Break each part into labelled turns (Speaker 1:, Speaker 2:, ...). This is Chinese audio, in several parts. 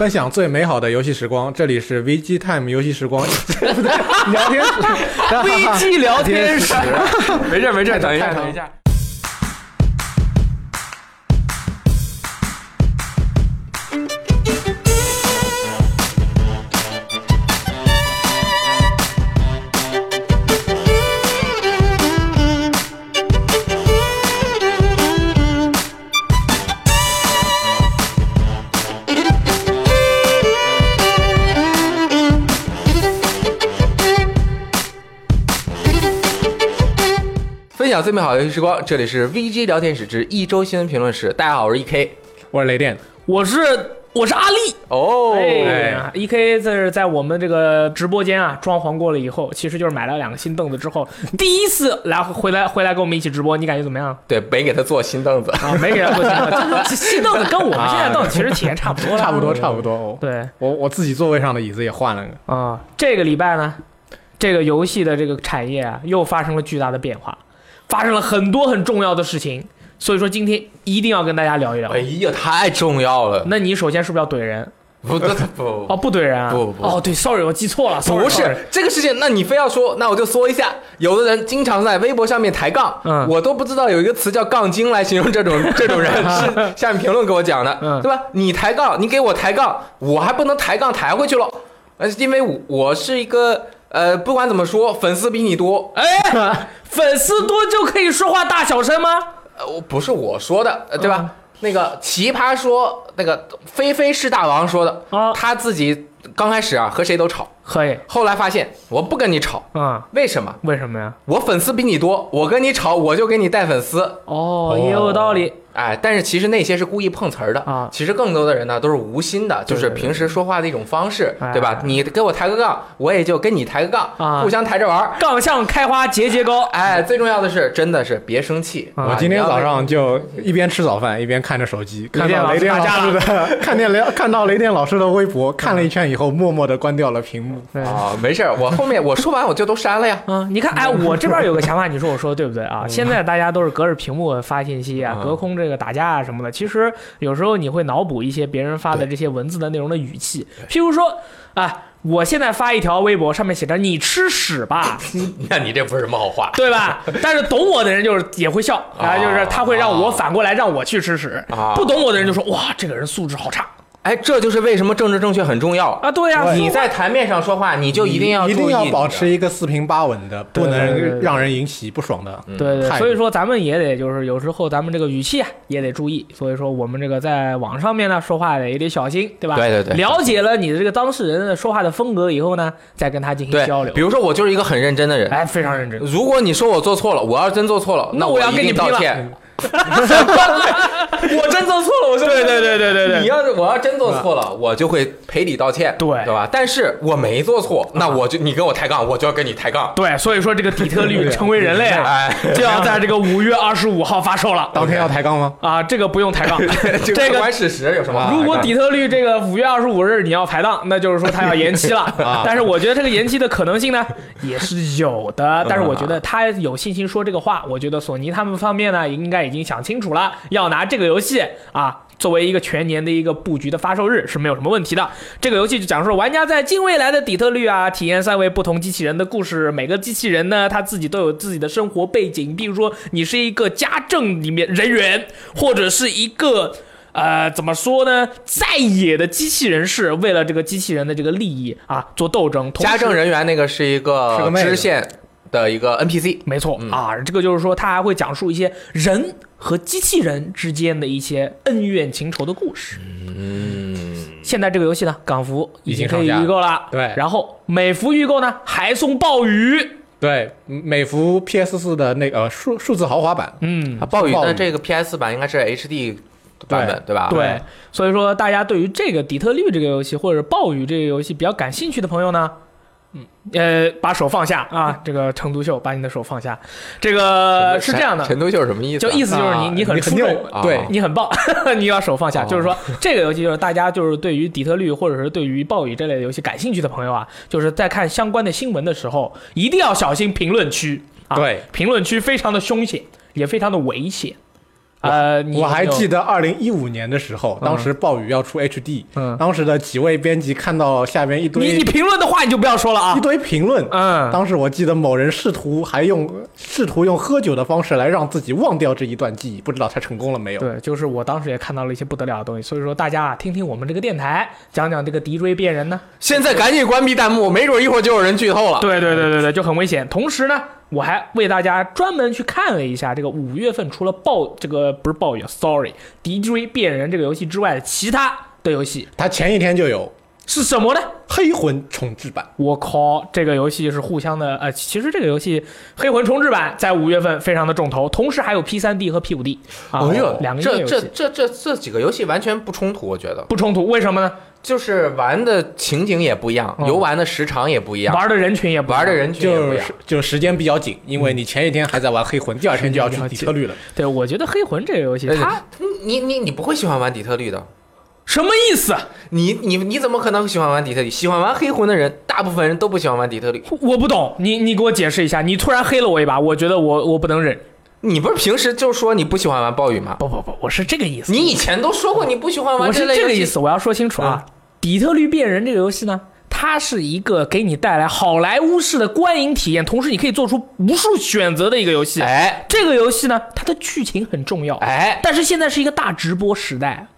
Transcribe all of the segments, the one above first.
Speaker 1: 分享最美好的游戏时光，这里是 VG Time 游戏时 光不对聊天室
Speaker 2: 危机聊天室，
Speaker 3: 没事没事，等一下
Speaker 1: 太长
Speaker 3: 等一下。分享最美好的游戏时光，这里是 VG 聊天室之一周新闻评论室。大家好，我是 E EK。
Speaker 1: 我是雷电，
Speaker 2: 我是我是阿丽。
Speaker 3: 哦，
Speaker 2: 哎，E K 这是在我们这个直播间啊装潢过了以后，其实就是买了两个新凳子之后，第一次来回来回来跟我们一起直播，你感觉怎么样？
Speaker 3: 对，没给他做新凳子。
Speaker 2: 啊，没给他做新凳子，新凳子跟我们现在凳子其实体验差不多了，
Speaker 1: 差不多差不多。哦
Speaker 2: 对
Speaker 1: 我我自己座位上的椅子也换了个，
Speaker 2: 啊，这个礼拜呢，这个游戏的这个产业啊，又发生了巨大的变化，发生了很多很重要的事情，所以说今天一定要跟大家聊一聊
Speaker 3: 哎。呀，太重要了！
Speaker 2: 那你首先是不是要怼人？
Speaker 3: 不不不
Speaker 2: 哦，不
Speaker 3: 不
Speaker 2: 怼人啊！
Speaker 3: 不不不
Speaker 2: 哦，对，sorry，我记错了，sorry，
Speaker 3: 不
Speaker 2: sorry
Speaker 3: 是这个事情，那你非要说，那我就说一下。有的人经常在微博上面抬杠，
Speaker 2: 嗯
Speaker 3: 我都不知道有一个词叫“杠精”来形容这种这 种人，是下面评论给我讲的，
Speaker 2: 嗯
Speaker 3: 对吧？你抬杠，你给我抬杠，我还不能抬杠抬回去了，呃，因为我我是一个呃，不管怎么说，粉丝比你多，
Speaker 2: 哎，粉丝多就可以说话大小声吗？
Speaker 3: 呃，我不是我说的，呃对吧？
Speaker 2: 嗯
Speaker 3: 那个奇葩说，那个菲菲是大王说的，
Speaker 2: 啊
Speaker 3: 他自己刚开始啊和谁都吵，
Speaker 2: 可以
Speaker 3: 后来发现我不跟你吵，
Speaker 2: 啊、
Speaker 3: 为什么？
Speaker 2: 为什么呀？
Speaker 3: 我粉丝比你多，我跟你吵，我就给你带粉丝。
Speaker 2: 哦，也有道理。
Speaker 3: 哎，但是其实那些是故意碰瓷儿的
Speaker 2: 啊
Speaker 3: 其实更多的人呢都是无心的，就是
Speaker 2: 对对
Speaker 3: 平时说话的一种方式，
Speaker 2: 哎
Speaker 3: 对吧？你给我抬个杠，我也就跟你抬个杠，
Speaker 2: 啊
Speaker 3: 互相抬着玩儿。
Speaker 2: 杠上开花节节高，
Speaker 3: 哎，最重要的是，真的是别生气。
Speaker 2: 啊
Speaker 3: 啊
Speaker 1: 我今
Speaker 3: 你
Speaker 1: 天
Speaker 3: 要
Speaker 1: 早上就一边吃早饭一边看着手机，看到雷
Speaker 2: 雷电
Speaker 1: 电
Speaker 2: 老
Speaker 1: 老
Speaker 2: 师
Speaker 1: 师的，看见雷看到雷电老师的微博，看了一圈以后，默默的关掉了屏幕。
Speaker 2: 对
Speaker 3: 啊，没事儿，我后面我说完我就都删了呀。
Speaker 2: 啊、你看，哎，我这边有个想法，你说我说的对不对啊？现在大家都是隔着屏幕发信息啊，
Speaker 3: 嗯
Speaker 2: 隔空这个打架啊什么的。其实有时候你会脑补一些别人发的这些文字的内容的语气，譬如说啊，我现在发一条微博，上面写着“你吃屎吧”，
Speaker 3: 那你这不是什么好话
Speaker 2: 对吧？但是懂我的人就是也会笑，然后就是他会让我反过来让我去吃屎，
Speaker 3: 啊
Speaker 2: 不懂我的人就说哇，这个人素质好差
Speaker 3: 哎，这就是为什么政治正确很重要。
Speaker 2: 啊！对呀、
Speaker 3: 你
Speaker 2: 素
Speaker 3: 在台面上说话，你就一定要
Speaker 1: 一
Speaker 3: 注
Speaker 1: 定
Speaker 3: 意
Speaker 1: 要
Speaker 3: 你
Speaker 1: 保
Speaker 3: 的
Speaker 1: 持一个四平八稳的，
Speaker 2: 对
Speaker 1: 不
Speaker 2: 对对对
Speaker 1: 能让人引起不爽
Speaker 3: 嗯
Speaker 1: 的。
Speaker 2: 对对，
Speaker 1: 态
Speaker 2: 所以
Speaker 1: 度
Speaker 2: 说咱们也得就是有时候咱们这个语气啊也得注意，所以说我们这个在网上面呢说话呢也得小心，对吧？
Speaker 3: 对对对
Speaker 2: 了解了你的这个当事人的说话的风格以后呢，再跟他进行
Speaker 3: 对
Speaker 2: 交流
Speaker 3: 比。如说，我就是一个很认真的人。
Speaker 2: 哎，非常认真。
Speaker 3: 如果你说我做错了，我要是真做错了，
Speaker 2: 那我
Speaker 3: 我
Speaker 2: 要
Speaker 3: 一
Speaker 2: 跟
Speaker 3: 定
Speaker 2: 你
Speaker 3: 道
Speaker 2: 拼了
Speaker 3: 歉。什么鬼 我真做错了，我就
Speaker 2: 对对对对对对
Speaker 3: 你要是我要真做错了，我就会赔礼道歉，
Speaker 2: 对
Speaker 3: 嗯对吧？嗯但是我没做错，那我就你跟我抬杠，我就要跟你抬杠。
Speaker 2: 对，所以说这个底特 律成为人类啊，
Speaker 3: 哎，
Speaker 2: 就要在这个五月二十五号发售了
Speaker 1: 当天要抬杠吗？
Speaker 2: 啊！这个不用抬杠，
Speaker 3: 这啊
Speaker 2: 这
Speaker 3: 客
Speaker 2: 个
Speaker 3: 观事实有什么好抬杠？哎
Speaker 2: 如果底特律这个五月二十五日你要排档，那就是说它要延期了。
Speaker 1: 啊
Speaker 2: 但是我觉得这个延期的可能性呢也是有的，但是我觉得他有信心说这个话。我觉得索尼他们方面呢应该已经想清楚了，要拿这个游戏啊。作为一个全年的一个布局的发售日是没有什么问题的。这个游戏就讲述了玩家在近未来的底特律啊，体验三位不同机器人的故事。每个机器人呢，他自己都有自己的生活背景，比如说你是一个家政里面人员，或者是一个呃，怎么说呢？在野的机器人是为了这个机器人的这个利益啊做斗争，同时
Speaker 3: 家政人员那个是一
Speaker 1: 是
Speaker 3: 个
Speaker 1: 个妹子
Speaker 3: 支线的一个 NPC，
Speaker 2: 没错、啊，这个就是说他还会讲述一些人和机器人之间的一些恩怨情仇的故事。嗯，现在这个游戏呢，港服已经可以
Speaker 1: 已经上架
Speaker 2: 预购了，
Speaker 1: 对
Speaker 2: 然后美服预购呢还送鲍鱼，
Speaker 1: 对，美服 PS 四的那个呃数数字豪华版，
Speaker 2: 嗯，
Speaker 3: 啊，暴雨
Speaker 1: 暴雨
Speaker 3: 那这个 PS 版应该是 HD 版本对吧？
Speaker 2: 对，所以说大家对于这个底特律这个游戏或者暴雨这个游戏比较感兴趣的朋友呢，嗯，呃，把手放下啊，这个成都秀，把你的手放下，这个呃是这样的，
Speaker 3: 陈独秀是什么意思
Speaker 2: 就
Speaker 3: 啊？
Speaker 2: 意思就是你、
Speaker 1: 啊
Speaker 2: 你很
Speaker 1: 你
Speaker 2: 出
Speaker 1: 很
Speaker 2: 众。
Speaker 1: 牛
Speaker 3: 啊
Speaker 1: 对，
Speaker 2: 你很棒， 你要手放下。
Speaker 3: 哦
Speaker 2: 就是说，这个游戏就是大家就是对于底特律或者是对于暴雨这类的游戏感兴趣的朋友啊，就是在看相关的新闻的时候，一定要小心评论区啊。
Speaker 1: 对，
Speaker 2: 评论区非常的凶险，也非常的危险呃，你
Speaker 1: 我还
Speaker 2: 有
Speaker 1: 记得二零一五年的时候，当时暴雨要出 HD，
Speaker 2: 嗯
Speaker 1: 当时的几位编辑看到下边一
Speaker 2: 你
Speaker 1: 堆
Speaker 2: 你评论的话你就不要说了
Speaker 1: 一
Speaker 2: 啊。
Speaker 1: 堆评论，
Speaker 2: 嗯，
Speaker 1: 当时我记得某人试图还用试图用喝酒的方式来让自己忘掉这一段记忆，不知道他成功了没有。
Speaker 2: 对，就是我当时也看到了一些不得了的东西，所以说大家啊，听听我们这个电台，讲讲这个敌追变人呢。
Speaker 3: 现在赶紧关闭弹幕，没准一会儿就有人剧透了。
Speaker 2: 对对对对对，就很危险。同时呢，我还为大家专门去看了一下这个五月份除了暴这个不是暴雨，sorry，敌追变人这个游戏之外的其他的游戏
Speaker 1: 他前一天就有
Speaker 2: 是什么呢？
Speaker 1: 黑魂重置版，
Speaker 2: 我靠，这个游戏是互相的，呃，其实这个游戏《黑魂重置版》在五月份非常的重头，同时还有 P 三 D 和 P 五 D 啊，
Speaker 3: 哎呦，
Speaker 2: 两个
Speaker 3: 这
Speaker 2: 月游
Speaker 3: 这
Speaker 2: 戏
Speaker 3: 这这这几个游戏完全不冲突，我觉得
Speaker 2: 不冲突，为什么呢？
Speaker 3: 就是玩的情景也不一样，
Speaker 2: 嗯
Speaker 3: 游玩的时长也不一样，
Speaker 2: 玩的人群也不一样
Speaker 3: 玩的人群也不
Speaker 1: 就
Speaker 3: 一
Speaker 1: 是
Speaker 3: 样。
Speaker 1: 就时间比较紧，因为你前一天还在玩黑魂，第二天就要去底特律了。
Speaker 2: 对，我觉得《黑魂》这个游戏
Speaker 3: 而且
Speaker 2: 它
Speaker 3: 哎你你你不会喜欢玩底特律的，
Speaker 2: 什么意思？
Speaker 3: 你你你怎么可能喜欢玩底特律？喜欢玩黑魂的人，大部分人都不喜欢玩底特律。
Speaker 2: 我不懂，你你给我解释一下。你突然黑了我一把，我觉得我我不能忍。
Speaker 3: 你不是平时就说你不喜欢玩暴雨吗？
Speaker 2: 不不不，我是这个意思，
Speaker 3: 你以前都说过你不喜欢玩
Speaker 2: 我是
Speaker 3: 类
Speaker 2: 这
Speaker 3: 游
Speaker 2: 个
Speaker 3: 戏嗯
Speaker 2: 意。思，我要说清楚啊。底特律变人这个游戏呢，它是一个给你带来好莱坞式的观影体验，同时你可以做出无数选择的一个游戏。
Speaker 3: 哎
Speaker 2: 这个游戏呢，它的剧情很重要，
Speaker 3: 哎，
Speaker 2: 但是现在是一个大直播时代，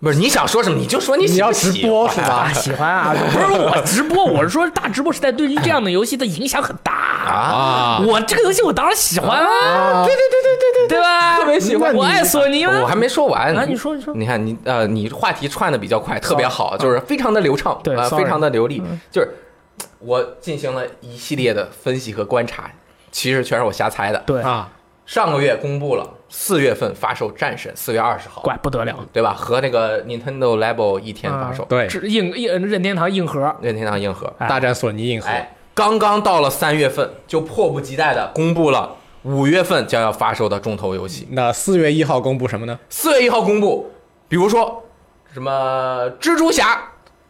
Speaker 3: 不是你想说什么你就说你
Speaker 1: 你
Speaker 3: 喜
Speaker 1: 要
Speaker 3: 不
Speaker 1: 直
Speaker 3: 喜
Speaker 1: 播
Speaker 3: 欢
Speaker 1: 是吧
Speaker 2: 啊，喜欢啊，不是我直播，我是说大直播时代对于这样的游戏的影响很大。
Speaker 3: 啊？
Speaker 2: 我这个游戏我当然喜欢啦，
Speaker 1: 啊，对对对对对
Speaker 2: 对吧？
Speaker 1: 特别喜欢
Speaker 2: 我爱索尼
Speaker 3: 我
Speaker 2: 吗？
Speaker 3: 还没说完
Speaker 2: 啊你说你说啊
Speaker 3: 你看你呃，你话题串的比较快，特别好，就是非常的流畅，
Speaker 2: 对
Speaker 3: 呃，
Speaker 2: sorry 嗯
Speaker 3: 非常的流利，就是我进行了一系列的分析和观察，其实全是我瞎猜的。
Speaker 2: 对，
Speaker 1: 啊，
Speaker 3: 上个月公布了，四月份发售《战神》，四月二十号，
Speaker 2: 怪不得了，
Speaker 3: 对吧？和那个 Nintendo Level 一天
Speaker 2: 啊
Speaker 3: 发售，
Speaker 1: 对，
Speaker 2: 这硬硬任天堂硬核，
Speaker 3: 任天堂硬核，
Speaker 2: 哎
Speaker 1: 大战索尼硬核，
Speaker 3: 哎，刚刚到了三月份，就迫不及待的公布了五月份将要发售的重头游戏。
Speaker 1: 那四月一号公布什么呢？
Speaker 3: 四月一号公布，比如说什么蜘蛛侠，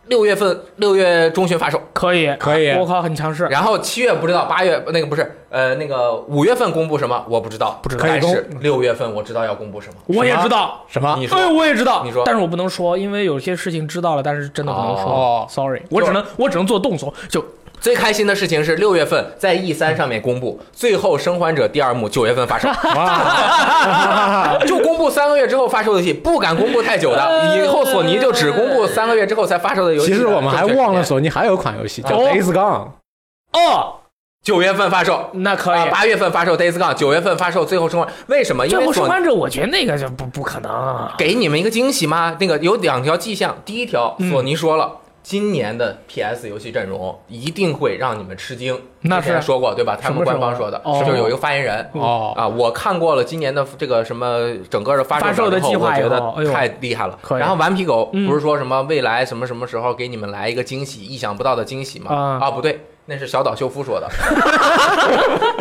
Speaker 3: 六月份六月中旬发售，
Speaker 2: 可以
Speaker 1: 可以
Speaker 2: 啊我靠，很强势。
Speaker 3: 然后七月不知道，八月那个不是，呃，那个五月份公布什么我不知道，
Speaker 2: 不知道
Speaker 3: 但是六月份我知道要公布什么。
Speaker 2: 我也知道，
Speaker 1: 什么
Speaker 3: 你？说
Speaker 2: 哎，我也知道，
Speaker 3: 你说
Speaker 2: 但是我不能说，因为有些事情知道了，但是真的不能说
Speaker 1: 哦
Speaker 2: ，sorry，我只能我只能做动作，就
Speaker 3: 最开心的事情是六月份在 E 三上面公布《最后生还者》第二幕，九月份 发售， 就公布三个月之后发售的游戏，不敢公布太 久
Speaker 2: 哎
Speaker 3: 的。以后索尼就只公布三个月之后才发售的游戏。
Speaker 1: 其实我们还忘了，索尼还有一款游戏叫
Speaker 2: 哦
Speaker 1: 《Days Gone
Speaker 2: 哦，
Speaker 3: 九月份发售，
Speaker 2: 那可
Speaker 3: 啊，
Speaker 2: 以。
Speaker 3: 八月份发售《Days Gone》，九月份发售《最后生还》，为什么？因
Speaker 2: 哎最
Speaker 3: 为
Speaker 2: 后生
Speaker 3: 索尼
Speaker 2: 还者，我觉得那个就不不可能啊。
Speaker 3: 给你们一个惊喜吗？那个有两条迹象，第一条，
Speaker 2: 嗯
Speaker 3: 索尼说了。今年的 PS 游戏阵容一定会让你们吃惊，
Speaker 2: 那
Speaker 3: 之前
Speaker 2: 是啊
Speaker 3: 说过对吧？他
Speaker 2: 什么
Speaker 3: 们
Speaker 2: 时候
Speaker 3: 官方说的，
Speaker 2: 哦
Speaker 3: 就有一个发言人》
Speaker 1: 哦，
Speaker 3: 啊，我看过了今年的这个什么整个的发
Speaker 2: 发售
Speaker 3: 售
Speaker 2: 的
Speaker 3: 表之后
Speaker 2: 计划
Speaker 3: 我觉
Speaker 2: 以后哎呦
Speaker 3: 得太厉害了
Speaker 2: 可。以
Speaker 3: 然后顽皮狗
Speaker 2: 嗯
Speaker 3: 不是说什么未来什么什么时候给你们来一个惊喜，意想不到的惊喜吗？
Speaker 2: 啊
Speaker 3: 啊，不对，那是小岛秀夫 说的。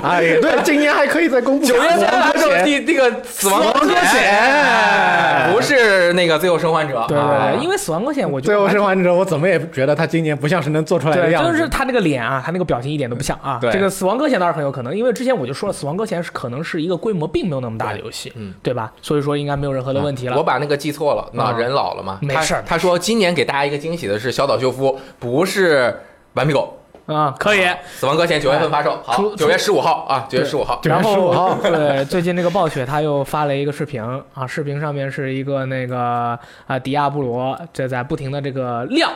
Speaker 1: 哎，也对，今年还可以再公布
Speaker 3: 九月份
Speaker 1: 啊
Speaker 3: 发售第那个死亡
Speaker 1: 死亡搁浅
Speaker 3: 哎不是那个最后生还者，
Speaker 2: 对对
Speaker 3: 啊
Speaker 2: 对，因为死亡搁浅，我觉
Speaker 1: 最
Speaker 2: 得
Speaker 1: 后
Speaker 2: 完全
Speaker 1: 生还者，我怎么也觉得他今年不像是能做出来的
Speaker 2: 对，
Speaker 1: 样子。
Speaker 2: 就是他那个脸啊，他那个表情一点都不像啊。
Speaker 1: 对
Speaker 2: 这个死亡搁浅倒是很有可能，因为之前我就说了，死亡搁浅是可能是一个规模并没有那么大的游戏，
Speaker 3: 嗯，
Speaker 2: 对吧？所以说应该没有任何的问题了。
Speaker 3: 我把那个记错了，那
Speaker 2: 啊
Speaker 3: 人老了嘛，
Speaker 2: 没
Speaker 3: 他
Speaker 2: 事儿
Speaker 3: 他说今年给大家一个惊喜的是小岛秀夫，不是顽皮狗。
Speaker 2: 啊，可以。
Speaker 3: 死亡搁浅九月份发售，好，
Speaker 2: 除
Speaker 3: 九月十五号啊，九月十五号。
Speaker 1: 对
Speaker 2: 然
Speaker 1: 9月15
Speaker 2: 后
Speaker 1: 号
Speaker 2: 对，最近那个暴雪他又发了一个视频啊，视频上面是一个那个啊迪亚布罗这在不停的这个亮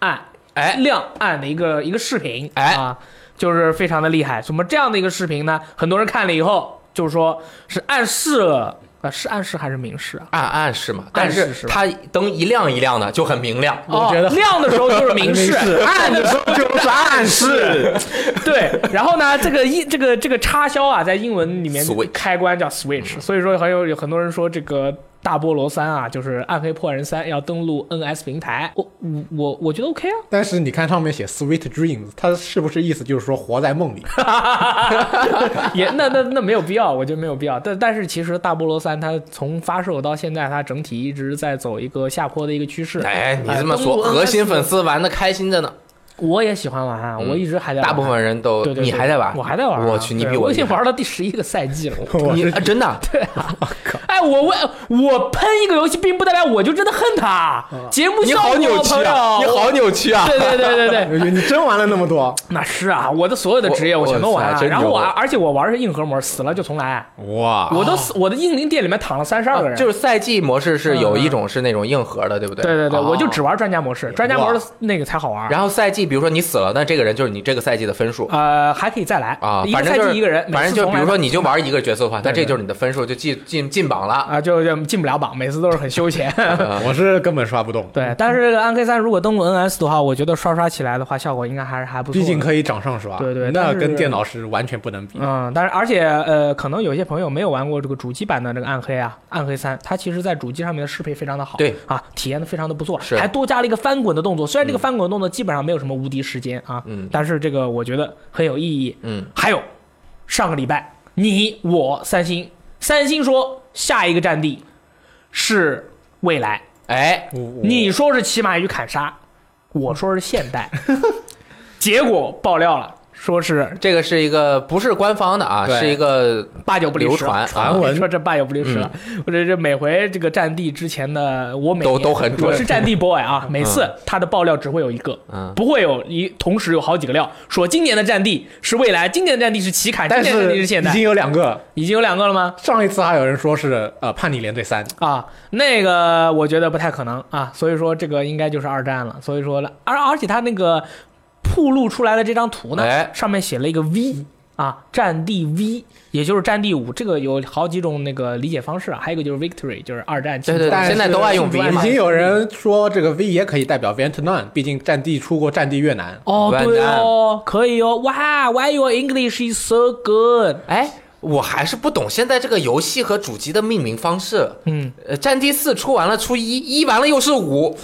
Speaker 2: 暗
Speaker 3: 哎
Speaker 2: 亮暗的一个一个视频，
Speaker 3: 哎
Speaker 2: 啊，就是非常的厉害。什么这样的一个视频呢？很多人看了以后就是说是暗示了啊，是暗示还是明示啊？
Speaker 3: 暗暗示嘛，
Speaker 2: 暗
Speaker 3: 但
Speaker 2: 示
Speaker 3: 是
Speaker 2: 是吧
Speaker 3: 它灯一亮一亮的就很明亮。
Speaker 1: 我觉得
Speaker 2: 哦、亮的时候就是 明示，暗的时候
Speaker 1: 就是暗示，
Speaker 2: 对。然后呢，这个一这个这个插销啊，在英文里面
Speaker 3: Switch 嗯
Speaker 2: 开关叫 switch，所以说还有有很多人说这个。大菠萝三啊，就是《暗黑破坏神三》要登陆 NS 平台，我我我我觉得 OK 啊
Speaker 1: 但是你看上面写 “sweet dreams”，它是不是意思就是说活在 梦里？
Speaker 2: 啊， 也那那那没有必要，我觉得没有必要。但但是其实大菠萝三它从发售到现在，它整体一直在走一个下坡的一个趋势。呃
Speaker 3: 哎，你这么
Speaker 2: 登
Speaker 3: 说，
Speaker 2: 陆 NS
Speaker 3: 核心粉丝玩的开心着呢，
Speaker 2: 我也喜欢玩啊，
Speaker 3: 嗯
Speaker 2: 我一直还在玩。
Speaker 3: 大部分人都
Speaker 2: 对对对，
Speaker 3: 你还在玩，
Speaker 2: 我还在玩啊。
Speaker 3: 我去，你
Speaker 2: 对
Speaker 3: 比我
Speaker 2: 已经
Speaker 3: 厉 害
Speaker 2: 玩到第十一个赛季了。
Speaker 1: 我
Speaker 3: 你啊
Speaker 1: 是
Speaker 3: 啊真的，
Speaker 2: 对啊，哎，我为我喷一个游戏，并不代表我就真的恨它。
Speaker 3: 嗯
Speaker 2: 节目
Speaker 3: 你
Speaker 2: 效果，
Speaker 3: 好扭曲
Speaker 2: 朋
Speaker 3: 啊！
Speaker 2: 友
Speaker 3: 你好扭曲啊！
Speaker 2: 对对对对对，
Speaker 1: 你真玩了那么多，
Speaker 2: 那是啊，我的所有的职业
Speaker 3: 我
Speaker 2: 我全都玩
Speaker 3: 我
Speaker 2: 了，
Speaker 3: 操真
Speaker 2: 然后我
Speaker 3: 牛
Speaker 2: 而且我玩的是硬核模，死了就重来。
Speaker 3: 哇，
Speaker 2: 我都死，我的英灵殿里面躺了三十二个人。
Speaker 3: 啊就是赛季模式是有
Speaker 2: 嗯
Speaker 3: 一种是那种硬核的，对不对？
Speaker 2: 对对对，
Speaker 3: 哦
Speaker 2: 我就只玩专家模式，专家模式那个才好玩。
Speaker 3: 然后赛季，比如说你死了，那这个人就是你这个赛季的分数
Speaker 2: 呃，还可以再来
Speaker 3: 啊。
Speaker 2: 一
Speaker 3: 反
Speaker 2: 个
Speaker 3: 正
Speaker 2: 赛
Speaker 3: 就是
Speaker 2: 季一个人，每
Speaker 3: 反正
Speaker 2: 次
Speaker 3: 就
Speaker 2: 重
Speaker 3: 比
Speaker 2: 来
Speaker 3: 如说
Speaker 2: 吧
Speaker 3: 你就玩一个角色的话，那
Speaker 2: 对对
Speaker 3: 这就是你的分数，就进进进 榜了。啊
Speaker 2: 啊，就就进不了榜，每次都是很休闲。
Speaker 1: 我是根本刷不动，
Speaker 2: 对，但是 N K 三如果登录 NS 的话，我觉得刷刷起来的话，效果应该还是还不错的。
Speaker 1: 毕竟可以掌上刷，
Speaker 2: 对对
Speaker 1: 那
Speaker 2: 但是
Speaker 1: 跟电脑是完全不能比。
Speaker 2: 嗯，但是而且呃，可能有些朋友没有玩过这个主机版的这个暗黑啊，暗黑三，它其实在主机上面的适配非常的好，
Speaker 3: 对
Speaker 2: 啊，体验的非常的不错，
Speaker 3: 是
Speaker 2: 还多加了一个翻滚的动作，虽
Speaker 1: 嗯
Speaker 2: 然这个翻滚动作基本上没有什么无敌时间啊，
Speaker 3: 嗯
Speaker 2: 但是这个我觉得很有意义。
Speaker 3: 嗯，
Speaker 2: 还有上个礼拜你我三星，三星说下一个战地是未来，
Speaker 3: 哎，
Speaker 1: 我我
Speaker 2: 你说是骑马与砍杀，我说是现 代，结果爆料了，说是
Speaker 3: 这个是一个不是官方的啊，
Speaker 1: 对
Speaker 3: 是一个
Speaker 2: 八九不离
Speaker 3: 流
Speaker 2: 十。
Speaker 3: 传
Speaker 1: 传
Speaker 3: 啊
Speaker 1: 闻
Speaker 2: 你说这八九不离十了。我这这每回这个战地之前的我每
Speaker 3: 都
Speaker 2: 年
Speaker 3: 都很准
Speaker 2: 我是战地 boy 啊，每次他的爆料只会有一个，
Speaker 3: 嗯
Speaker 2: 不会有一同时有好几个料，说今年的战地是未来，今年的战地是奇
Speaker 3: 哎
Speaker 2: 坎，今
Speaker 1: 但
Speaker 2: 年的战
Speaker 1: 是
Speaker 2: 地是现
Speaker 1: 已
Speaker 2: 代，
Speaker 1: 经有两个，
Speaker 2: 已经有两个了吗？
Speaker 1: 上一次还有人说是呃《叛逆连队三》，
Speaker 2: 啊，那个我觉得不太可能啊，所以说这个应该就是二战了。所以说了，而而且他那个铺露出来的这张图呢，
Speaker 3: 哎
Speaker 2: 上面写了一个 V 啊，战地 V，也就是战地五。这个有好几种那个理解方式啊，还有一个就是 Victory，就是二战庆祝。
Speaker 3: 对对
Speaker 1: 但是
Speaker 3: 现在都爱用
Speaker 2: 庆祝爱
Speaker 3: V
Speaker 1: 已
Speaker 2: 嘛
Speaker 1: 经有人说这个 V 也可以代表 Vietnam，毕竟战地出过战地越 南。
Speaker 2: 哦，
Speaker 3: 完蛋
Speaker 2: 对哦，可以哦，哇，Why your English is so good？
Speaker 3: 哎，我还是不懂现在这个游戏和主机的命名方式。
Speaker 2: 嗯，
Speaker 3: 呃，《战地四》出完了出一，一完了又是五，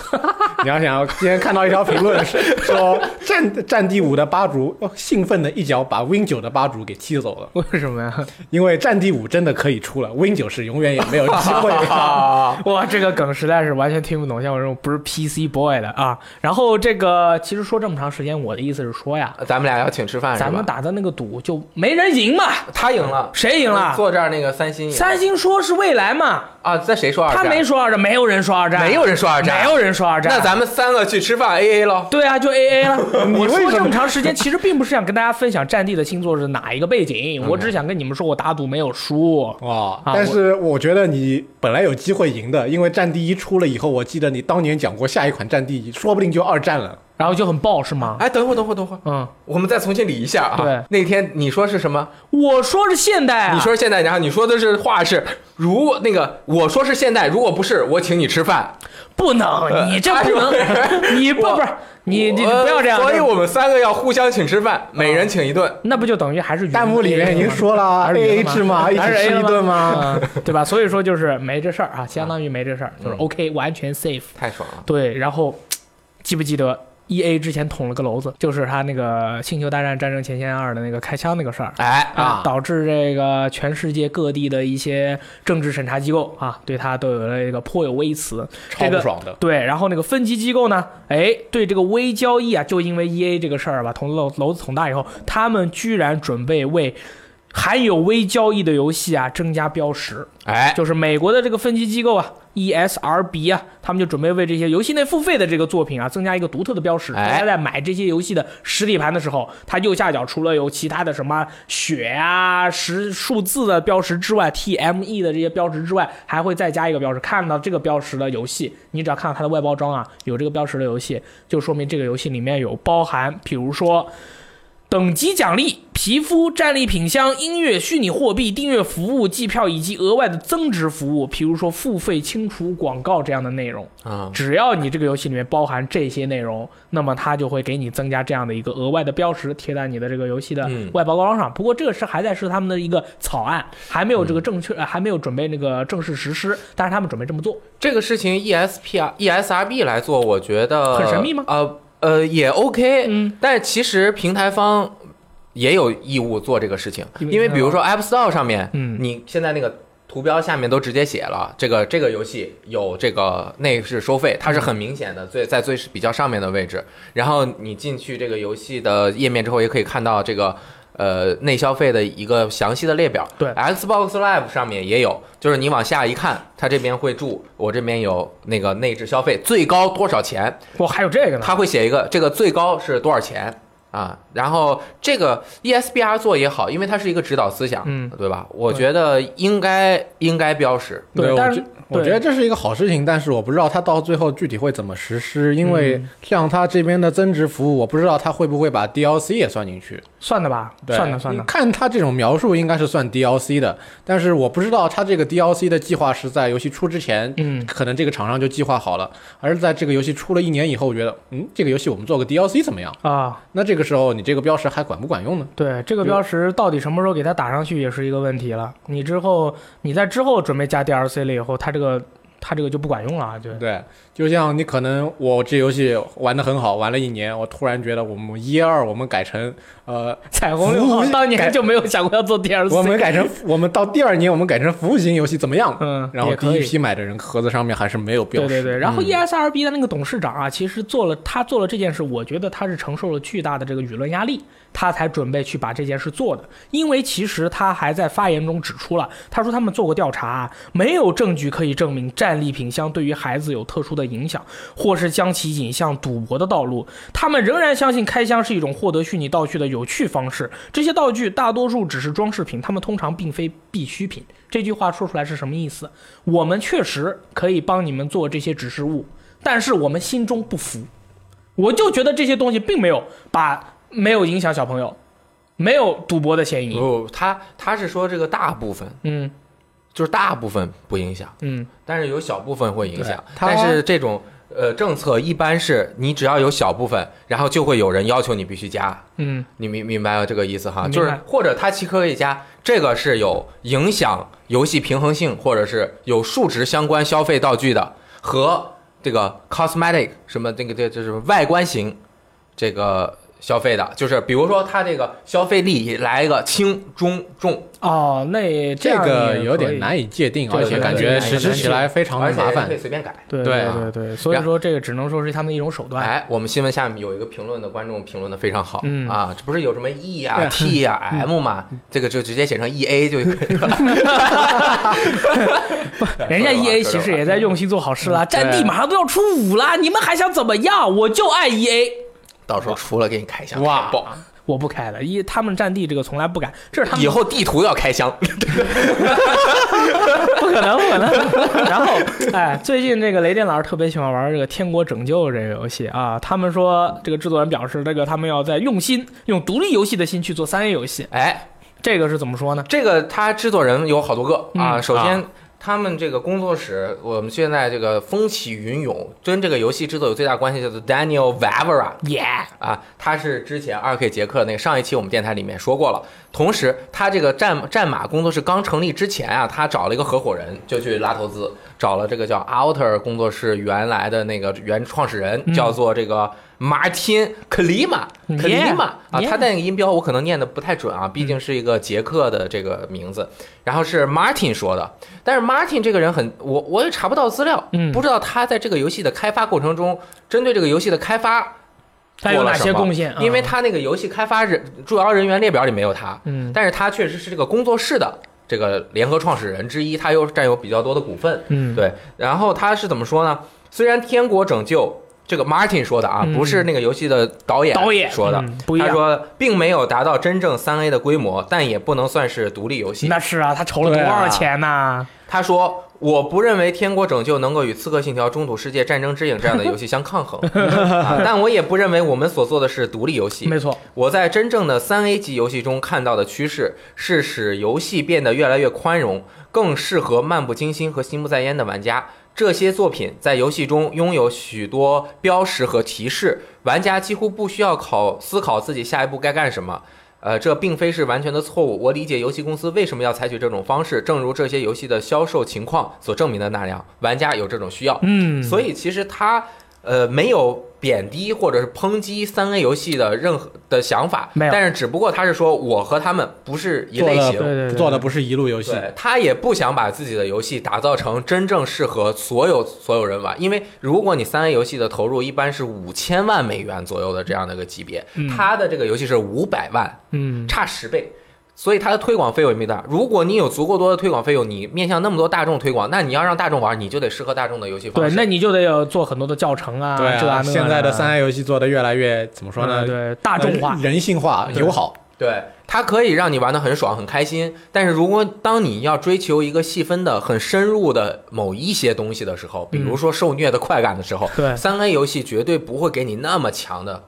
Speaker 1: 你要想，今天看到一条评论是说战战地五的吧主哦兴奋的一脚把 Win 九的吧主给踢走了，
Speaker 2: 为什么呀？
Speaker 1: 因为战地五真的可以出了，Win 九是永远也没有机 会哦了。
Speaker 3: 啊，
Speaker 2: 哇，这个梗实在是完全听不懂，像我这种不是 PC boy 的啊。然后这个其实说这么长时间，我的意思是说呀，
Speaker 3: 呃咱们俩要请吃饭是吧？
Speaker 2: 咱们打的那个赌就没人赢嘛，
Speaker 3: 他赢了，
Speaker 2: 谁赢了？
Speaker 3: 坐这儿那个三星赢了
Speaker 2: 三星说是未来嘛，
Speaker 3: 啊，在谁说二战？
Speaker 2: 他没说二战，没有人说二战，
Speaker 3: 没有人说二战，
Speaker 2: 没有人说二战。
Speaker 3: 那咱们三个去吃饭 A A 喽。
Speaker 2: 对啊，就 A A 了。
Speaker 1: 你
Speaker 2: 我
Speaker 1: 为
Speaker 2: 说
Speaker 1: 什
Speaker 2: 这么
Speaker 1: 么
Speaker 2: 长时间，其实并不是想跟大家分享《战地》的星座是哪一个背景，
Speaker 3: 嗯
Speaker 2: 我只是想跟你们说，我打赌没有输。
Speaker 1: 哦，
Speaker 2: 啊
Speaker 1: 但是我觉得你本来有机会赢的，因为战地一出了以后，我记得你当年讲过下一款战地说不定就二战了。
Speaker 2: 然后就很爆是吗？
Speaker 3: 哎，等会儿，等会儿，等会儿，
Speaker 2: 嗯，
Speaker 3: 我们再重新理一下啊。
Speaker 2: 对
Speaker 3: 那天你说是什么？
Speaker 2: 我说是现代啊，
Speaker 3: 你说是现代，然后你说的是话是，如果那个我说是现代，如果不是，我请你吃饭。
Speaker 2: 不能，你这
Speaker 3: 哎
Speaker 2: 不
Speaker 3: 呦
Speaker 2: 能， 你不
Speaker 3: 我
Speaker 2: 不是你你
Speaker 3: 呃
Speaker 2: 不要这样，啊
Speaker 3: 所以我们三个要互相请吃饭，每人请一顿。
Speaker 2: 那不就等于还是
Speaker 1: 弹幕里面已经说了啊
Speaker 2: 还是
Speaker 1: A A
Speaker 2: 圆的
Speaker 1: 制吗？一起
Speaker 2: 还是 A
Speaker 1: 吃
Speaker 2: 了
Speaker 1: 一顿 吗？
Speaker 2: 吗？嗯对吧？所以说就是没这事儿啊，相当
Speaker 1: 嗯
Speaker 2: 于没这事儿，就是 OK，完全 safe。
Speaker 3: 太爽了！
Speaker 2: 对，然后记不记得 E A 之前捅了个篓子，就是他那个《星球大战：战争前线二》的那个开枪那个事儿。
Speaker 3: 哎
Speaker 2: 啊
Speaker 1: 啊，
Speaker 2: 导致这个全世界各地的一些政治审查机构啊，对他都有了一个颇有微词。
Speaker 1: 超不爽的。
Speaker 2: 对，然后那个分级机构呢，哎，对这个微交易啊，就因为 E A 这个事儿吧，捅篓篓子捅大以后，他们居然准备为含有微交易的游戏啊增加标识，
Speaker 3: 哎，
Speaker 2: 就是美国的这个分级机构啊，ESRB 啊，他们就准备为这些游戏内付费的这个作品啊增加一个独特的标识。
Speaker 3: 哎
Speaker 2: 大家在买这些游戏的实体盘的时候，它右下角除了有其他的什么血啊、十数字的标识之外，TME 的这些标识之外，还会再加一个标识。看到这个标识的游戏，你只要看到它的外包装啊，有这个标识的游戏，就说明这个游戏里面有包含，比如说。等级奖励、皮肤、战利品箱、音乐、虚拟货币、订阅服务、季票以及额外的增值服务，比如说付费清除广告这样的内容。
Speaker 3: 啊，
Speaker 2: 只要你这个游戏里面包含这些内容，那么它就会给你增加这样的一个额外的标识，贴在你的这个游戏的
Speaker 3: 嗯
Speaker 2: 外包装上。不过这个是还在是他们的一个草案，还没有这个正确，呃还没有准备那个正式实施，但是他们准备这么做。
Speaker 3: 这个事情 ESP 啊 ESRB 来做，我觉得
Speaker 2: 很神秘吗
Speaker 3: 呃呃，也 OK，
Speaker 2: 嗯，
Speaker 3: 但其实平台方也有义务做这个事情，
Speaker 2: 因为
Speaker 3: 因为比如说 App Store 上面，
Speaker 2: 哦嗯
Speaker 3: 你现在那个。图标下面都直接写了，这个这个游戏有这个内饰收费，它是很明显的，最在最比较上面的位置。然后你进去这个游戏的页面之后，也可以看到这个呃内消费的一个详细的列表。
Speaker 2: 对
Speaker 3: ，Xbox Live 上面也有，就是你往下一看，它这边会注我这边有那个内置消费最高多少钱，
Speaker 2: 我还有这个呢，
Speaker 3: 它会写一个这个最高是多少钱啊。然后这个 E ESBR 做也好，因为它是一个指导思想，
Speaker 2: 嗯，
Speaker 3: 对吧？我觉得应该应该标识。
Speaker 2: 对
Speaker 1: 我
Speaker 2: 但是
Speaker 1: 觉我觉得这是一个好事情，但是我不知道它到最后具体会怎么实施，因为像它这边的增值服务，我不知道它会不会把 DLC 也算进去。
Speaker 2: 算的吧，
Speaker 1: 对
Speaker 2: 算的算的
Speaker 1: 你。看它这种描述应该是算 DLC 的，但是我不知道它这个 DLC 的计划是在游戏出之前，
Speaker 2: 嗯
Speaker 1: 可能这个厂商就计划好了，而是在这个游戏出了一年以后，觉得嗯，这个游戏我们做个 DLC 怎么样？
Speaker 2: 啊，
Speaker 1: 那这个时候你这个标识还管不管用呢？
Speaker 2: 对，这个标识到底什么时候给它打上去也是一个问题了。你之后，你在之后准备加 DLC 了以后，它这个它这个就不管用了啊，就
Speaker 1: 对，就像你可能我这游戏玩的很好，玩了一年，我突然觉得我们一二我们改成呃，
Speaker 2: 彩虹六号
Speaker 1: 服务
Speaker 2: 当年
Speaker 1: 改
Speaker 2: 就没有想过要做 DLC，
Speaker 1: 我们改成我们到第二年我们改成服务型游戏怎么样？
Speaker 2: 嗯，
Speaker 1: 然后
Speaker 2: 也
Speaker 1: 第
Speaker 2: 可
Speaker 1: 一
Speaker 2: 以
Speaker 1: 批买的人盒子上面还是没有标
Speaker 2: 对
Speaker 1: 识。
Speaker 2: 对对，然后 E
Speaker 3: 嗯
Speaker 2: ESRB 的那个董事长啊，其实做了他做了这件事，我觉得他是承受了巨大的这个舆论压力，他才准备去把这件事做的。因为其实他还在发言中指出了，他说他们做过调查啊，没有证据可以证明战利品箱对于孩子有特殊的影响，或是将其引向赌博的道路。他们仍然相信开箱是一种获得虚拟道具的有趣方式。这些道具大多数只是装饰品，它们通常并非必需品。这句话说出来是什么意思？我们确实可以帮你们做这些指示物，但是我们心中不服。我就觉得这些东西并没有把没有影响小朋友，没有赌博的嫌疑。
Speaker 3: 不，他他哦是说这个大部分
Speaker 2: 嗯
Speaker 3: 就是大部分不影响，
Speaker 2: 嗯，
Speaker 3: 但是有小部分会影响
Speaker 1: 对。他
Speaker 3: 但是这种呃政策一般是你只要有小部分，然后就会有人要求你必须加。
Speaker 2: 嗯，
Speaker 3: 你明明白这个意思哈？
Speaker 2: 明白
Speaker 3: 就是或者它其实可以加这个是有影响游戏平衡性，或者是有数值相关消费道具的和这个 cosmetic 什么这个这这是外观型这个消费的，就是比如说它这个消费力来一个轻中重，
Speaker 2: 哦，那这
Speaker 1: 这
Speaker 2: 样
Speaker 1: 个
Speaker 2: 也
Speaker 1: 有
Speaker 2: 可
Speaker 1: 点
Speaker 2: 以。
Speaker 1: 难以界定，
Speaker 2: 这
Speaker 1: 而
Speaker 2: 个有
Speaker 1: 且
Speaker 2: 点
Speaker 1: 感
Speaker 2: 难
Speaker 1: 觉
Speaker 2: 以
Speaker 1: 实
Speaker 2: 界
Speaker 1: 施起来非常
Speaker 3: 而且
Speaker 1: 哦麻
Speaker 3: 可
Speaker 1: 烦
Speaker 3: 以。随便改。
Speaker 2: 对
Speaker 3: 对
Speaker 2: 对
Speaker 3: 啊
Speaker 2: 对对，所以
Speaker 3: 然
Speaker 2: 说这个只能说是他们的一种手段。
Speaker 3: 哎，我们新闻下面有一个评论的观众评论的非常好，
Speaker 2: 嗯
Speaker 3: 啊，这不是有什么 E 呀、
Speaker 1: 对嗯
Speaker 3: T 呀、M 嘛，这个就直接写成 E A 就可以了。
Speaker 2: 人家
Speaker 3: 说着玩
Speaker 2: E A
Speaker 3: 说着嗯
Speaker 2: 其实也
Speaker 3: 玩
Speaker 2: 在用心做好事啦，战地
Speaker 1: 对
Speaker 2: 马上都要出五啦，你们还想怎么样？我就爱 E A。
Speaker 3: 到时候出了给你开箱，
Speaker 1: 哇
Speaker 3: 开爆！
Speaker 2: 我不开了，一他们战地这个从来不敢，这是他们
Speaker 3: 以后地图要开箱，
Speaker 2: 不可能，不可 能。然后，哎，最近这个雷电老师特别喜欢玩这个《天国拯救》这个游戏啊。他们说，这个制作人表示，这个他们要在用心，用独立游戏的心去做三 A 游戏。
Speaker 3: 哎，
Speaker 2: 这个是怎么说呢？
Speaker 3: 这个他制作人有好多个啊，
Speaker 2: 嗯
Speaker 3: 首先。他们这个工作室，我们现在这个风起云涌，跟这个游戏制作有最大关系，叫做 Daniel Vavra，
Speaker 2: 耶、
Speaker 3: 啊，他是之前二 K 杰克那个上一期我们电台里面说过了。同时，他这个战战马工作室刚成立之前啊，他找了一个合伙人，就去拉投资，找了这个叫 Outer 工作室原来的那个原创始人，
Speaker 2: 嗯
Speaker 3: 叫做这个 Martin Klima
Speaker 2: Yeah，
Speaker 3: Klima 啊，
Speaker 2: yeah 嗯
Speaker 3: 他的那个音标我可能念的不太准啊，毕竟是一个捷克的这个名字。然后是 Martin 说的，但是 Martin 这个人很，我我也查不到资料，
Speaker 2: 嗯
Speaker 3: 不知道他在这个游戏的开发过程中，针对这个游戏的开发
Speaker 2: 他有哪些贡献？
Speaker 3: 因为
Speaker 2: 嗯
Speaker 3: 他那个游戏开发人主要人员列表里没有他，
Speaker 2: 嗯
Speaker 3: 但是他确实是这个工作室的这个联合创始人之一，他又占有比较多的股份。
Speaker 2: 嗯，
Speaker 3: 对，然后他是怎么说呢？虽然《天国拯救》这个 Martin 说的啊，
Speaker 2: 嗯
Speaker 3: 不是那个游戏的导演
Speaker 2: 导演
Speaker 3: 说的，
Speaker 2: 嗯不一
Speaker 3: 他
Speaker 2: 样。
Speaker 3: 说并没有达到真正三 A 的规模，但也不能算是独立游戏。
Speaker 2: 那是啊，他筹了多
Speaker 1: 对啊
Speaker 2: 少钱呐？
Speaker 3: 他说：“我不认为《天国拯救》能够与《刺客信条：中土世界：战争之影》这样的游戏相 抗衡、啊，但我也不认为我们所做的是独立游戏。
Speaker 2: 没错，
Speaker 3: 我在真正的三 A 级游戏中看到的趋势是使游戏变得越来越宽容，更适合漫不经心和心不在焉的玩家。这些作品在游戏中拥有许多标识和提示，玩家几乎不需要考思考自己下一步该干什么。呃，这并非是完全的错误。我理解游戏公司为什么要采取这种方式，正如这些游戏的销售情况所证明的那样，玩家有这种需要。
Speaker 2: 嗯，
Speaker 3: 所以其实他呃没有贬低或者是抨击三 A 游戏的任何的想法，
Speaker 2: 没有
Speaker 3: 但是只不过他是说我和他们不是一
Speaker 1: 做
Speaker 3: 类
Speaker 1: 的
Speaker 3: 型
Speaker 2: 对。对对
Speaker 1: 做的不是一路游戏，
Speaker 3: 对他也不想把自己的游戏打造成真正适合所有所有人玩，因为如果你三 A 游戏的投入一般是五千万美元左右的这样的一个级别，
Speaker 2: 嗯
Speaker 3: 他的这个游戏是五百万，
Speaker 2: 嗯，
Speaker 3: 差十倍。所以它的推广费用也没大。如果你有足够多的推广费用，你面向那么多大众推广，那你要让大众玩，你就得适合大众的游戏方
Speaker 2: 对，
Speaker 3: 式。
Speaker 2: 那你就得有做很多的教程啊，
Speaker 1: 对
Speaker 2: 这
Speaker 1: 啊，
Speaker 2: 啊那啊
Speaker 1: 现在的三 A 游戏做的越来越怎么说呢？
Speaker 2: 嗯对大众化
Speaker 1: 呃，人性化、
Speaker 3: 对
Speaker 1: 友好。
Speaker 3: 对，它可以让你玩的很爽、很开心，但是如果当你要追求一个细分的、很深入的某一些东西的时候，
Speaker 2: 嗯
Speaker 3: 比如说受虐的快感的时候，
Speaker 2: 对
Speaker 3: 三 A 游戏绝对不会给你那么强的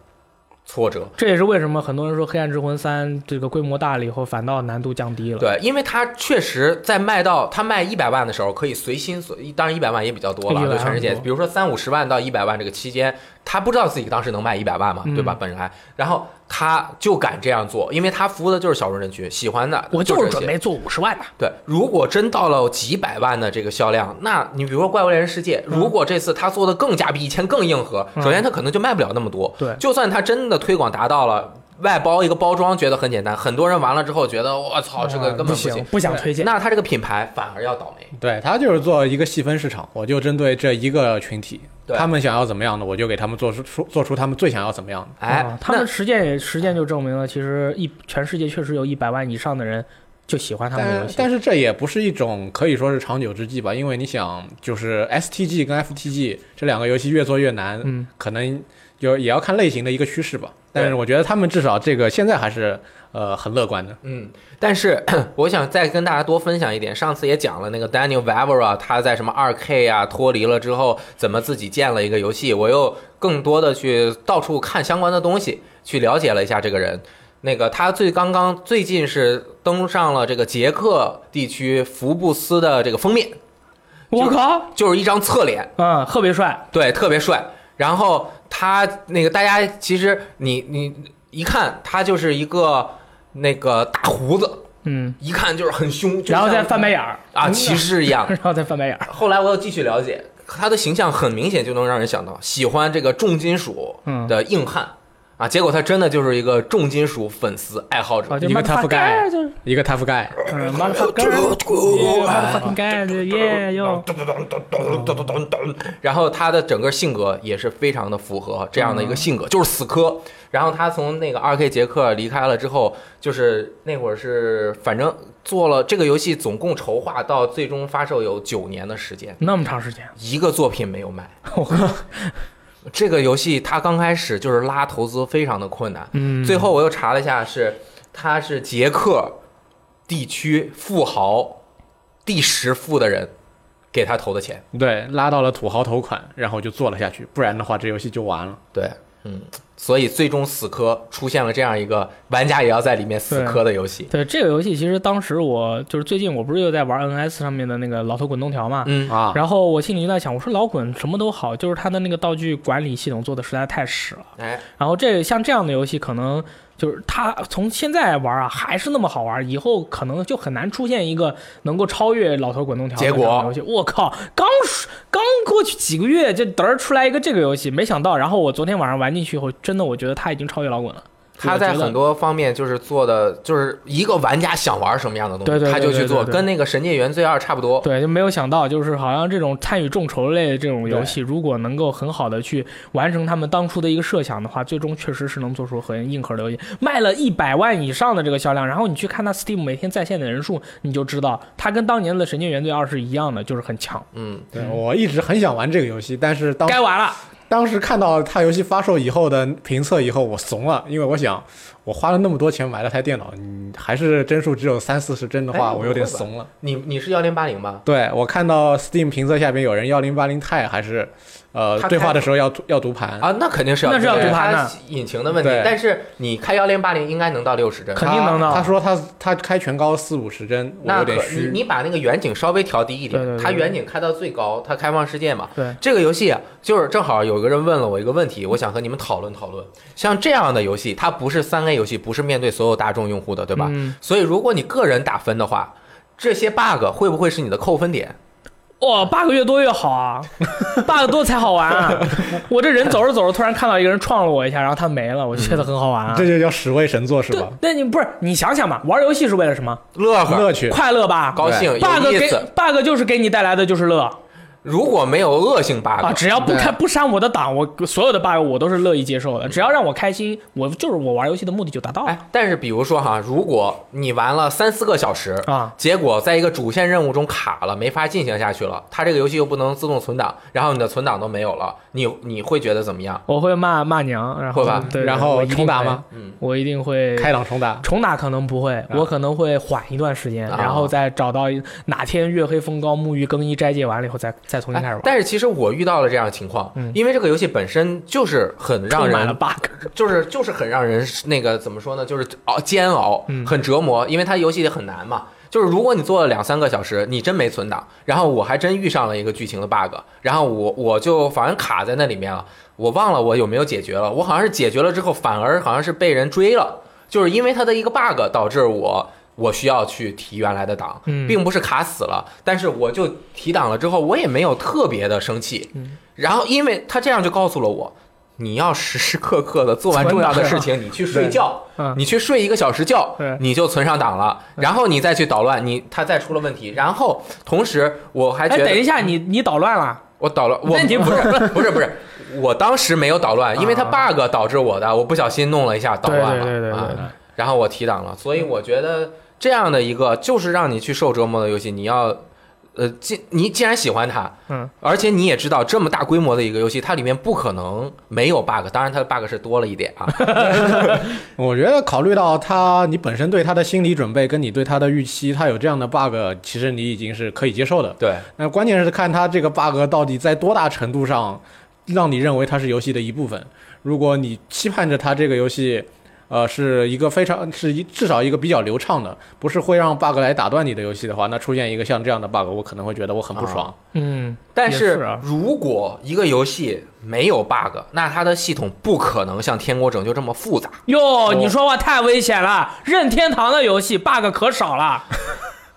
Speaker 3: 挫折。
Speaker 2: 这也是为什么很多人说《黑暗之魂三》这个规模大了以后，反倒难度降低了。
Speaker 3: 对，因为它确实在卖到它卖一百万的时候，可以随心所，当然一百万也比较多了，
Speaker 2: 100
Speaker 3: 对全世界
Speaker 2: 万，多
Speaker 3: 比如说三五十万到一百万这个期间，他不知道自己当时能卖一百万嘛，
Speaker 2: 嗯
Speaker 3: 对吧？本来，然后他就敢这样做，因为他服务的就是小众人群，喜欢的
Speaker 2: 我
Speaker 3: 就
Speaker 2: 就是
Speaker 3: 这些
Speaker 2: 准备做五十万的，
Speaker 3: 对，如果真到了几百万的这个销量，那你比如说《怪物猎人世界》，如果这次他做的更加比以前更硬核，
Speaker 2: 嗯
Speaker 3: 首先他可能就卖不了那么多。
Speaker 2: 对
Speaker 3: 就算他真的推广达到了，外包一个包装觉得很简单，很多人玩了之后觉得我操，哦这个根本
Speaker 2: 啊不
Speaker 3: 行。
Speaker 2: 不想推荐。
Speaker 3: 那他这个品牌反而要倒霉。
Speaker 1: 对他就是做一个细分市场，我就针对这一个群体，
Speaker 3: 对
Speaker 1: 他们想要怎么样的，我就给他们做出出做出他们最想要怎么样的。
Speaker 3: 哎，
Speaker 2: 啊他
Speaker 3: 那
Speaker 2: 们实践也实践就证明了，其实一全世界确实有一百万以上的人就喜欢他们的
Speaker 1: 但
Speaker 2: 游戏。
Speaker 1: 但是这也不是一种可以说是长久之计吧，因为你想，就是 STG 跟 FTG 这两个游戏越做越难，
Speaker 2: 嗯，
Speaker 1: 可能有也要看类型的一个趋势吧。但是我觉得他们至少这个现在还是呃很乐观的。
Speaker 3: 嗯，但是我想再跟大家多分享一点，上次也讲了那个 Daniel Vavra，他在什么二 K 啊脱离了之后，怎么自己建了一个游戏，我又更多的去到处看相关的东西，去了解了一下这个人。那个他最刚刚最近是登上了这个捷克地区福布斯的这个封面，
Speaker 2: 我靠，
Speaker 3: 就是一张侧脸，
Speaker 2: 嗯，特别帅，
Speaker 3: 对，特别帅。然后他那个大家其实你你一看他就是一个那个大胡子。
Speaker 2: 嗯，
Speaker 3: 一看就是很凶，就
Speaker 2: 然后再
Speaker 3: 像
Speaker 2: 翻白眼儿
Speaker 3: 啊
Speaker 2: 嗯
Speaker 3: 骑士一样。
Speaker 2: 然后再翻白眼儿。
Speaker 3: 后来我又继续了解，他的形象很明显就能让人想到喜欢这个重金属
Speaker 2: 嗯
Speaker 3: 的硬汉、啊，结果他真的就是一个重金属粉丝爱好者
Speaker 2: 啊，。就
Speaker 1: 一个 tough guy
Speaker 2: 就是
Speaker 1: 一个 tough guy，
Speaker 2: 嗯，motherfucker，motherfucking guy，耶哟，
Speaker 3: 然后他的整个性格也是非常的符合这样的一个性
Speaker 2: 嗯
Speaker 3: 格，就是死磕。然后他从那个二 K 杰克离开了之后，就是那会儿是反正做了这个游戏，总共筹划到最终发售有九年的时间。
Speaker 2: 那么长时间，
Speaker 3: 一个作品没有卖。
Speaker 2: 我靠，
Speaker 3: 这个游戏它刚开始就是拉投资非常的困难，
Speaker 2: 嗯，
Speaker 3: 最后我又查了一下是，他是捷克地区富豪第十富的人给他投的钱。
Speaker 1: 对，拉到了土豪头款，然后就做了下去，不然的话这游戏就完了。
Speaker 3: 对，嗯，所以最终死磕出现了这样一个玩家也要在里面死磕的游戏。
Speaker 2: 对这个游戏，其实当时我就是最近我不是又在玩 NS 上面的那个老头滚动条嘛，
Speaker 3: 嗯，
Speaker 1: 啊，
Speaker 2: 然后我心里就在想，我说老滚什么都好，就是它的那个道具管理系统做的实在太屎了。
Speaker 3: 哎，
Speaker 2: 然后这像这样的游戏，可能就是它从现在玩啊，还是那么好玩，以后可能就很难出现一个能够超越老头滚动条的
Speaker 3: 结果
Speaker 2: 这样的游戏。我靠，刚刚过去几个月，就嘚儿出来一个这个游戏，没想到。然后我昨天晚上玩进去以后，真的我觉得它已经超越老滚了。
Speaker 3: 他在
Speaker 2: 我觉得
Speaker 3: 很多方面就是做的，就是一个玩家想玩什么样的东西，
Speaker 2: 对对对
Speaker 3: 他就去
Speaker 2: 对
Speaker 3: 做，
Speaker 2: 对对
Speaker 3: 跟那个《神界原罪二》差不
Speaker 1: 哦
Speaker 3: 多。
Speaker 2: 对，就没有想到，就是好像这种参与众筹类的这种游
Speaker 1: 对
Speaker 2: 戏，如果能够很好的去完成他们当初的一个设想的话，最终确实是能做出很硬核的游戏，卖了一百万以上的这个销量。然后你去看它 Steam 每天在线的人数，你就知道它跟当年的《神经元罪二》是一样的，就是很强。
Speaker 3: 嗯，
Speaker 1: 对我一直很想玩这个游戏，但是当
Speaker 2: 该完了，
Speaker 1: 当时看到它游戏发售以后的评测以后，我怂了，因为我想，我花了那么多钱买了台电脑，你还是帧数只有三四十帧的话，
Speaker 3: 哎
Speaker 1: 我有点怂了。
Speaker 3: 你你是幺零八零吧？
Speaker 1: 对我看到 Steam 评测下面有人幺零八零 i 还是，呃，
Speaker 3: 它开
Speaker 1: 对话的时候要读要读盘，
Speaker 3: 啊，那肯定是要
Speaker 2: 那是要
Speaker 1: 读
Speaker 2: 盘的
Speaker 3: 它引擎的问题
Speaker 1: 对。
Speaker 3: 但是你开幺零八零应该能到六十帧，
Speaker 2: 肯定能的
Speaker 1: 他他说他他开全高四五十帧，我
Speaker 3: 那
Speaker 1: 有
Speaker 3: 可
Speaker 1: 点
Speaker 3: 你
Speaker 1: 虚。
Speaker 3: 你把那个远景稍微调低一点，
Speaker 2: 对对对
Speaker 3: 它远景开到最高，它开放世界嘛。
Speaker 2: 对，
Speaker 3: 这个游戏啊就是正好有个人问了我一个问题，我想和你们讨论讨论。像这样的游戏，它不是三 A 游戏，不是面对所有大众用户的，对吧？
Speaker 2: 嗯
Speaker 3: 所以如果你个人打分的话，这些 bug 会不会是你的扣分点？
Speaker 2: 哇、八个月多越好啊，八个多才好玩啊！ 我这人走着走着，突然看到一个人撞了我一下，然后他没了，我觉得很好玩啊。
Speaker 1: 嗯这就叫屎味神作是
Speaker 2: 对
Speaker 1: 吧？，
Speaker 2: 那你不是你想想嘛，玩游戏是为了什么？
Speaker 3: 乐呵
Speaker 1: 乐，趣，
Speaker 2: 快乐吧，
Speaker 3: 高兴，
Speaker 2: bug
Speaker 3: 有意
Speaker 2: 给
Speaker 3: 思。啊
Speaker 2: bug 就是给你带来的就是乐
Speaker 3: 如果没有恶性 bug，、
Speaker 2: 啊！只要不
Speaker 4: 对
Speaker 2: 开不删我的档，我所有的 bug 我都是乐意接受的。只要让我开心，我就是我玩游戏的目的就达到了。
Speaker 3: 哎，但是比如说哈，如果你玩了三四个小时
Speaker 2: 啊，
Speaker 3: 结果在一个主线任务中卡了，没法进行下去了，它这个游戏又不能自动存档，然后你的存档都没有了，你你会觉得怎么样？
Speaker 2: 我会骂骂娘，然后
Speaker 3: 会吧
Speaker 2: 对，
Speaker 1: 然
Speaker 2: 我
Speaker 1: 后
Speaker 2: 一定
Speaker 1: 重打
Speaker 2: 会
Speaker 1: 吗？？
Speaker 3: 嗯
Speaker 2: 我一定会
Speaker 1: 开朗重打，
Speaker 2: 重打可能不会，我可能会缓一段时间，
Speaker 3: 啊
Speaker 2: 然后再找到一哪天月黑风高、沐浴更衣、斋戒完了以后再，再重新开始
Speaker 3: 哎
Speaker 2: 玩。嗯
Speaker 3: 但是其实我遇到了这样的情况，因为这个游戏本身就是很让
Speaker 2: 充满了
Speaker 3: 人
Speaker 2: bug，
Speaker 3: 就是就是很让人那个怎么说呢，就是熬煎熬，很折磨，因为它游戏也很难嘛。就是如果你做了两三个小时，你真没存档，然后我还真遇上了一个剧情的 bug，然后我我就反正卡在那里面了，我忘了我有没有解决了，我好像是解决了之后，反而好像是被人追了，就是因为它的一个 bug 导致我。我需要去提原来的档，
Speaker 2: 嗯
Speaker 3: 并不是卡死了，但是我就提档了之后，我也没有特别的生气，然后因为他这样就告诉了我，你要时时刻刻的做完重要的事情，你去睡觉
Speaker 2: 嗯，
Speaker 3: 你去睡一个小时觉
Speaker 2: 对，
Speaker 3: 你就存上档了，然后你再去捣乱，你他再出了问题，然后同时我还
Speaker 2: 哎，
Speaker 3: 觉
Speaker 2: 等一
Speaker 3: 得
Speaker 2: 下，你你捣乱了，
Speaker 3: 我捣乱，我
Speaker 2: 那你
Speaker 3: 不是 不是不是，我当时没有捣乱，因为他
Speaker 2: 啊
Speaker 3: bug 导致我的，我不小心弄了一下捣
Speaker 2: 对
Speaker 3: 乱
Speaker 2: 对
Speaker 3: 了，
Speaker 2: 对对
Speaker 3: 啊
Speaker 2: 对，
Speaker 3: 然后我提档了，所以我觉得这样的一个就是让你去受折磨的游戏，你要，呃，既你既然喜欢它，
Speaker 2: 嗯，
Speaker 3: 而且你也知道这么大规模的一个游戏，它里面不可能没有 bug，当然它的 bug 是多了一 点啊，
Speaker 1: 我觉得考虑到他，你本身对他的心理准备跟你对他的预期，他有这样的 bug，其实你已经是可以接受的。
Speaker 3: 对，
Speaker 1: 那关键是看他这个 bug 到底在多大程度上让你认为它是游戏的一部分。如果你期盼着它这个游戏，呃，是一个非常是一至少一个比较流畅的，不是会让 bug 来打断你的游戏的话，那出现一个像这样的 bug，我可能会觉得我很不爽。
Speaker 3: 啊
Speaker 2: 嗯，
Speaker 3: 但
Speaker 2: 也是啊
Speaker 3: 如果一个游戏没有 bug，那它的系统不可能像《天国拯救》这么复杂。
Speaker 2: 哟，你说话太危险了，任天堂的游戏 bug 可少 了，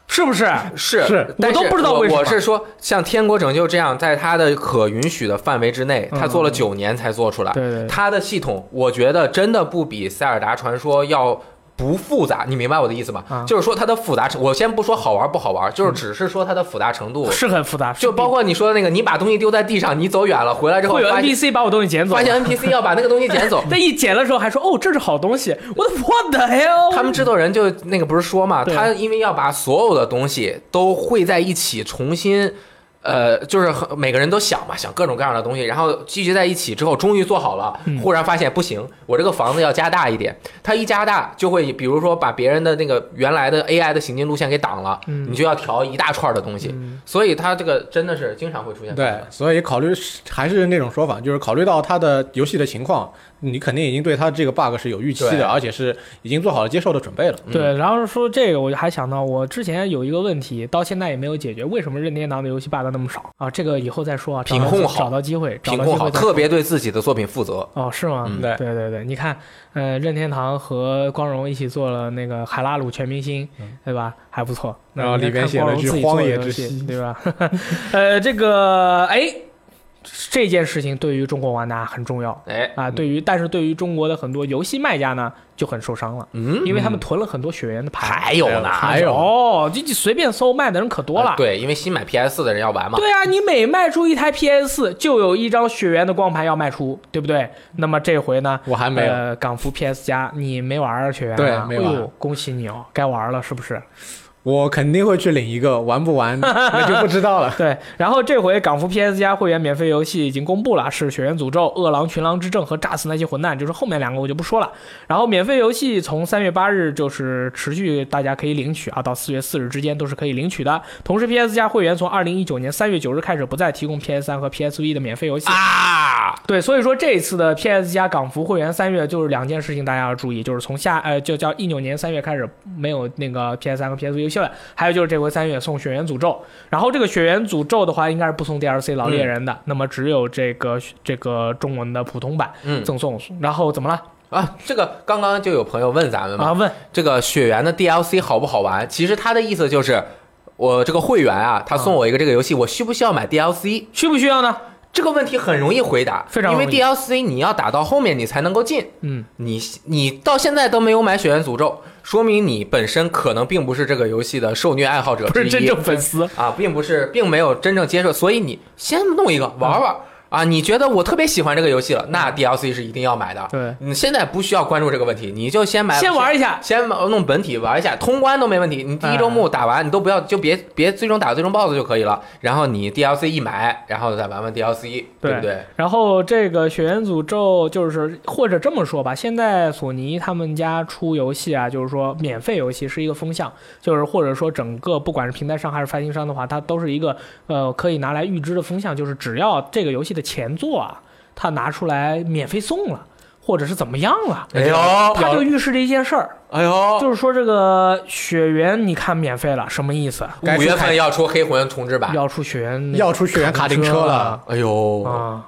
Speaker 2: 是不是？
Speaker 3: 是
Speaker 1: 是
Speaker 3: 但
Speaker 2: 我都不知道为什么
Speaker 3: 我我是说，像《天国拯救》这样，在它的可允许的范围之内，它做了九年才做出来。
Speaker 2: 嗯对对对
Speaker 3: 它的系统，我觉得真的不比《塞尔达传说》要。不复杂，你明白我的意思吗？
Speaker 2: 啊嗯
Speaker 3: 就是说它的复杂程，我先不说好玩不好玩，就是只是说它的复杂程度，
Speaker 2: 是很复杂，
Speaker 3: 就包括你说的那个，你把东西丢在地上，你走远了，回来之后
Speaker 2: 会有
Speaker 3: 发现
Speaker 2: NPC 把我东西捡走
Speaker 3: 发。现 NPC 要把那个东西 捡走，
Speaker 2: 但一捡的时候还说哦，这是好东西，我 的 what the hell！
Speaker 3: 他们制作人就那个不是说嘛，
Speaker 2: 哦对
Speaker 3: 他因为要把所有的东西都汇在一起重新。呃，就是很每个人都想嘛，想各种各样的东西，然后聚集在一起之后，终于做好了。
Speaker 2: 嗯
Speaker 3: 忽然发现不行，我这个房子要加大一点。它一加大，就会比如说把别人的那个原来的 AI 的行进路线给挡了，
Speaker 2: 嗯
Speaker 3: 你就要调一大串的东西。所以它这个真的是经常会出现。
Speaker 1: 对，所以考虑还是那种说法，就是考虑到它的游戏的情况，你肯定已经对它这个 bug 是有预期
Speaker 3: 对
Speaker 1: 的，而且是已经做好了接受的准备了。
Speaker 3: 嗯
Speaker 2: 对，然后说这个，我还想到我之前有一个问题，到现在也没有解决，为什么任天堂的游戏 bug 那么少啊？这个以后再说啊，找到
Speaker 3: 品控好
Speaker 2: 找到机会，找
Speaker 3: 品
Speaker 2: 到
Speaker 3: 控
Speaker 2: 机
Speaker 3: 好，
Speaker 2: 会再
Speaker 3: 特别对自己的作品负责。
Speaker 2: 哦，是吗？
Speaker 3: 嗯
Speaker 1: 对
Speaker 2: 对对对，你看，呃，任天堂和光荣一起做了那个《海拉鲁全明星》，对吧？还不错。
Speaker 1: 嗯
Speaker 2: 那
Speaker 1: 然后
Speaker 2: 你再
Speaker 1: 里边
Speaker 2: 看
Speaker 1: 写了
Speaker 2: 光荣
Speaker 1: 句
Speaker 2: 自己做
Speaker 1: 荒
Speaker 2: 的
Speaker 1: 野
Speaker 2: 游
Speaker 1: 之
Speaker 2: 戏
Speaker 1: 息
Speaker 2: 对吧？ 呃，这个哎，这件事情对于中国玩家很重要
Speaker 3: 哎，
Speaker 2: 啊，对于
Speaker 1: 嗯
Speaker 2: 但是对于中国的很多游戏卖家呢就很受伤了，
Speaker 3: 嗯，
Speaker 2: 因为他们囤了很多血缘的牌。
Speaker 3: 还有呢，
Speaker 1: 还有
Speaker 2: 哦，就你随便搜卖的人可多了。
Speaker 3: 啊对，因为新买 PS 的人要玩嘛。
Speaker 2: 对啊，你每卖出一台 PS 四，就有一张血缘的光盘要卖出，对不对？那么这回呢？
Speaker 1: 我还没有，
Speaker 2: 呃，港服 PS 加，你没玩儿血缘啊？
Speaker 1: 对没玩
Speaker 2: 哎呦恭喜你哦，该玩了是不是？
Speaker 1: 我肯定会去领一个，玩不玩那就不知道了。
Speaker 2: 对，然后这回港服 PS 加会员免费游戏已经公布了，是《血缘诅咒》《饿狼群狼之证》和《炸死那些混蛋》，就是后面两个我就不说了。然后免费游戏从三月八日就是持续大家可以领取啊，到四月四日之间都是可以领取的。同时，PS 加会员从二零一九年三月九日开始不再提供 PS 三和 PSV 的免费游戏。
Speaker 3: 啊，
Speaker 2: 对，所以说这一次的 PS 加港服会员三月就是两件事情，大家要注意，就是从下呃就叫一九年三月开始没有那个 PS 三和 PSV 游戏了，还有就是这回三月送《血缘诅咒》，然后这个《血缘诅咒》的话应该是不送 DLC 老猎人的，那么只有这个这个中文的普通版
Speaker 3: 嗯
Speaker 2: 赠送。然后怎么了
Speaker 3: 啊，这个刚刚就有朋友问咱们嘛，
Speaker 2: 啊？问
Speaker 3: 这个血缘的 DLC 好不好玩？其实他的意思就是。我这个会员啊，他送我一个这个游戏，我需不需要买 DLC？
Speaker 2: 需不需要呢？
Speaker 3: 这个问题很容易回答，
Speaker 2: 非常容易
Speaker 3: 因为 DLC 你要打到后面你才能够进，
Speaker 2: 嗯，
Speaker 3: 你你到现在都没有买《血源诅咒》，说明你本身可能并不是这个游戏的受虐爱好者
Speaker 2: 不
Speaker 3: 之
Speaker 2: 是
Speaker 3: 一，
Speaker 2: 真正粉丝，
Speaker 3: 啊，并不是，并没有真正接受，所以你先弄一个玩玩、啊，你觉得我特别喜欢这个游戏了，那 DLC 是一定要买的。
Speaker 2: 对，
Speaker 3: 你嗯现在不需要关注这个问题，你就先买，
Speaker 2: 先玩一下，嗯
Speaker 3: 先弄本体玩一下，通关都没问题。你第一周目打完，你都不要，就别别最终打最终 BOSS 就可以了。然后你 DLC 一买，然后再玩玩 DLC，
Speaker 2: 对
Speaker 3: 对不对？
Speaker 2: 然后这个《血源诅咒》就是或者这么说吧，现在索尼他们家出游戏啊，就是说免费游戏是一个风向，就是或者说整个不管是平台商还是发行商的话，它都是一个呃可以拿来预知的风向，就是只要这个游戏的前作啊，它拿出来免费送了，或者是怎么样了，
Speaker 3: 哎呦，
Speaker 2: 它就预示着一件事儿，
Speaker 3: 哎呦，
Speaker 2: 就是说这个《血源》你看免费了，什么意思？啊
Speaker 1: 该
Speaker 3: 五
Speaker 1: 出
Speaker 3: 月
Speaker 1: 海
Speaker 3: 份要出黑魂重置版，
Speaker 2: 要出《血源》那个
Speaker 1: 要出血缘卡丁车了，
Speaker 3: 哎呦，
Speaker 2: 啊，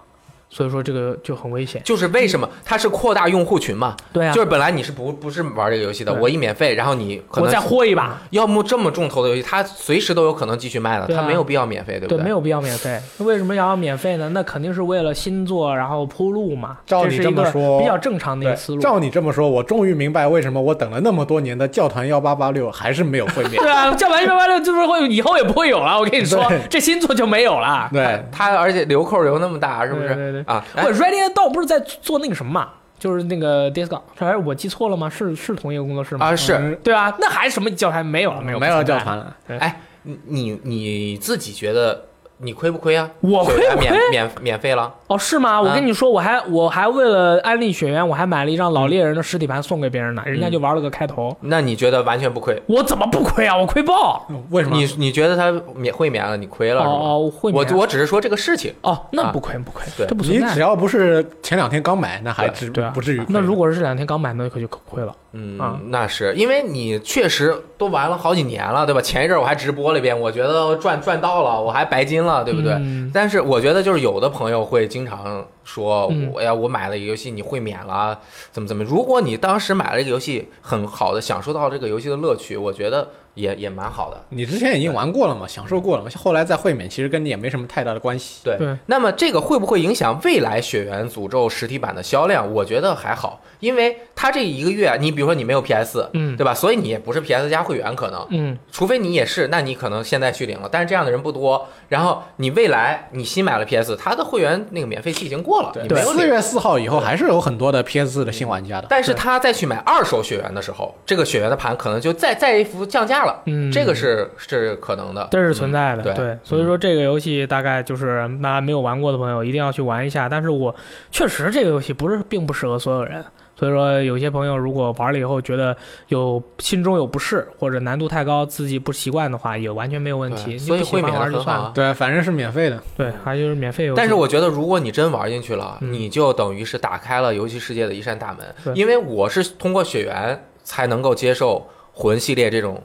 Speaker 2: 所以说这个就很危险。
Speaker 3: 就是为什么它是扩大用户群嘛？
Speaker 2: 对啊，
Speaker 3: 就是本来你是不不是玩这个游戏的，
Speaker 2: 对
Speaker 3: 我一免费，然后你
Speaker 2: 我
Speaker 3: 可能
Speaker 2: 再豁一把。
Speaker 3: 要么这么重头的游戏，它随时都有可能继续卖的，
Speaker 2: 对啊
Speaker 3: 它没有必要免费，对不
Speaker 2: 对，没
Speaker 3: 有
Speaker 2: 有必要免费。那为什么要要免费呢？那肯定是为了新作，然后铺路嘛。
Speaker 1: 照
Speaker 2: 这
Speaker 1: 你
Speaker 2: 是
Speaker 1: 这
Speaker 2: 一
Speaker 1: 么
Speaker 2: 个
Speaker 1: 说
Speaker 2: 比较正常的一
Speaker 1: 对
Speaker 2: 个思，路。
Speaker 1: 照你这么说，我终于明白为什么我等了那么多年的教团幺八八六还是没有会 面。
Speaker 2: 对啊，叫完一八八六就是会以后也不会有了。我跟你说
Speaker 1: 对，
Speaker 2: 这新作就没有了。
Speaker 1: 对，
Speaker 3: 它而且留扣留那么大，是不是？
Speaker 2: 对对
Speaker 3: 啊，
Speaker 1: 哎
Speaker 2: 我 Ready and d o 不是在做那个什么嘛？就是那个 Disco，哎，我记错了吗？是是同一个工作室吗？
Speaker 3: 啊是，
Speaker 1: 嗯
Speaker 2: 对啊，那还什么教团没有了？没有，
Speaker 1: 没有教团。了，
Speaker 3: 哎，你你你自己觉得你亏不亏啊？
Speaker 2: 我亏
Speaker 3: 虽然
Speaker 2: 不亏
Speaker 3: 免免免费了，
Speaker 2: 哦，是吗？
Speaker 1: 嗯
Speaker 2: 我跟你说，我还我还为了安利雪原，我还买了一张老猎人的实体盘送给别人呢，人
Speaker 1: 嗯
Speaker 2: 家就玩了个开头。
Speaker 3: 那你觉得完全不亏？
Speaker 2: 我怎么不亏啊？我亏爆！
Speaker 1: 嗯为什么？
Speaker 3: 你你觉得它免会免了，你亏了是吗？
Speaker 2: 哦哦会免
Speaker 3: 我我只是说这个事情，
Speaker 2: 哦，那
Speaker 3: 啊
Speaker 2: 不亏不亏，
Speaker 3: 对
Speaker 2: 这不
Speaker 1: 你
Speaker 2: 存在
Speaker 1: 只。要不是前两天刚买，那还
Speaker 3: 对
Speaker 1: 至
Speaker 2: 对啊
Speaker 1: 不至于亏。
Speaker 2: 那如果是这两天刚买，那可就可亏了。
Speaker 3: 嗯，
Speaker 2: 啊
Speaker 3: 那是因为你确实都玩了好几年了，对吧？前一阵儿我还直播了一遍，我觉得赚赚到了，我还白金了，对不对？
Speaker 2: 嗯
Speaker 3: 但是我觉得就是有的朋友会经常说，
Speaker 2: 嗯
Speaker 3: 我哎呀，我买了一个游戏，你会免了，怎么怎么？如果你当时买了一个游戏，很好的享受到这个游戏的乐趣，我觉得也也蛮好的。
Speaker 1: 你之前已经玩过了嘛，享受过了嘛，后来再会免，其实跟你也没什么太大的关系。
Speaker 3: 对，
Speaker 2: 对
Speaker 3: 那么这个会不会影响未来《血源诅咒》实体版的销量？我觉得还好，因为它这一个月，你比如说你没有 PS，
Speaker 2: 嗯
Speaker 3: 对吧？所以你也不是 PS 加会员，可能，
Speaker 2: 嗯，
Speaker 3: 除非你也是，那你可能现在续领了，但是这样的人不多。然后你未来你新买了 PS，它的会员那个免费期已经过了，你没有
Speaker 1: 四
Speaker 3: 领。
Speaker 1: 月四号以后还是有很多的 PS 的新玩家的。
Speaker 3: 但是他再去买二手血缘的时候，这个血缘的盘可能就再再一幅降价了，
Speaker 2: 嗯
Speaker 3: 这个是是可能的。
Speaker 2: 这是存在的。
Speaker 3: 对嗯
Speaker 2: 对，所以说这个游戏大概就是大家没有玩过的朋友一定要去玩一下。但是我确实这个游戏不是并不适合所有人。所以说，有些朋友如果玩了以后觉得有心中有不适，或者难度太高，自己不习惯的话，也完全没有问题。
Speaker 3: 对嗯所以
Speaker 2: 你不
Speaker 3: 会
Speaker 2: 喜欢
Speaker 3: 免
Speaker 2: 玩
Speaker 3: 的
Speaker 2: 就
Speaker 3: 很好
Speaker 2: 算了。
Speaker 3: 啊。
Speaker 1: 对，反正是免费的。
Speaker 2: 对，还有就是免费游戏。
Speaker 3: 但是我觉得，如果你真玩进去了，
Speaker 2: 嗯
Speaker 3: 你就等于是打开了游戏世界的一扇大
Speaker 2: 对
Speaker 3: 门。因为我是通过血缘才能够接受魂系列这种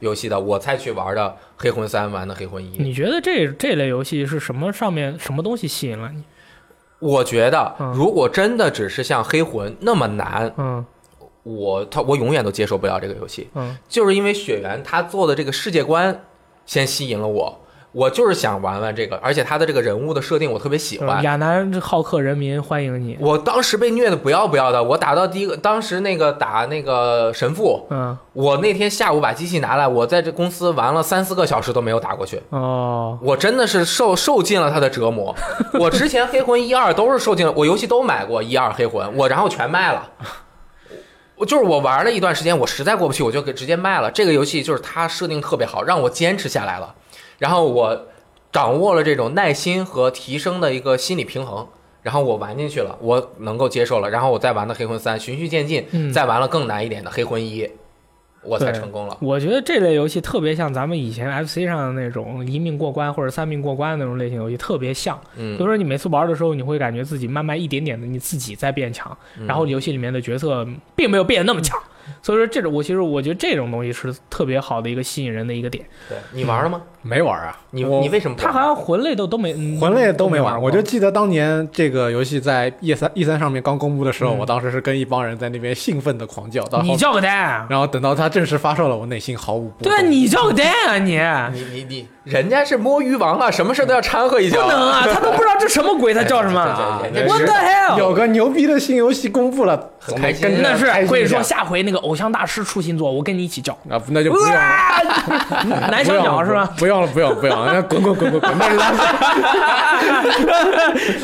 Speaker 3: 游戏的，我才去玩的黑魂三，玩的黑魂一。
Speaker 2: 你觉得这这类游戏是什么上面什么东西吸引了你？
Speaker 3: 我觉得
Speaker 2: 嗯，
Speaker 3: 如果真的只是像黑魂那么难，
Speaker 2: 嗯
Speaker 3: 我他我永远都接受不了这个游戏，
Speaker 2: 嗯
Speaker 3: 就是因为雪原他做的这个世界观先吸引了我，我就是想玩玩这个，而且他的这个人物的设定我特别喜
Speaker 2: 就是
Speaker 3: 欢。
Speaker 2: 亚南这好客人民欢迎你。
Speaker 3: 我当时被虐的不要不要的，我打到第一个，当时那个打那个神父，
Speaker 2: 嗯
Speaker 3: 我那天下午把机器拿来，我在这公司玩了三四个小时都没有打过去，
Speaker 2: 哦，
Speaker 3: 我真的是受受尽了他的 折磨。我之前黑魂一二都是受尽了，我游戏都买过一二黑魂，我然后全卖了。我就是我玩了一段时间，我实在过不去，我就给直接卖了。这个游戏就是它设定特别好，让我坚持下来了。然后我掌握了这种耐心和提升的一个心理平衡，然后我玩进去了，我能够接受了。然后我再玩的黑魂三，循序渐进，
Speaker 2: 嗯
Speaker 3: 再玩了更难一点的黑魂一，我才
Speaker 2: 对
Speaker 3: 成功了。
Speaker 2: 我觉得这类游戏特别像咱们以前 FC 上的那种一命过关或者三命过关的那种类型游戏，特别像。
Speaker 3: 嗯
Speaker 2: 所以，说你每次玩的时候，你会感
Speaker 3: 嗯
Speaker 2: 觉自己慢慢一点点的你自己在变强，然后游戏里面的角色并没有变得那么强，所以说这种我其实我觉得这种东西是特别好的一个吸引人的一个点。
Speaker 3: 对你玩了吗？
Speaker 1: 没玩啊，
Speaker 3: 你
Speaker 1: 我
Speaker 3: 你为什么不
Speaker 2: 它
Speaker 3: 玩？
Speaker 2: 好像魂类都都没，嗯
Speaker 1: 魂类都没
Speaker 2: 玩
Speaker 1: 玩，
Speaker 2: 过，
Speaker 1: 我就记得当年这个游戏在 E 三 E 三上面刚公布的时候，
Speaker 2: 嗯
Speaker 1: 我当时是跟一帮人在那边兴奋的狂叫，到后
Speaker 2: 你叫个蛋啊，
Speaker 1: 然后等到它正式发售了，我内心毫无波动。
Speaker 2: 对啊，你叫个蛋啊你。
Speaker 3: 你你你，人家是摸鱼王啊，什么事都要掺和一脚。
Speaker 2: 不能啊，他都不知道这什么鬼，他叫什么啊
Speaker 3: 对对对对
Speaker 2: ？What the
Speaker 1: 有
Speaker 2: hell？
Speaker 1: 个牛逼的新游戏公布了，
Speaker 3: 很
Speaker 1: 我们
Speaker 3: 开心
Speaker 1: 跟着
Speaker 2: 那是
Speaker 1: 开心一下
Speaker 2: 所以说下回那个偶像大师出新作，我跟你一起叫。
Speaker 1: 啊，那就不用了。
Speaker 2: 哇男小鸟是吧？
Speaker 1: 不用了，不用了，不用 了，那滚滚滚滚滚， 那是垃圾。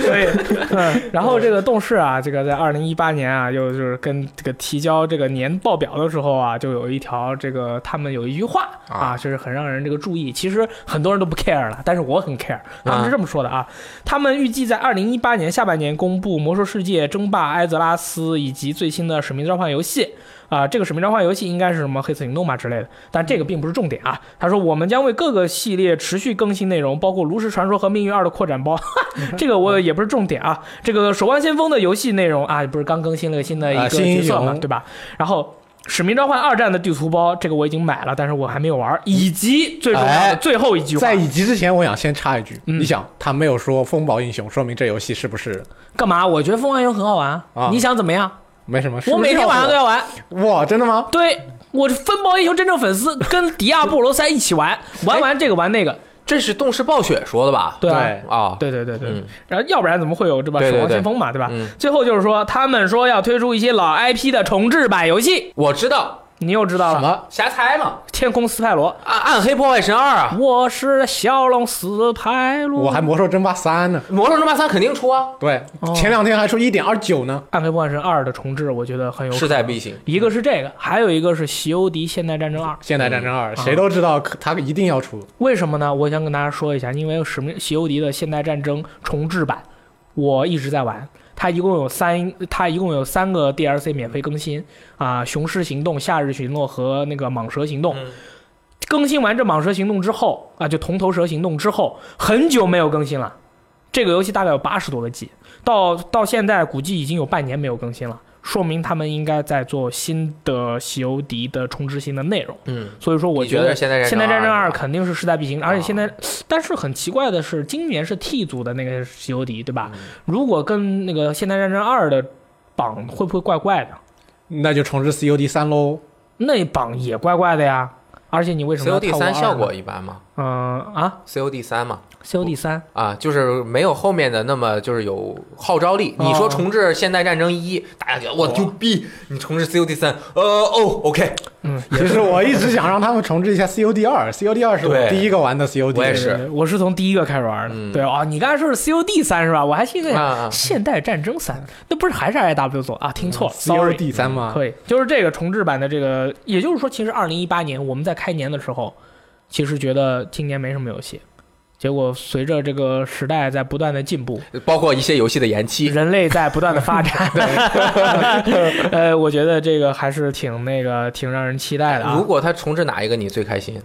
Speaker 2: 对，嗯，然后这个动视啊，这个在二零一八年啊，又就是跟这个提交这个年报表的时候啊，就有一条这个他们有一句话啊，就是很让人这个注意。其实很多人都不 care 了，但是我很 care。他们是这么说的啊，他们预计在二零一八年下半年公布《魔兽世界》《争霸》《艾泽拉斯》以及最新的《使命召唤》游戏。啊，这个《使命召唤》游戏应该是什么《黑色行动》吧之类的，但
Speaker 1: 嗯
Speaker 2: 这个并不是重点啊。他说，我们将为各个系列持续更新内容，包括《炉石传说》和《命运二》的扩展包。
Speaker 1: 嗯
Speaker 2: 这个我也不是重点啊。这个《守望先锋》的游戏内容啊，不是刚更新了一个新的一
Speaker 1: 啊
Speaker 2: 个
Speaker 1: 新英
Speaker 2: 角色嘛，
Speaker 1: 雄
Speaker 2: 对吧？然后。使命召唤二战的地图包，这个我已经买了，但是我还没有玩儿。以及最重要
Speaker 1: 哎
Speaker 2: 的最后一句话，
Speaker 1: 在以及之前，我想先插一句，
Speaker 2: 嗯
Speaker 1: 你想他没有说风暴英雄，说明这游戏是不是
Speaker 2: 干嘛？我觉得《风暗游》很好玩啊
Speaker 1: 啊
Speaker 2: 你想怎么样？
Speaker 1: 没什么？
Speaker 2: 我每天晚上都要玩。
Speaker 1: 都哇，真的吗？
Speaker 2: 对我是风暴英雄真正粉丝，跟迪亚波罗三一起
Speaker 1: 哎
Speaker 2: 玩，玩完这个玩那个。
Speaker 3: 这是动视暴雪说的吧？
Speaker 2: 对啊，
Speaker 1: 对
Speaker 3: 啊，
Speaker 2: 对对对对
Speaker 3: 嗯，
Speaker 2: 然后要不然怎么会有这吧？
Speaker 3: 对对
Speaker 2: 守
Speaker 3: 对
Speaker 2: 望先锋嘛，对吧
Speaker 3: 嗯？
Speaker 2: 最后就是说，他们说要推出一些老 IP 的重置版游戏，
Speaker 3: 我知道，
Speaker 2: 你又知
Speaker 1: 什
Speaker 2: 道了，
Speaker 1: 么？
Speaker 3: 瞎猜嘛。
Speaker 2: 《天空斯派罗
Speaker 3: 暗暗黑破坏神二啊，》，
Speaker 2: 我是小龙斯派罗，
Speaker 1: 我还魔兽争霸三呢。
Speaker 3: 魔兽争霸三肯定出啊，
Speaker 1: 对，
Speaker 2: 哦
Speaker 1: 前两天还出一点二九呢。
Speaker 2: 暗黑破坏神二》的重置，我觉得很有
Speaker 3: 势在必行。
Speaker 2: 一个是这个，还有一个是《席欧迪现代战争二》。
Speaker 1: 现代战争
Speaker 2: 嗯
Speaker 1: 二，谁都知道可它一定要出。
Speaker 2: 为什么呢？我想跟大家说一下，因为《使命席欧迪》的现代战争重置版，我一直在玩。它一共有三，它一共有三个 DLC 免费更新啊，雄狮行动、夏日巡逻和那个蟒蛇行动。
Speaker 3: 嗯
Speaker 2: 更新完这蟒蛇行动之后啊，就铜头蛇行动之后，很久没有更新了。这个游戏大概有八十多个 G，到到现在估计已经有半年没有更新了，说明他们应该在做新的席欧迪的重置性的内容。
Speaker 3: 嗯，
Speaker 2: 所以说，我
Speaker 3: 你觉
Speaker 2: 得
Speaker 3: 得现在啊
Speaker 2: 现代战争
Speaker 3: 二
Speaker 2: 二肯定是势在必行，
Speaker 3: 啊
Speaker 2: 而且现在，但是很奇怪的是，今年是 T 组的那个西游迪，对吧？
Speaker 3: 嗯
Speaker 2: 如果跟那个现代战争二的榜会不会怪怪的？嗯
Speaker 1: 那就重置 COD 三 喽。呢
Speaker 2: 那榜也怪怪的呀。而且你为什么要
Speaker 3: COD
Speaker 2: 跳过
Speaker 3: 三
Speaker 2: 二
Speaker 3: 效
Speaker 2: 呢
Speaker 3: 果？一般吗
Speaker 2: 嗯啊
Speaker 3: ？COD 三嘛，
Speaker 2: ，COD 三
Speaker 3: 啊，就是没有后面的那么就是有号召力。
Speaker 2: 哦
Speaker 3: 你说重置《现代战争一》，大家觉得哇牛逼！你重置 COD 三，呃哦，OK，
Speaker 1: 其实我一直想让他们重置一下 COD 二，COD 二是我
Speaker 3: 对
Speaker 1: 第一个玩的 COD。
Speaker 3: 我也是嗯
Speaker 2: 对对对我是从第一个开始玩的。对啊、哦，你刚才说是 COD 三是吧？我还心里在想、
Speaker 3: 啊啊
Speaker 2: 现代战争三，那不是还是 IW 做啊？听
Speaker 3: 嗯
Speaker 2: 错了、s o r r y
Speaker 1: COD 三
Speaker 3: 啊
Speaker 1: 嘛，
Speaker 2: 可以，就是这个重置版的这个，也就是说，其实二零一八年我们在开年的时候，其实觉得今年没什么游戏，结果随着这个时代在不断的进步，
Speaker 3: 包括一些游戏的延期。
Speaker 2: 人类在不断的发 展， 呃，我觉得这个还是挺那个，挺让人期待的啊
Speaker 3: 如。果他重置哪一个你最开心？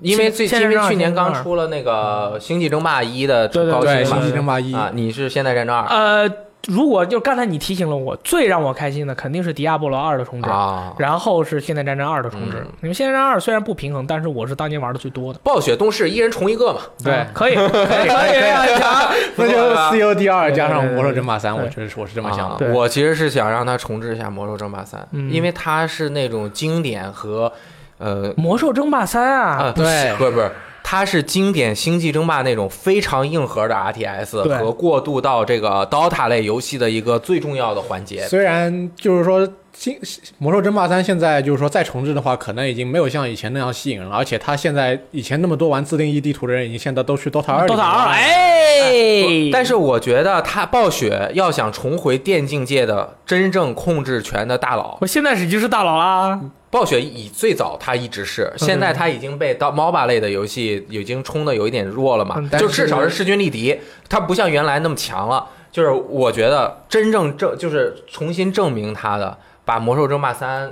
Speaker 3: 因为最
Speaker 2: 现现
Speaker 3: 因
Speaker 2: 在
Speaker 3: 为
Speaker 2: 是二
Speaker 3: 去年
Speaker 2: 现在是嗯
Speaker 3: 刚出了那个《星际争霸一》的
Speaker 2: 对对
Speaker 3: 高
Speaker 1: 对，
Speaker 3: 清
Speaker 1: 星
Speaker 3: 嘛
Speaker 1: 际争霸一。
Speaker 3: 啊，你是《现代战争二》
Speaker 2: 呃，如果就刚才你提醒了我，最让我开心的肯定是《迪亚波罗二》的重置。
Speaker 3: 啊。
Speaker 2: 然后是《现代战争二》的重置，
Speaker 3: 嗯
Speaker 2: 因为《现代战争二》虽然不平衡，但是我是当年玩的最多的。
Speaker 3: 暴雪动视一人重一个嘛，
Speaker 1: 对，
Speaker 2: 可以， 可以，可以，可以，
Speaker 1: 那就
Speaker 3: 不错了吧
Speaker 1: COD 二
Speaker 2: 对
Speaker 1: 加上
Speaker 2: 对对
Speaker 1: 魔兽争霸三，
Speaker 2: 对
Speaker 1: 我觉得我是这么想
Speaker 3: 啊
Speaker 1: 的。
Speaker 2: 对
Speaker 3: 我其实是想让他重置一下《魔兽争霸三》，
Speaker 2: 嗯
Speaker 3: 因为它是那种经典和呃
Speaker 2: 魔兽争霸三
Speaker 3: 啊，
Speaker 2: 啊，
Speaker 1: 不是
Speaker 3: 不是不是，它是经典《星际争霸》那种非常硬核的 RTS
Speaker 2: 对
Speaker 3: 和过渡到这个 DOTA 类游戏的一个最重要的环节。
Speaker 1: 虽然就是说，新魔兽争霸三现在就是说再重置的话，可能已经没有像以前那样吸引人了，而且它现在以前那么多玩自定义地图的人，已经现在都去 DOTA 二。
Speaker 2: DOTA 二，，哎，
Speaker 3: 但
Speaker 2: 是
Speaker 3: 是我觉得他暴雪要想重回电竞界的真正控制权的大佬，
Speaker 2: 我现在已经是大佬啊啦，
Speaker 3: 暴雪以最早他一直是，
Speaker 2: 嗯
Speaker 3: 现在他已经被到 MOBA 类的游戏已经冲的有一点弱了嘛
Speaker 2: 嗯，但
Speaker 3: 就是至少是势均力敌，他不像原来那么强了。就是我觉得真正证就是重新证明他的，把《魔兽争霸三》，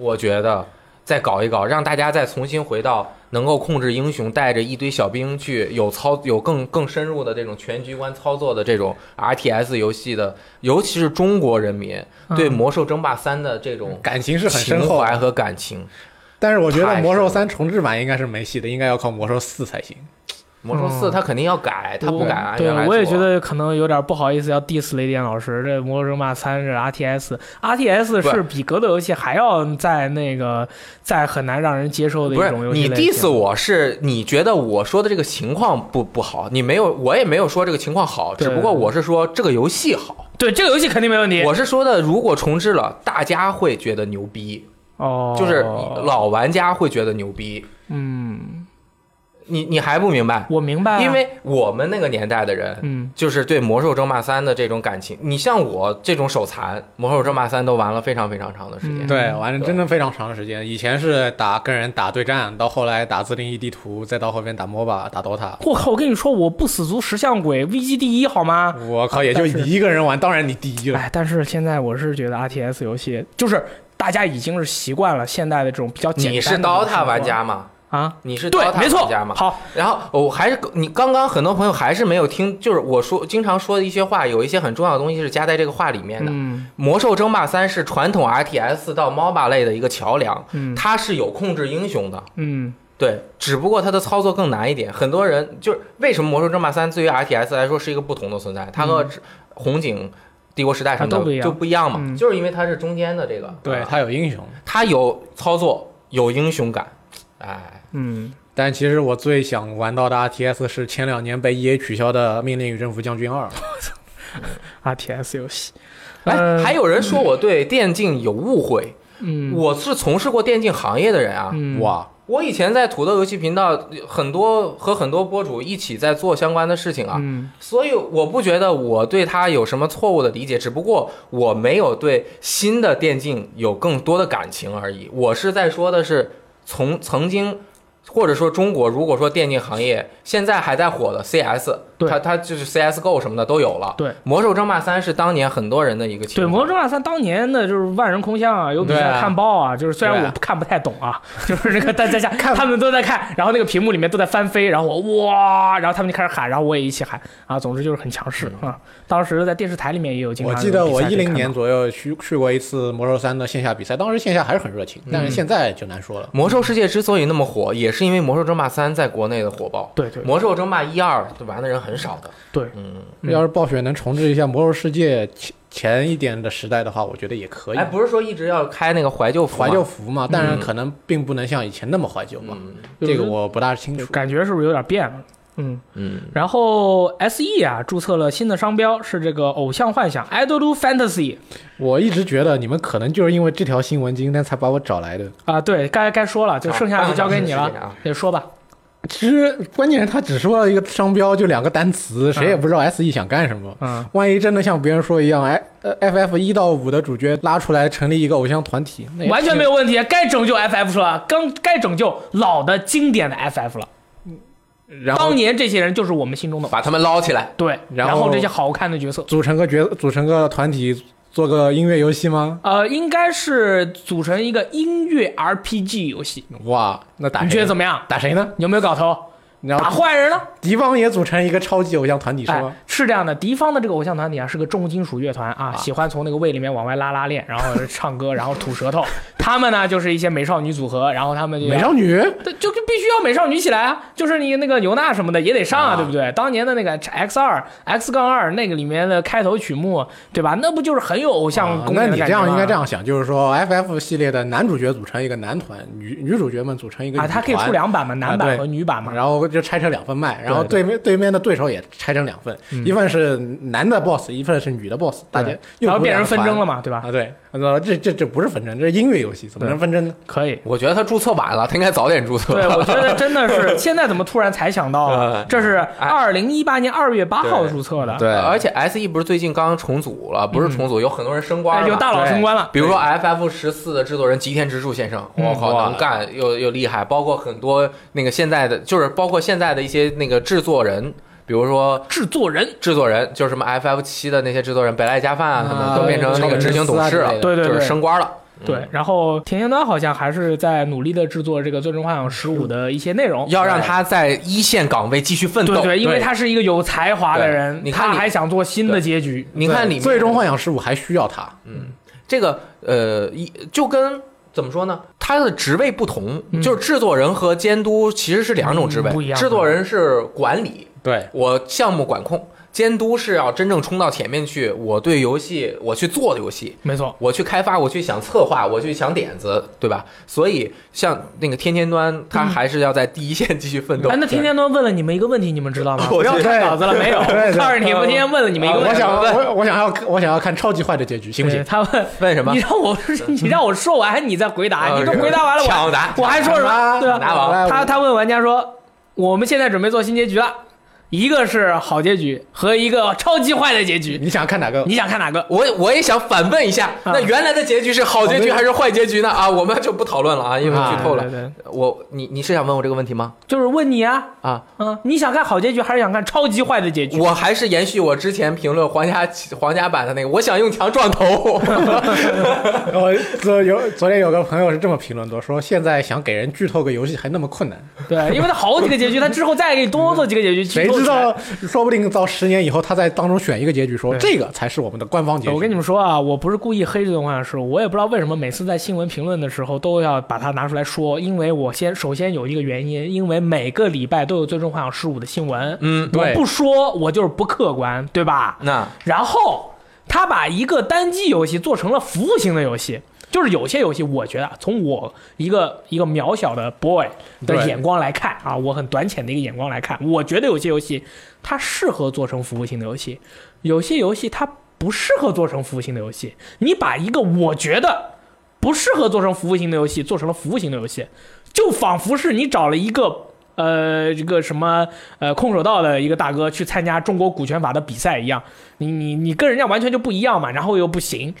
Speaker 3: 我觉得再搞一搞，让大家再重新回到能够控制英雄，带着一堆小兵去有操有更更深入的这种全局观操作的这种 RTS 游戏的，尤其是中国人民
Speaker 2: 嗯
Speaker 3: 对《魔兽争霸三》的这种
Speaker 1: 感情是很深
Speaker 3: 情
Speaker 1: 厚的，啊
Speaker 3: 怀和感情。
Speaker 1: 但是我觉得
Speaker 3: 太
Speaker 1: 《
Speaker 3: 深
Speaker 1: 魔兽
Speaker 3: 了
Speaker 1: 三》重置版应该是没戏的，应该要靠《魔兽四》才行。
Speaker 3: 魔兽
Speaker 2: 嗯
Speaker 3: 四它肯定要改，它不
Speaker 2: 我
Speaker 3: 敢按
Speaker 2: 对
Speaker 3: 原来，
Speaker 2: 我也
Speaker 3: 做
Speaker 2: 觉得可能有点不好意思要 diss 雷电老师。这《魔兽争霸三》是 RTS，RTS
Speaker 3: 不是
Speaker 2: 是比格斗游戏还要在那个在很难让人接受的一
Speaker 3: 不是
Speaker 2: 种游戏
Speaker 3: 你
Speaker 2: 类型
Speaker 3: diss 我是你觉得我说的这个情况不不好，你没有我也没有说这个情况好，
Speaker 2: 对
Speaker 3: 只不过我是说这个游戏好，
Speaker 2: 对这个游戏肯定没问题。
Speaker 3: 我是说的如果重置了，大家会觉得牛逼，
Speaker 2: 哦，
Speaker 3: 就是老玩家会觉得牛逼，
Speaker 2: 嗯，
Speaker 3: 你你还不明白？
Speaker 2: 我明白啊、
Speaker 3: 因为我们那个年代的人，
Speaker 2: 嗯
Speaker 3: 就是对《魔兽争霸三》的这种感情，你像我这种手残，《魔兽争霸三》都玩了非常非常长的时
Speaker 2: 嗯。
Speaker 3: 间
Speaker 1: 对，玩了真的非常长的时间。以前是打跟人打对战，到后来打自定义地图，再到后面打 MOBA、打 DOTA。
Speaker 2: 我靠！我跟你说，我不死族石像鬼 VG 第一好吗？
Speaker 1: 我靠，也就你一个人玩，当然你第一了。
Speaker 2: 哎，但是现在我是觉得 RTS 游戏就是大家已经是习惯了现代的这种比较哦简单的
Speaker 3: 你是
Speaker 2: 这种生
Speaker 3: DOTA
Speaker 2: 活
Speaker 3: 玩家吗？
Speaker 2: 啊？
Speaker 3: 你是
Speaker 2: 对
Speaker 3: DOTA，
Speaker 2: 没错
Speaker 3: 玩家吗？
Speaker 2: 好，
Speaker 3: 然后我还是你刚刚很多朋友还是没有听，就是我说经常说的一些话，有一些很重要的东西是加在这个话里面的。
Speaker 2: 嗯
Speaker 3: 魔兽争霸三是传统 RTS 到 MOBA 类的一个桥梁，
Speaker 2: 嗯
Speaker 3: 它是有控制英雄的，
Speaker 2: 嗯
Speaker 3: 对，只不过它的操作更难一点。很多人就是为什么魔兽争霸三对于 RTS 来说是一个不同的存在，它和红警、帝国时代什么
Speaker 2: 嗯啊都不一样
Speaker 3: 的就不一样嘛，
Speaker 2: 嗯
Speaker 3: 就是因为它是中间的这个，啊
Speaker 1: 对，他有英雄，
Speaker 3: 它有操作，有英雄感，哎，
Speaker 2: 嗯，
Speaker 1: 但其实我最想玩到的 RTS 是前两年被 EA 取消的《命令与征服将军二》。
Speaker 2: RTS 游戏。
Speaker 3: 哎，
Speaker 2: 呃
Speaker 3: 还有人说我对电竞有误会。
Speaker 2: 嗯，
Speaker 3: 我是从事过电竞行业的人啊，
Speaker 2: 嗯
Speaker 1: 哇，
Speaker 3: 我以前在土豆游戏频道很多和很多博主一起在做相关的事情啊，
Speaker 2: 嗯
Speaker 3: 所以我不觉得我对它有什么错误的理解，只不过我没有对新的电竞有更多的感情而已。我是在说的是从曾经。或者说中国，如果说电竞行业现在还在火的 CS，
Speaker 2: 对
Speaker 3: 它它就是 CSGO 什么的都有了。
Speaker 2: 对，
Speaker 3: 魔兽争霸三是当年很多人的一个情
Speaker 2: 对《
Speaker 3: 况。
Speaker 2: 魔兽争霸三》当年的就是万人空巷啊，有比
Speaker 1: 对
Speaker 2: 赛
Speaker 1: 啊
Speaker 2: 看报啊，就是虽然
Speaker 1: 对
Speaker 2: 我
Speaker 1: 啊
Speaker 2: 看不太懂啊， 就是那个大 家家他们都在看，然后那个屏幕里面都在翻飞，然后我哇，然后他们就开始喊，然后我也一起喊啊，总之就是很强势啊。当时在电视台里面也有经
Speaker 1: 我
Speaker 2: 常有
Speaker 1: 记
Speaker 2: 比赛
Speaker 1: 得
Speaker 2: 可以看到，
Speaker 1: 我一零年左右去去过一次《魔兽三》的线下比赛，当时线下还是很热情，但是现在就难说了。
Speaker 3: 魔兽世界之所以那么火，也是因为魔兽争霸三在国内的火爆。
Speaker 2: 对对
Speaker 3: 魔兽争霸一二就玩的人很少的。
Speaker 2: 对
Speaker 3: 嗯，
Speaker 2: 嗯
Speaker 1: 要是暴雪能重置一下《魔兽世界》前前一点的时代的话，我觉得也可以
Speaker 3: 哎，。不是说一直要开那个怀旧服吗
Speaker 1: 怀旧服嘛，但
Speaker 3: 嗯
Speaker 1: 是可能并不能像以前那么怀旧嘛，
Speaker 3: 嗯
Speaker 1: 这个我不大清楚。
Speaker 2: 感觉是不是有点变了？嗯，
Speaker 3: 嗯，
Speaker 2: 然后 S E 啊注册了新的商标，是这个偶像幻想 （Idol Fantasy）
Speaker 1: 我一直觉得你们可能就是因为这条新闻今天才把我找来的。
Speaker 2: 啊。对，该该说了，就剩下的就交给你
Speaker 3: 啊半个小时时间
Speaker 2: 了
Speaker 3: 啊，
Speaker 2: 你说吧。
Speaker 1: 其实关键是他只说了一个商标，就两个单词，谁也不知道 S E 想干什么。
Speaker 2: 嗯，
Speaker 1: 万一真的像别人说一样，哎，呃，FF 一到五的主角拉出来成立一个偶像团体，那也
Speaker 2: 完全没
Speaker 1: 有。
Speaker 2: 有问题，该拯救 FF 了，刚该拯救老的经典的 FF 了。
Speaker 1: 然后
Speaker 2: 当年这些人就是我们心中的
Speaker 3: 把他们捞起来。。
Speaker 2: 对，
Speaker 1: 然
Speaker 2: 然
Speaker 1: 后
Speaker 2: 这些好看的角色，
Speaker 1: 组成个角，组成个团体，做个音乐游戏吗？
Speaker 2: 呃，应该是组成一个音乐 RPG 游戏，
Speaker 1: 哇，那打
Speaker 2: 你觉
Speaker 1: 谁
Speaker 2: 得
Speaker 1: 呢
Speaker 2: 怎么样？
Speaker 1: 打谁呢？
Speaker 2: 有没有搞头？
Speaker 1: 然
Speaker 2: 打
Speaker 1: 后
Speaker 2: 坏人了？
Speaker 1: 敌方也组成一个超级偶像团体是吗
Speaker 2: 哎？，是这样的，敌方的这个偶像团体啊，是个重金属乐团啊，喜欢从那个胃里面往外拉拉链，然后唱歌，然后吐舌头。他们呢，就是一些美少女组合，然后他们就
Speaker 1: 美少女
Speaker 2: 对，就就必须要美少女起来啊！就是你那个尤娜什么的也得上啊，
Speaker 1: 啊
Speaker 2: 对不对？当年的那个 X 二 X 杠二那个里面的开头曲目，对吧？那不就是很有偶像
Speaker 1: 啊
Speaker 2: 功
Speaker 1: 那
Speaker 2: 能
Speaker 1: 你
Speaker 2: 的感
Speaker 1: 这
Speaker 2: 觉吗？
Speaker 1: 样应该这样想，就是说 FF 系列的男主角组成一个男团，女女主角们组成一个
Speaker 2: 啊，
Speaker 1: 女
Speaker 2: 它可以
Speaker 1: 团啊
Speaker 2: 出两版嘛，男版
Speaker 1: 对
Speaker 2: 和女版嘛。
Speaker 1: 然后就拆成两份卖，然后对
Speaker 2: 对嗯
Speaker 1: 面对面的对手也拆成两份，一份是男的 boss，一份是女的 boss，大家
Speaker 2: 对
Speaker 1: 又
Speaker 2: 然后
Speaker 1: 组
Speaker 2: 变成
Speaker 1: 两个
Speaker 2: 纷
Speaker 1: 团
Speaker 2: 争了嘛，对吧？
Speaker 1: 啊？对，呃，这这这不是纷争，这是音乐游戏，怎么能纷争呢？
Speaker 2: 可以
Speaker 3: 我觉得他注册晚了，他应该早点注册。
Speaker 2: 对，我觉得真 的是现在怎么突然才想到啊
Speaker 3: 嗯？
Speaker 2: 这是二零一八年二月八号注册的，
Speaker 1: 哎对嗯
Speaker 3: 而且 S E 不是最近刚重组了，不是重组，有很多人升官
Speaker 2: 哎，
Speaker 3: 了，
Speaker 2: 有大佬升官了。
Speaker 3: 比如说 FF 十四的制作人吉田直树先生，
Speaker 2: 嗯
Speaker 3: 我靠，
Speaker 1: 哇
Speaker 3: 能干又又厉害，包括很多那个现在的，就是包括现在的一些那个制作人，比如说
Speaker 2: 制作人，
Speaker 3: 制作人，就是什么 FF 七的那些制作人，北濑加饭啊，
Speaker 1: 啊
Speaker 3: 他们都变成那个执行董事
Speaker 1: 超
Speaker 3: 了，
Speaker 1: 人
Speaker 2: 对对对
Speaker 3: 就是升官了。
Speaker 1: 嗯
Speaker 2: 对，然后田前端好像还是在努力的制作这个《最终幻想十五》的一些内容，
Speaker 3: 要让他在一线岗位继续奋
Speaker 2: 对
Speaker 3: 斗。
Speaker 2: 对，因为
Speaker 1: 对
Speaker 2: 他是一个有才华的人，
Speaker 3: 对你看你
Speaker 2: 他还想做新的结局。
Speaker 3: 你看里面
Speaker 1: 最终幻想十五还需要他，
Speaker 3: 这个呃，一就跟怎么说呢？他的职位不同，就是制作人和监督其实是两种职位。
Speaker 2: 嗯嗯不一样
Speaker 3: 制作人是管理，
Speaker 1: 对，
Speaker 3: 我项目管控；监督是要真正冲到前面去，我对游戏我去做游戏。
Speaker 2: 没错，
Speaker 3: 我去开发，我去想策划，我去想点子，对吧？所以像那个天天端，他还是要在第一线继续奋斗。
Speaker 2: 嗯哎，那天天端问了你们一个问题，你们知 道吗？
Speaker 3: 我
Speaker 2: 不要
Speaker 3: 觉得
Speaker 2: 看稿子了，没有。
Speaker 1: 对对
Speaker 2: 告诉你们，今天问了你们一
Speaker 1: 啊
Speaker 2: 个问
Speaker 1: 我
Speaker 2: 题，
Speaker 1: 想
Speaker 3: 问
Speaker 1: 我我想要我想要看超级坏的结局，行不
Speaker 2: 对
Speaker 1: 行？
Speaker 2: 他问
Speaker 3: 问什么
Speaker 2: 你？让我你让我说 完，你再回答。
Speaker 1: 啊
Speaker 3: 呃
Speaker 2: 你都回答完了，
Speaker 1: 哎
Speaker 2: 我
Speaker 3: 抢答，
Speaker 2: 我还说什么？对吧？
Speaker 3: 拿王
Speaker 1: 来
Speaker 2: 他他问玩家说，我们现在准备做新结局了，一个是好结局和一个超级坏的结局，
Speaker 1: 你想看哪个？
Speaker 2: 你想看哪个？
Speaker 3: 我我也想反问一下，
Speaker 2: 啊
Speaker 3: 那原来的结局是好结局还是坏结局呢？啊，我们就不讨论了啊，因为剧透
Speaker 2: 啊对对
Speaker 3: 了
Speaker 2: 对。
Speaker 3: 我你你是想问我这个问题吗？
Speaker 2: 就是问你啊，
Speaker 3: 啊，
Speaker 2: 嗯，你想看好结局还是想看超级坏的结局？
Speaker 3: 我还是延续我之前评论皇家皇家版的那个，我想用墙撞 头。
Speaker 1: 我昨有昨天有个朋友是这么评论的，说现在想给人剧透个游戏还那么困难，
Speaker 2: 对，因为他好几个结局，他之后再给你多做几个结局，
Speaker 1: 谁
Speaker 2: 去做
Speaker 1: 知
Speaker 2: 起来
Speaker 1: 道说不定到十年以后他在当中选一个结局说
Speaker 2: 对
Speaker 1: 这个才是我们的官方结局。
Speaker 2: 我跟你们说啊，我不是故意黑这种幻想师，我也不知道为什么每次在新闻评论的时候都要把它拿出来说，因为我先首先有一个原因，因为每个礼拜都有《最终幻想十五》的新闻，
Speaker 3: 嗯，
Speaker 2: 我
Speaker 1: 对
Speaker 2: 不说我就是不客观，对吧？
Speaker 3: 那
Speaker 2: 然后他把一个单机游戏做成了服务型的游戏。就是有些游戏，我觉得啊从我一个一个渺小的 boy 的
Speaker 1: 对
Speaker 2: 眼光来看啊，我很短浅的一个眼光来看，我觉得有些游戏它适合做成服务型的游戏，有些游戏它不适合做成服务型的游戏。你把一个我觉得不适合做成服务型的游戏做成了服务型的游戏，就仿佛是你找了一个呃这个什么呃空手道的一个大哥去参加中国股权法的比赛一样，你你你跟人家完全就不一样嘛，然后又不行，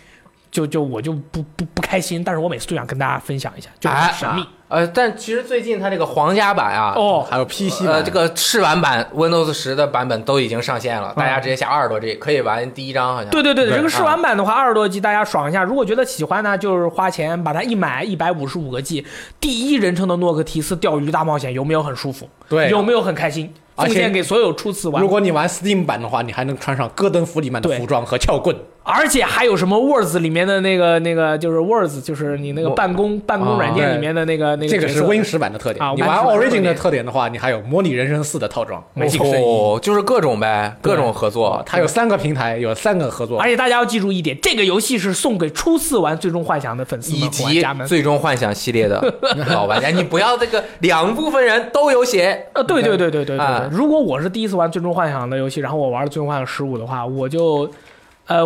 Speaker 2: 就就我就不不不开心，但是我每次都想跟大家分享一下，就是很神秘、
Speaker 3: 哎呃，但其实最近它这个皇家版啊，
Speaker 2: 哦。
Speaker 1: 还有 PC 版
Speaker 3: 呃，这个试玩版 Windows 十的版本都已经上线了，大家直接下二十多 G 可以玩第一章，好像。
Speaker 2: 哦对对对，
Speaker 1: 对啊
Speaker 2: 这个试玩版的话，二十多 G 大家爽一下。如果觉得喜欢呢，就是花钱把它一买，一百五十五个 G，第一人称的诺克提斯钓鱼大冒险有没有很舒服？
Speaker 1: 对
Speaker 2: 有没有很开心？
Speaker 1: 而
Speaker 2: 奉
Speaker 1: 且
Speaker 2: 献给所有初次玩
Speaker 1: 如果你玩 Steam 版的话，你还能穿上戈登弗里曼的
Speaker 2: 对
Speaker 1: 服装和撬棍。
Speaker 2: 而且还有什么 Words 里面的那个那个就是 Words，就是你那个
Speaker 3: 我啊
Speaker 2: 办公办公软件里面的那个那个
Speaker 1: 这个
Speaker 2: 角
Speaker 1: 是
Speaker 2: 色
Speaker 1: Win 十版的特
Speaker 2: 啊
Speaker 1: 点。你玩
Speaker 2: Win 10版的特
Speaker 1: Origin
Speaker 2: 点
Speaker 1: 的特点的话，你还有模拟人生四的套装，没进声音。
Speaker 3: 哦，就是各种呗，各种合作
Speaker 1: 哦，。它有三个平台，有三个合作
Speaker 2: 而。且大家要记住一点，这个游戏是送给初次玩《最终幻想》的粉丝
Speaker 3: 以
Speaker 2: 们、玩
Speaker 3: 及
Speaker 2: 啊家们。
Speaker 3: 《最终幻想》系列的老玩家，你不要这个两部分人都有写。
Speaker 2: 呃，对对对对对对
Speaker 3: 啊
Speaker 2: 对，如果我是第一次玩《最终幻想》的游戏，然后我玩了《最终幻想十五》的话，我就，呃，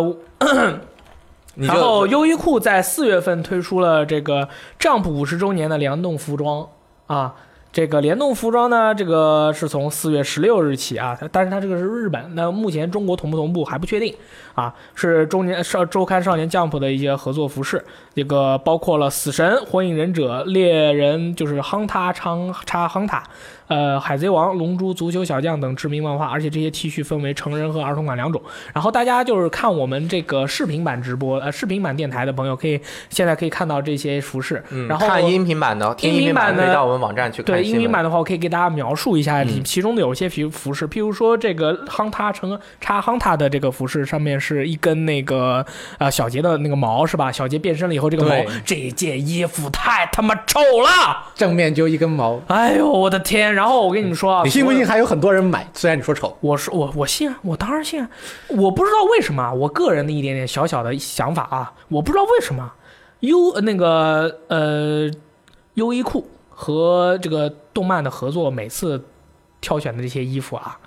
Speaker 3: 你
Speaker 2: 然后
Speaker 3: 就
Speaker 2: 优衣库在四月份推出了这个 Jump 五十周年的联动服装啊，这个联动服装呢，这个是从四月十六日起啊，它但是它这个是日本，那目前中国同不同步还不确定啊，是中年少周刊少年 Jump 的一些合作服饰，这个包括了死神、火影忍者、猎人，就是夯塔昌叉夯塔，呃，海贼王、龙珠、足球小将等知名漫画，而且这些 T 恤分为成人和儿童款两种。然后大家就是看我们这个视频版直播，呃，视频版电台的朋友可以现在可以看到这些服饰，
Speaker 3: 嗯
Speaker 2: 然后
Speaker 3: 看音频版的，听
Speaker 2: 音频
Speaker 3: 频
Speaker 2: 版
Speaker 3: 可以
Speaker 2: 的
Speaker 3: 到我们网站去看
Speaker 2: 对
Speaker 3: 新
Speaker 2: 英
Speaker 3: 闻。
Speaker 2: 语版的话，我可以给大家描述一下里
Speaker 3: 嗯
Speaker 2: 其中的有一些服服饰，譬如说这个夯塔成叉夯塔的这个服饰，上面是一根那个呃小杰的那个毛是吧？小杰变身了以后，这个毛
Speaker 1: 对
Speaker 2: 这件衣服太他妈丑了！
Speaker 1: 正面就一根毛，
Speaker 2: 哎呦我的天！然后我跟你们说啊，
Speaker 1: 你信不信还有很多人买？虽然你说丑，
Speaker 2: 我是我我信啊，我当然信啊。我不知道为什么啊，我个人的一点点小小的想法啊，我不知道为什么优呃那个呃优衣库和这个动漫的合作，每次挑选的这些衣服啊，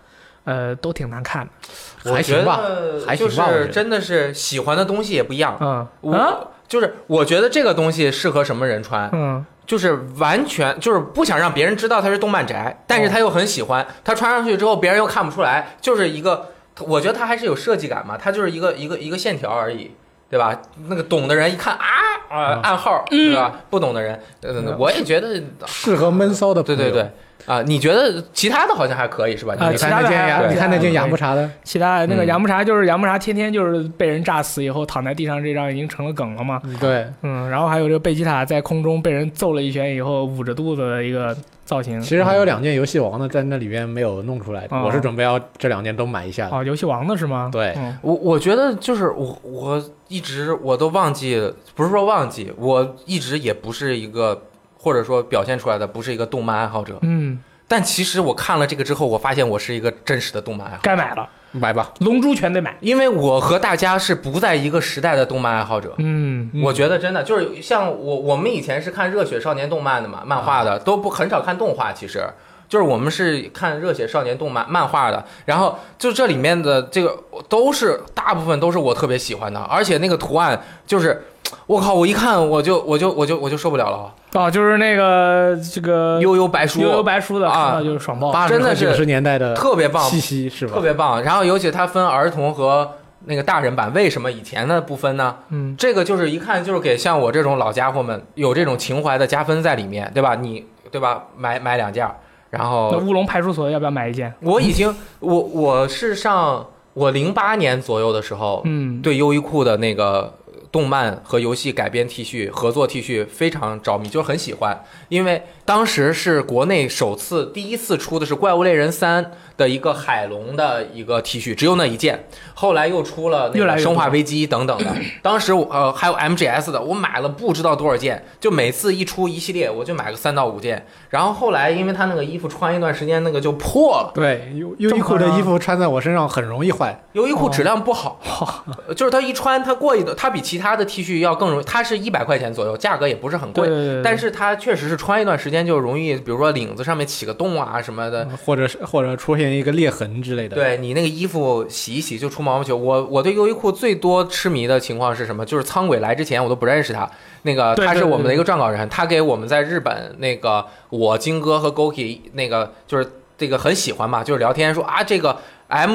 Speaker 2: 呃都挺难看的。
Speaker 3: 我
Speaker 1: 还
Speaker 3: 觉
Speaker 1: 行吧
Speaker 3: 得，
Speaker 1: 还
Speaker 3: 就
Speaker 1: 行吧我觉
Speaker 3: 是
Speaker 1: 得
Speaker 3: 真的是喜欢的东西也不一样。
Speaker 2: 嗯啊
Speaker 3: 我就是我觉得这个东西适合什么人穿，
Speaker 2: 嗯，
Speaker 3: 就是完全就是不想让别人知道他是动漫宅，但是他又很喜欢，他穿上去之后别人又看不出来，就是一个，我觉得他还是有设计感嘛，他就是一个一个一个线条而已，对吧？那个懂的人一看啊啊、暗号，对吧？不懂的人，呃，我也觉得
Speaker 1: 适合闷骚的
Speaker 3: 对
Speaker 1: 朋友。
Speaker 3: 对对，啊，你觉得其他的好像还可以是吧？
Speaker 2: 啊
Speaker 1: 你
Speaker 3: 你
Speaker 2: 其
Speaker 1: 看
Speaker 2: 他
Speaker 1: 那
Speaker 2: 的
Speaker 1: 件
Speaker 2: 还
Speaker 1: 杨，
Speaker 3: 对
Speaker 1: 你看那件
Speaker 2: 还
Speaker 1: 杨
Speaker 2: 可以
Speaker 1: 不查的，
Speaker 2: 其他那个
Speaker 3: 嗯
Speaker 2: 杨木茶就是杨木茶，天天就是被人炸死以后躺在地上，这张已经成了梗了嘛。
Speaker 1: 嗯对，
Speaker 2: 嗯，然后还有这个贝吉塔在空中被人揍了一拳以后捂着肚子的一个造型嗯
Speaker 1: 其。实还有两件游戏王呢，在那里面没有弄出来的，
Speaker 2: 哦
Speaker 1: 我是准备要这两件都买一下的。
Speaker 2: 哦，游戏王的是吗？
Speaker 1: 对
Speaker 2: 嗯
Speaker 3: 我我觉得就是我我一直我都忘记，不是说忘记，我一直也不是一个或者说表现出来的不是一个动漫爱好者。
Speaker 2: 嗯，
Speaker 3: 但其实我看了这个之后，我发现我是一个真实的动漫爱好者，
Speaker 2: 该买了，
Speaker 1: 买吧，
Speaker 2: 龙珠全得买。
Speaker 3: 因为我和大家是不在一个时代的动漫爱好者。
Speaker 2: 嗯，
Speaker 1: 嗯
Speaker 3: 我觉得真的就是像我，我们以前是看热血少年动漫的
Speaker 2: 嗯
Speaker 3: 嘛，漫画的都不很少看动画，其实就是我们是看热血少年动漫漫画的，然后就这里面的这个都是大部分都是我特别喜欢的，而且那个图案就是，我靠，我一看我就我就我就我就受不了了，
Speaker 2: 哦，就是那个这个
Speaker 3: 悠悠白书，
Speaker 2: 呃悠悠白书的，
Speaker 3: 啊
Speaker 2: 看到就是爽爆。
Speaker 1: 八十
Speaker 3: 真的
Speaker 1: 和
Speaker 3: 是
Speaker 1: 九十年代的
Speaker 3: 特别棒，
Speaker 1: 气息是吧？
Speaker 3: 特别棒。然后尤其它分儿童和那个大人版，为什么以前的不分呢？
Speaker 2: 嗯，
Speaker 3: 这个就是一看就是给像我这种老家伙们有这种情怀的加分在里面，对吧？你对吧？买买两件儿，然
Speaker 2: 那
Speaker 3: 后
Speaker 2: 乌龙派出所要不要买一件？
Speaker 3: 我已经我我是上我零八年左右的时候，
Speaker 2: 嗯，
Speaker 3: 对优衣库的那个动漫和游戏改编 T 恤合作 T 恤非常着迷，就是很喜欢，因为当时是国内首次第一次出的是《怪物猎人三》的一个海龙的一个 T 恤，只有那一件，后来又出了那
Speaker 2: 越
Speaker 3: 个
Speaker 2: 来
Speaker 3: 《
Speaker 2: 越多
Speaker 3: 生化危机》等等 的，当时我呃还有 MGS 的，我买了不知道多少件，就每次一出一系列我就买个三到五件，然后后来因为他那个衣服穿一段时间那个就破了。
Speaker 1: 对，优优衣库的衣服穿在我身上很容易坏。
Speaker 3: 优衣库质量不好，
Speaker 2: 哦
Speaker 3: 呃 就是它一穿，它过一段，它比其他的 T 恤要更容易，它是一百块钱左右，价格也不是很
Speaker 2: 对
Speaker 3: 贵，
Speaker 2: 对对对
Speaker 3: 但是它确实是穿一段时间就容易，比如说领子上面起个洞啊什么的。
Speaker 1: 或者是或者出现一个裂痕之类的，，
Speaker 3: 对你那个衣服洗一洗就出毛毛球，我我对优衣库最多痴迷的情况是什么？就是仓鬼来之前我都不认识他，那个
Speaker 2: 对
Speaker 3: 他是
Speaker 2: 对
Speaker 3: 我们的
Speaker 2: 对
Speaker 3: 一个撰稿人，他给我们在日本那个我金哥和 Goki 那个就是这个很喜欢嘛，就是聊天说啊这个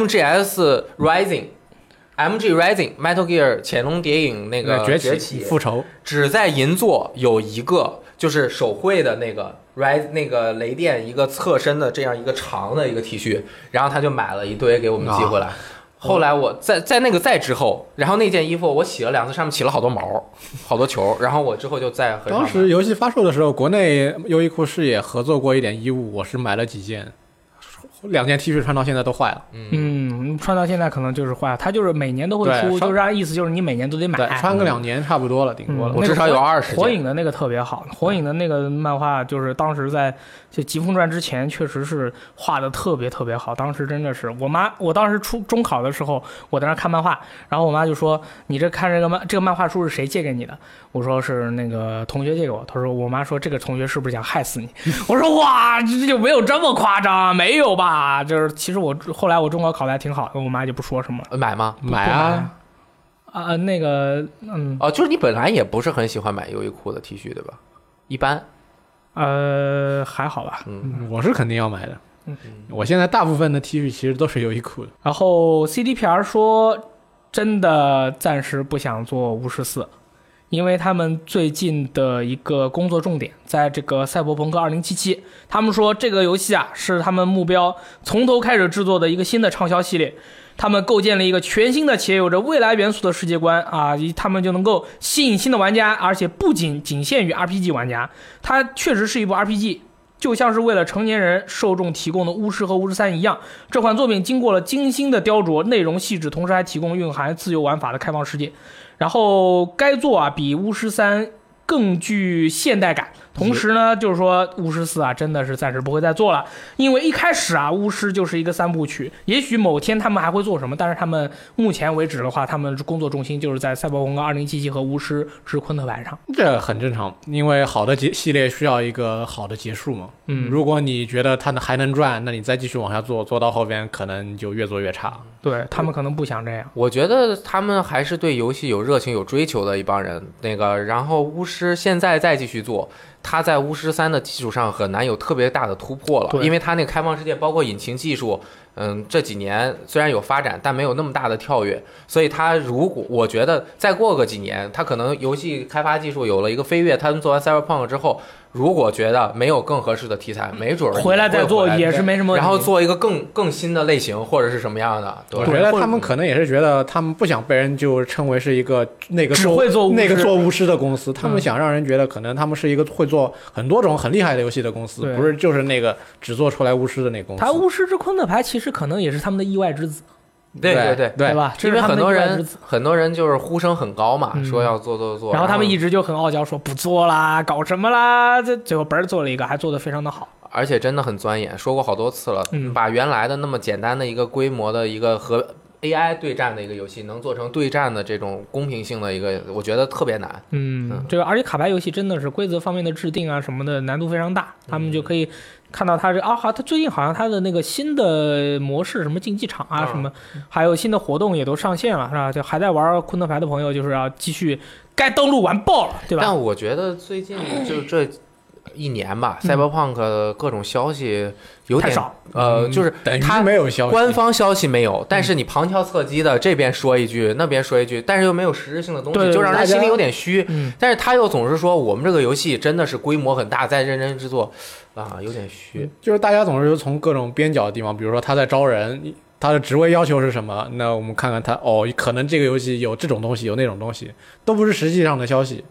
Speaker 3: MGS Rising。M.G. Rising Metal Gear 潜龙谍影那个
Speaker 1: 崛
Speaker 3: 起
Speaker 1: 复仇，
Speaker 3: 只在银座有一个，就是手绘的那个 Rise 那个雷电一个侧身的这样一个长的一个 T 恤，然后他就买了一堆给我们寄回
Speaker 1: 啊
Speaker 3: 来。后来我在在那个再之后，然后那件衣服我洗了两次，上面起了好多毛， 好多球，然后我之后就再很少买
Speaker 1: 当
Speaker 3: 啊
Speaker 1: 时游戏发售的时候，国内优衣库是也合作过一点衣物，我是买了几件，两件 T 恤穿到现在都坏了。
Speaker 2: 嗯，穿到现在可能就是坏了，它就是每年都会
Speaker 1: 对
Speaker 2: 出，
Speaker 1: 穿
Speaker 2: 就是按意思就是你每年都得买。
Speaker 1: 对，穿个两年差不多了，顶多了。
Speaker 2: 嗯
Speaker 3: 我至少有二十
Speaker 2: 火
Speaker 3: 件。
Speaker 2: 影的那个特别好，火影的那个漫画就是当时在就《疾风传》之前，确实是画的特别特别好。当时真的是我妈，我当时初中考的时候，我在那儿看漫画，然后我妈就说：“你这看这个漫这个漫画书是谁借给你的？”我说：“是那个同学借给我。”她说：“我妈说这个同学是不是想害死你？” 我说：“哇，这这就没有这么夸张，啊没有吧？”就是其实我后来我中考考的还挺好的，我妈就不说什么了。
Speaker 3: 买吗？
Speaker 1: 买
Speaker 2: 不买
Speaker 1: 啊，
Speaker 2: 啊、呃那个嗯
Speaker 3: 哦，就是你本来也不是很喜欢买优衣库的 T 恤对吧？一般，
Speaker 2: 呃还好吧。
Speaker 3: 嗯，
Speaker 1: 我是肯定要买的
Speaker 2: 嗯。
Speaker 1: 我现在大部分的 T 恤其实都是优衣库的，
Speaker 2: 然后 CDPR 说，真的暂时不想做巫师四，因为他们最近的一个工作重点在这个《赛博朋克2077》，他们说这个游戏啊是他们目标从头开始制作的一个新的畅销系列。他们构建了一个全新的且有着未来元素的世界观啊，以他们就能够吸引新的玩家，而且不仅仅限于 RPG 玩家，它确实是一部 RPG，就像是为了成年人受众提供的《巫师》和《巫师三》一样。这款作品经过了精心的雕琢，内容细致，同时还提供蕴含自由玩法的开放世界。然后该作啊比《巫师三》更具现代感，同时呢，就是说《巫师四》啊真的是暂时不会再做了，因为一开始啊《巫师》就是一个三部曲，也许某天他们还会做什么，但是他们目前为止的话，他们工作重心就是在《赛博朋克2077》和《巫师之昆特牌》上。
Speaker 1: 这很正常，因为好的结系列需要一个好的结束嘛。
Speaker 2: 嗯
Speaker 1: 如果你觉得它还能赚，那你再继续往下做，做到后边可能就越做越差。
Speaker 2: 对他们可能不想这样。
Speaker 3: 我觉得他们还是对游戏有热情、有追求的一帮人。那个，然后巫师现在再继续做，他在巫师三的基础上很难有特别大的突破了，
Speaker 2: 对
Speaker 3: 因为他那个开放世界，包括引擎技术，嗯，这几年虽然有发展，但没有那么大的跳跃。所以它如果我觉得再过个几年，它可能游戏开发技术有了一个飞跃，他们做完 Cyberpunk 之后，如果觉得没有更合适的题材，没准儿
Speaker 2: 回来再做
Speaker 3: 也会回
Speaker 2: 也
Speaker 3: 来
Speaker 2: 是没什么问题。
Speaker 3: 然后做一个更更新的类型或者是什么样的，对
Speaker 1: 我
Speaker 3: 吧。
Speaker 1: 觉得他们可能也是觉得他们不想被人就称为是一个那个
Speaker 2: 只会做巫师嗯
Speaker 1: 那个做巫师的公司，他们想让人觉得可能他们是一个会做很多种很厉害的游戏的公司
Speaker 2: 对，
Speaker 1: 不是就是那个只做出来巫师的那个公司。
Speaker 2: 他巫师之坤的牌其实可能也是他们的意外之子，
Speaker 3: 对
Speaker 1: 对
Speaker 3: 对，
Speaker 2: 对吧？这
Speaker 3: 因为
Speaker 2: 是他
Speaker 3: 很
Speaker 2: 们的
Speaker 3: 多
Speaker 2: 意外之
Speaker 3: 人
Speaker 2: 子
Speaker 3: 很多人就是呼声很高嘛，
Speaker 2: 嗯
Speaker 3: 说要做做做，
Speaker 2: 然后他们
Speaker 3: 一。
Speaker 2: 一直就很傲娇说不做啦，搞什么啦？这最后嘣儿做了一个，还做得非常的好。
Speaker 3: 而且真的很钻研，说过好多次了，
Speaker 2: 嗯
Speaker 3: 把原来的那么简单的一个规模的一个和 AI 对战的一个游戏，能做成对战的这种公平性的一个，我觉得特别难。
Speaker 2: 嗯
Speaker 3: 嗯，
Speaker 2: 这个而且卡牌游戏真的是规则方面的制定啊什么的难度非常大，他们就可以看到他这啊，好，他最近好像他的那个新的模式，什么竞技场啊
Speaker 3: 嗯
Speaker 2: 什么，还有新的活动也都上线了，是吧？就还在玩昆特牌的朋友，就是要继续该登录完爆了，对吧？
Speaker 3: 但我觉得最近 就这一年吧，赛博朋克各种消息有
Speaker 2: 嗯太
Speaker 3: 点
Speaker 2: 少，嗯
Speaker 3: 呃，就是
Speaker 1: 等于
Speaker 3: 他
Speaker 1: 没有消息，
Speaker 3: 官方消息没有，但是你旁敲侧击的这边说一句，那边说一句，但是又没有实质性的东
Speaker 2: 对
Speaker 3: 西，就让人
Speaker 1: 大家
Speaker 3: 心里有点虚。
Speaker 2: 嗯，
Speaker 3: 但是他又总是说我们这个游戏真的是规模很大，在认真制作，啊，有点
Speaker 2: 嗯
Speaker 3: 虚。
Speaker 1: 就是大家总是从各种边角的地方，比如说他在招人，他的职位要求是什么？那我们看看他哦，可能这个游戏有这种东西，有那种东西，都不是实际上的消息。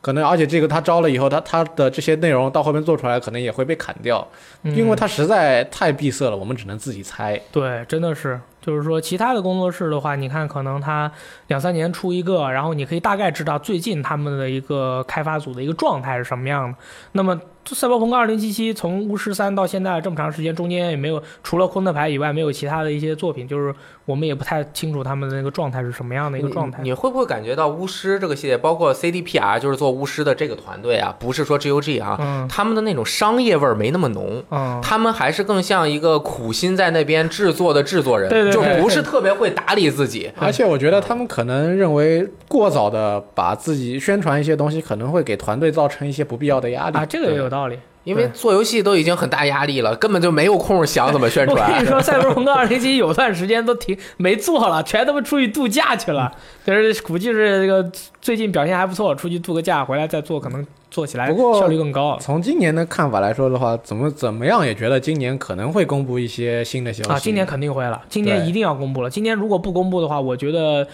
Speaker 1: 可能而且这个他招了以后，他他的这些内容到后面做出来，可能也会被砍掉，因为
Speaker 2: 他
Speaker 1: 他实在太闭塞了，我们只能自己
Speaker 2: 嗯
Speaker 1: 猜。
Speaker 2: 对，真的是，就是说其他的工作室的话，你看可能他两三年出一个，然后你可以大概知道最近他们的一个开发组的一个状态是什么样的。那么这《赛博朋克2077》从《巫师三》到现在这么长时间，中间也没有除了昆特牌以外，没有其他的一些作品，就是我们也不太清楚他们的那个状态是什么样的一个嗯状态
Speaker 3: 嗯你。你会不会感觉到巫师这个系列，包括 CDPR，就是啊做巫师的这个团队啊，不是说 GOG 啊，
Speaker 2: 嗯
Speaker 3: 他们的那种商业味儿没那么浓。
Speaker 2: 嗯，
Speaker 3: 他们还是更像一个苦心在那边制作的制作人，
Speaker 2: 对对对
Speaker 3: 就不是特别会打理自己。
Speaker 1: 而且我觉
Speaker 2: 嗯
Speaker 1: 得他们可能认为过早的把自己宣传一些东西，可能会给团队造成一些不必要的压力
Speaker 2: 啊，这个也有道理。
Speaker 3: 因为做游戏都已经很大压力了，根本就没有空想怎么 宣
Speaker 2: 我跟
Speaker 3: 传
Speaker 2: 你。说，《赛博朋克2077》有段时间都停没做了，全他妈出去度假去了。
Speaker 1: 嗯
Speaker 2: 就是估计是这个最近表现还不错，出去度个假回来再做，可能做起来
Speaker 1: 不过
Speaker 2: 效率更高了
Speaker 1: 从今年的看法来说的话，怎么怎么样也觉得今年可能会公布一些新的消息
Speaker 2: 啊！今年肯定会了，今年
Speaker 1: 对
Speaker 2: 一定要公布了。今年如果不公布的话，我觉得。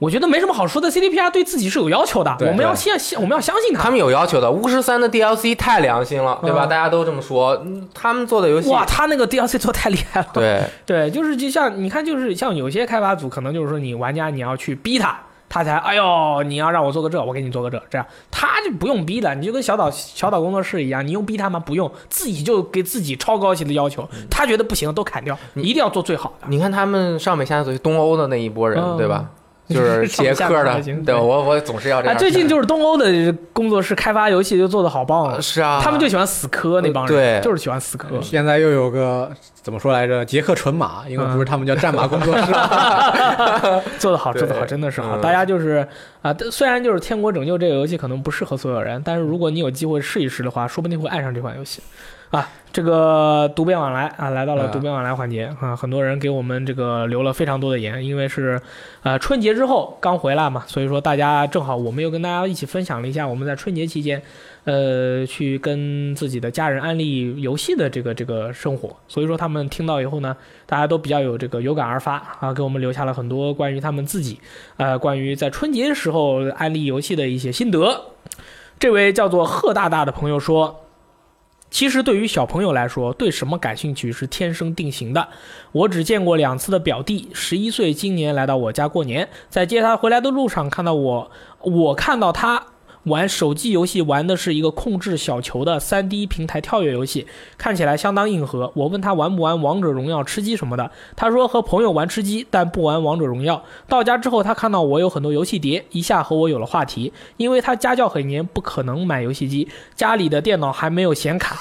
Speaker 2: 我觉得没什么好说的，CDPR 对自己是有要求的，我
Speaker 1: 对
Speaker 2: 们要
Speaker 1: 对
Speaker 2: 相信，我们要相信
Speaker 3: 他
Speaker 2: 他。
Speaker 3: 们有要求的，《巫师三》的 DLC 太良心了，对吧？
Speaker 2: 嗯
Speaker 3: 大家都这么说。嗯他们做的游戏，
Speaker 2: 哇，他那个 DLC 做太厉害了。
Speaker 3: 对，
Speaker 2: 对，就是就像你看，就是像有些开发组，可能就是说你玩家你要去逼他，他才哎呦，你要让我做个这，我给你做个这，这样他就不用逼了，你就跟小岛小岛工作室一样，你用逼他吗？不用，自己就给自己超高级的要求，他觉得不行都砍掉，你一定要做最好的。
Speaker 3: 嗯你看他们上北下左东欧的那一波人，
Speaker 2: 嗯
Speaker 3: 对吧？就是捷克
Speaker 2: 上
Speaker 3: 的
Speaker 2: 北下左，
Speaker 3: 对我我总是要这
Speaker 2: 啊，
Speaker 3: 样看。
Speaker 2: 最近就是东欧的工作室开发游戏就做的好棒
Speaker 3: 呃
Speaker 2: 啊，
Speaker 3: 是啊，
Speaker 2: 他们就喜欢死磕那帮人，
Speaker 3: 对
Speaker 2: 就是喜欢死磕。
Speaker 1: 嗯现在又有个怎么说来着？捷克纯马，因为
Speaker 2: 嗯
Speaker 1: 不是他们叫战马工作室吗，
Speaker 2: 做的好，
Speaker 3: 对
Speaker 2: 做的好，真的是好。
Speaker 3: 嗯
Speaker 2: 大家就是啊、虽然就是《天国拯救》这个游戏可能不适合所有人，但是如果你有机会试一试的话，说不定会爱上这款游戏。啊，这个读编往来啊，来到了
Speaker 1: 嗯
Speaker 2: 读编往来环节啊，很多人给我们这个留了非常多的言，因为是，呃，春节之后刚回来嘛，所以说大家正好我们又跟大家一起分享了一下我们在春节期间，呃，去跟自己的家人安利游戏的这个这个生活，所以说他们听到以后呢，大家都比较有这个有感而发啊，给我们留下了很多关于他们自己，呃，关于在春节时候安利游戏的一些心得。这位叫做贺大大的朋友说。其实对于小朋友来说，对什么感兴趣是天生定型的。我只见过两次的表弟，十一岁，今年来到我家过年，在接他回来的路上看到我，我看到他玩手机游戏，玩的是一个控制小球的 3D 平台跳跃游戏，看起来相当硬核。我问他玩不玩王者荣耀、吃鸡什么的，他说和朋友玩吃鸡，但不玩王者荣耀。到家之后，他看到我有很多游戏碟，一下和我有了话题。因为他家教很严，不可能买游戏机，家里的电脑还没有显卡，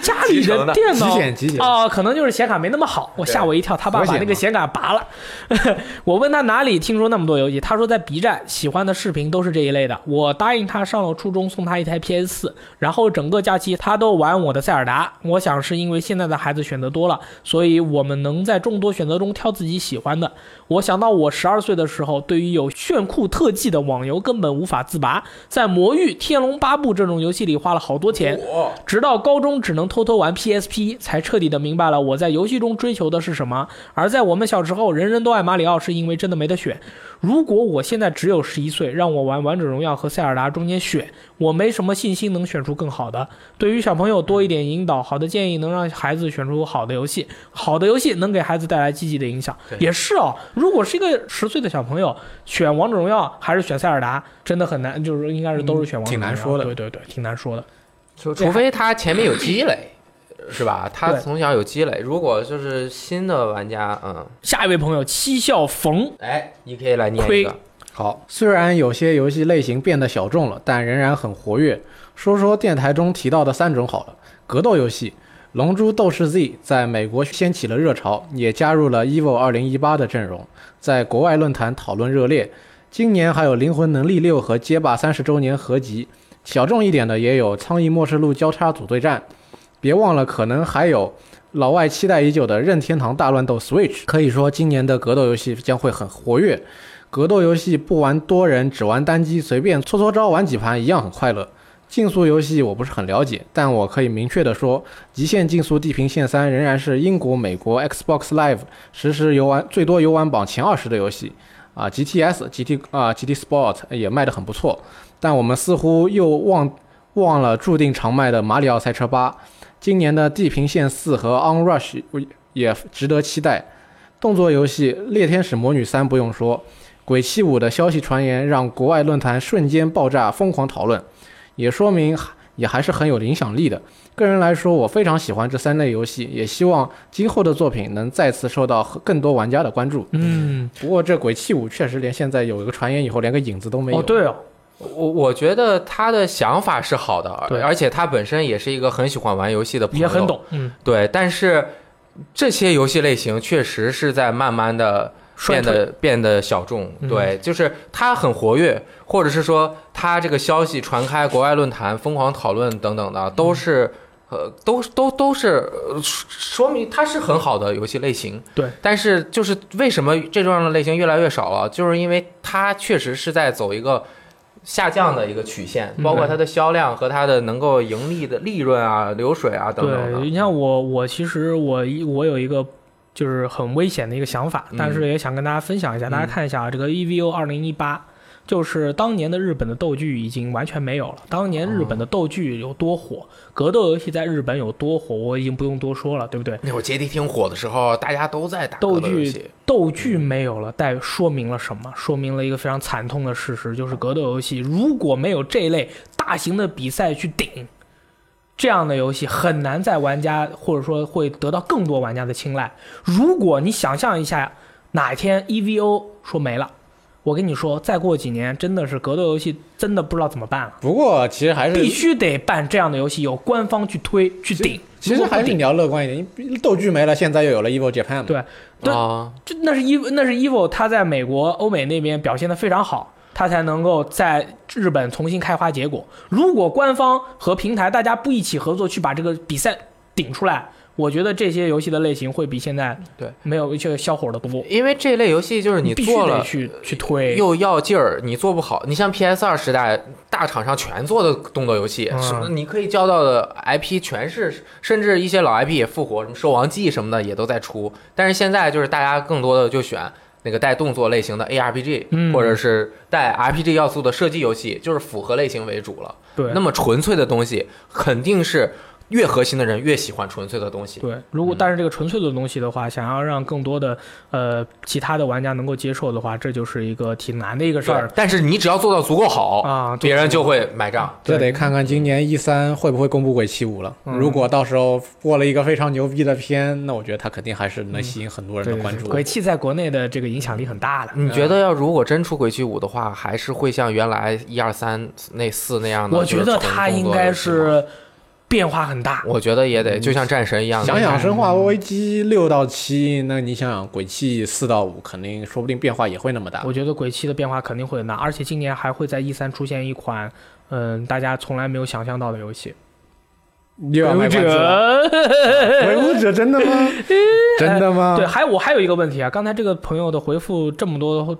Speaker 2: 家里
Speaker 3: 集成
Speaker 2: 的
Speaker 3: 的
Speaker 2: 电
Speaker 1: 极
Speaker 2: 脑
Speaker 1: 简极简。
Speaker 2: 哦，可能就是显卡没那么好，我吓我一跳，他爸
Speaker 1: 和
Speaker 2: 把
Speaker 1: 谐
Speaker 2: 那个
Speaker 1: 嘛
Speaker 2: 显卡拔了。 我问他哪里听说那么多游戏，他说在 B 站喜欢的视频都是这一类的。我我答应他上了初中送他一台 PS 四，然后整个假期他都玩我的塞尔达。我想是因为现在的孩子选择多了，所以我们能在众多选择中挑自己喜欢的。我想到我十二岁的时候，对于有炫酷特技的网游根本无法自拔，在《魔域》《天龙八部》这种游戏里花了好多钱，
Speaker 3: 我
Speaker 2: 直到高中只能偷偷玩 PSP，才彻底的明白了我在游戏中追求的是什么。而在我们小时候，人人都爱马里奥，是因为真的没得选。如果我现在只有十一岁，让我玩王者荣耀和塞尔达中间选，我没什么信心能选出更好的。对于小朋友多一点引导，好的建议能让孩子选出好的游戏，好的游戏能给孩子带来积极的影响。
Speaker 3: 对
Speaker 2: 也是哦，如果是一个十岁的小朋友选王者荣耀还是选塞尔达，真的很难，就是应该是都是选王者
Speaker 1: 挺
Speaker 2: 荣耀，
Speaker 1: 难说的
Speaker 2: 对对对，挺难说的。
Speaker 3: 就除非他前面有积累，是吧？他
Speaker 2: 对
Speaker 3: 从小有积累，如果就是新的玩家，嗯，
Speaker 2: 下一位朋友七笑冯，
Speaker 3: 哎，你可以来念一个
Speaker 2: 亏，
Speaker 1: 好，虽然有些游戏类型变得小众了，但仍然很活跃。说说电台中提到的三种好了，格斗游戏《龙珠斗士 Z》在美国掀起了热潮，也加入了 EVO 2018的阵容，在国外论坛讨论热烈。今年还有《灵魂能力六》和《街霸三十周年合集》，小众一点的也有《苍蝇末世录》交叉组对战。别忘了，可能还有老外期待已久的《任天堂大乱斗 Switch》。可以说，今年的格斗游戏将会很活跃。格斗游戏不玩多人，只玩单机，随便搓搓招玩几盘一样很快乐。竞速游戏我不是很了解，但我可以明确的说，《极限竞速：地平线三》仍然是英国、美国 Xbox Live 实时游玩最多游玩榜前二十的游戏。啊，GTS、GT 啊、GT Sport 也卖得很不错，但我们似乎又忘忘了注定常卖的《马里奥赛车八》。今年的《地平线四》和《On Rush》也值得期待。动作游戏《猎天使魔女三》不用说，《鬼泣五》的消息传言让国外论坛瞬间爆炸，疯狂讨论，也说明也还是很有影响力的。个人来说，我非常喜欢这三类游戏，也希望今后的作品能再次受到更多玩家的关注。
Speaker 2: 嗯，
Speaker 1: 不过这《鬼泣五》确实连现在有一个传言以后连个影子都没有。
Speaker 2: 哦对哦，
Speaker 3: 我我觉得他的想法是好的，
Speaker 2: 对
Speaker 3: 而且他本身也是一个很喜欢玩游戏的朋友，
Speaker 2: 也很，懂，嗯，
Speaker 3: 对，但是这些游戏类型确实是在慢慢的
Speaker 2: 衰
Speaker 3: 变
Speaker 2: 退
Speaker 3: 得变得小众，
Speaker 2: 嗯
Speaker 3: 对，就是它很活跃，或者是说它这个消息传开，国外论坛疯狂讨论等等的，
Speaker 2: 嗯
Speaker 3: 都是。呃，都都都是呃说说明它是很好的游戏类型，
Speaker 2: 对。
Speaker 3: 但是就是为什么这种样的类型越来越少了，就是因为它确实是在走一个下降的一个曲线，
Speaker 2: 嗯
Speaker 3: 包括它的销量和它的能够盈利的利润啊、流水啊等等的。
Speaker 2: 对，你像我，我其实我一我有一个就是很危险的一个想法
Speaker 3: 嗯，
Speaker 2: 但是也想跟大家分享一下，大家看一下啊，这个 EVO 二零一八。就是当年的日本的斗剧已经完全没有了。当年日
Speaker 3: 哦
Speaker 2: 本的斗剧有多火，格斗游戏在日本有多火，我已经不用多说了，对不对？
Speaker 3: 那会儿 JD 挺火的时候，大家都在打
Speaker 2: 斗
Speaker 3: 格斗游
Speaker 2: 剧
Speaker 3: 戏，
Speaker 2: 斗剧没有了，代说明了什么？说明了一个非常惨痛的事实，就是格斗游戏如果没有这类大型的比赛去顶，这样的游戏很难在玩家或者说会得到更多玩家的青睐。如果你想象一下，哪天 EVO 说没了，我跟你说，再过几年真的是格斗游戏真的不知道怎么办了，
Speaker 1: 不过其实还是
Speaker 2: 必须得办这样的游戏，有官方去推去顶。
Speaker 1: 其实还是你要乐观一点，你斗剧没了，现在又有了 Evil Japan 嘛。
Speaker 2: 对对
Speaker 3: 啊，
Speaker 2: 这那是 EVO，那是 EVO，它在美国、欧美那边表现的非常好，它才能够在日本重新开花结果。如果官方和平台大家不一起合作去把这个比赛顶出来，我觉得这些游戏的类型会比现在
Speaker 3: 对
Speaker 2: 没有这个小火的多。
Speaker 3: 因为这类游戏就是你
Speaker 2: 必须
Speaker 3: 做
Speaker 2: 得
Speaker 3: 了
Speaker 2: 去去推，
Speaker 3: 又要劲儿，你做不好。你像 PS 二时代，大厂商全做的动作游戏，
Speaker 2: 嗯
Speaker 3: 什么你可以交到的 IP 全是，甚至一些老 IP 也复活，什么《兽王记》什么的也都在出。但是现在就是大家更多的就选那个带动作类型的 ARPG，、
Speaker 2: 嗯
Speaker 3: 或者是带 RPG 要素的射击游戏，就是复合类型为主了。
Speaker 2: 对
Speaker 3: 那么纯粹的东西肯定是越核心的人越喜欢纯粹的东西。
Speaker 2: 对，如果
Speaker 3: 嗯
Speaker 2: 但是这个纯粹的东西的话，想要让更多的呃其他的玩家能够接受的话，这就是一个挺难的一个事
Speaker 3: 对
Speaker 2: 儿，
Speaker 3: 但是你只要做到足够好，
Speaker 2: 啊。对
Speaker 3: 别人就会买账。
Speaker 1: 这
Speaker 2: 对
Speaker 1: 得看看今年 E 三会不会公布鬼泣五了。
Speaker 2: 嗯
Speaker 1: 如果到时候过了一个非常牛逼的片，那我觉得它肯定还是能吸引很多人
Speaker 2: 对
Speaker 1: 的
Speaker 2: 对
Speaker 1: 关
Speaker 2: 对
Speaker 1: 注。
Speaker 2: 鬼泣在国内的这个影响力很大的。
Speaker 3: 你
Speaker 1: 嗯
Speaker 3: 觉得要如果真出鬼泣五的话，还是会像原来一二三那四那样的？
Speaker 2: 我觉得
Speaker 3: 就是
Speaker 2: 他
Speaker 3: 纯动
Speaker 2: 应
Speaker 3: 作
Speaker 2: 该
Speaker 3: 游戏吗
Speaker 2: 是变化很大。
Speaker 3: 我觉得也得就像战神一样，
Speaker 1: 嗯想想《生化危机》六到七，那你想想《鬼泣》四到五，肯定说不定变化也会那么大。
Speaker 2: 我觉得鬼泣的变化肯定会很大，而且今年还会在 E 三出现一款，嗯，大家从来没有想象到的游戏
Speaker 1: 又
Speaker 2: 《
Speaker 1: 要卖
Speaker 2: 鬼
Speaker 1: 关
Speaker 2: 武
Speaker 1: 子了，
Speaker 2: 者》。
Speaker 1: 维吾者真的 吗？真的吗？
Speaker 2: 对，还有我还有一个问题啊，刚才这个朋友的回复这么多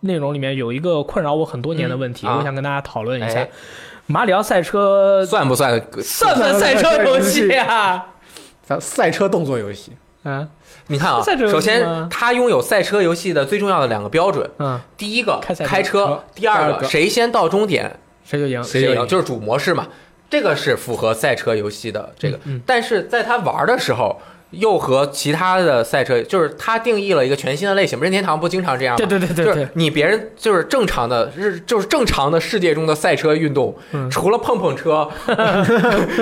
Speaker 2: 内容里面有一个困扰我很多年的问题，
Speaker 3: 嗯啊
Speaker 2: 我想跟大家讨论一下，
Speaker 3: 哎
Speaker 2: 马里奥赛车
Speaker 3: 算不算
Speaker 2: 算不算赛车游戏啊？
Speaker 1: 咱赛车动作游戏，
Speaker 2: 嗯
Speaker 3: 你看啊，
Speaker 2: 赛车游戏
Speaker 3: 首
Speaker 2: 吗
Speaker 3: 先它拥有赛车游戏的最重要的两个标准，
Speaker 2: 嗯，
Speaker 3: 第一个
Speaker 2: 开赛车
Speaker 3: 开车，第二
Speaker 1: 第二
Speaker 3: 个
Speaker 1: 个
Speaker 3: 谁先到终点
Speaker 2: 谁就赢？
Speaker 1: 谁就赢
Speaker 3: 赢，就是主模式嘛。这个是符合赛车游戏的这个
Speaker 2: 嗯嗯，
Speaker 3: 但是在他玩的时候。又和其他的赛车，就是他定义了一个全新的类型。任天堂不经常这样吗？
Speaker 2: 对对对对
Speaker 3: 就
Speaker 2: 对
Speaker 3: 是你别人就是正常的日，就是正常的世界中的赛车运动，
Speaker 2: 嗯
Speaker 3: 除了碰碰车，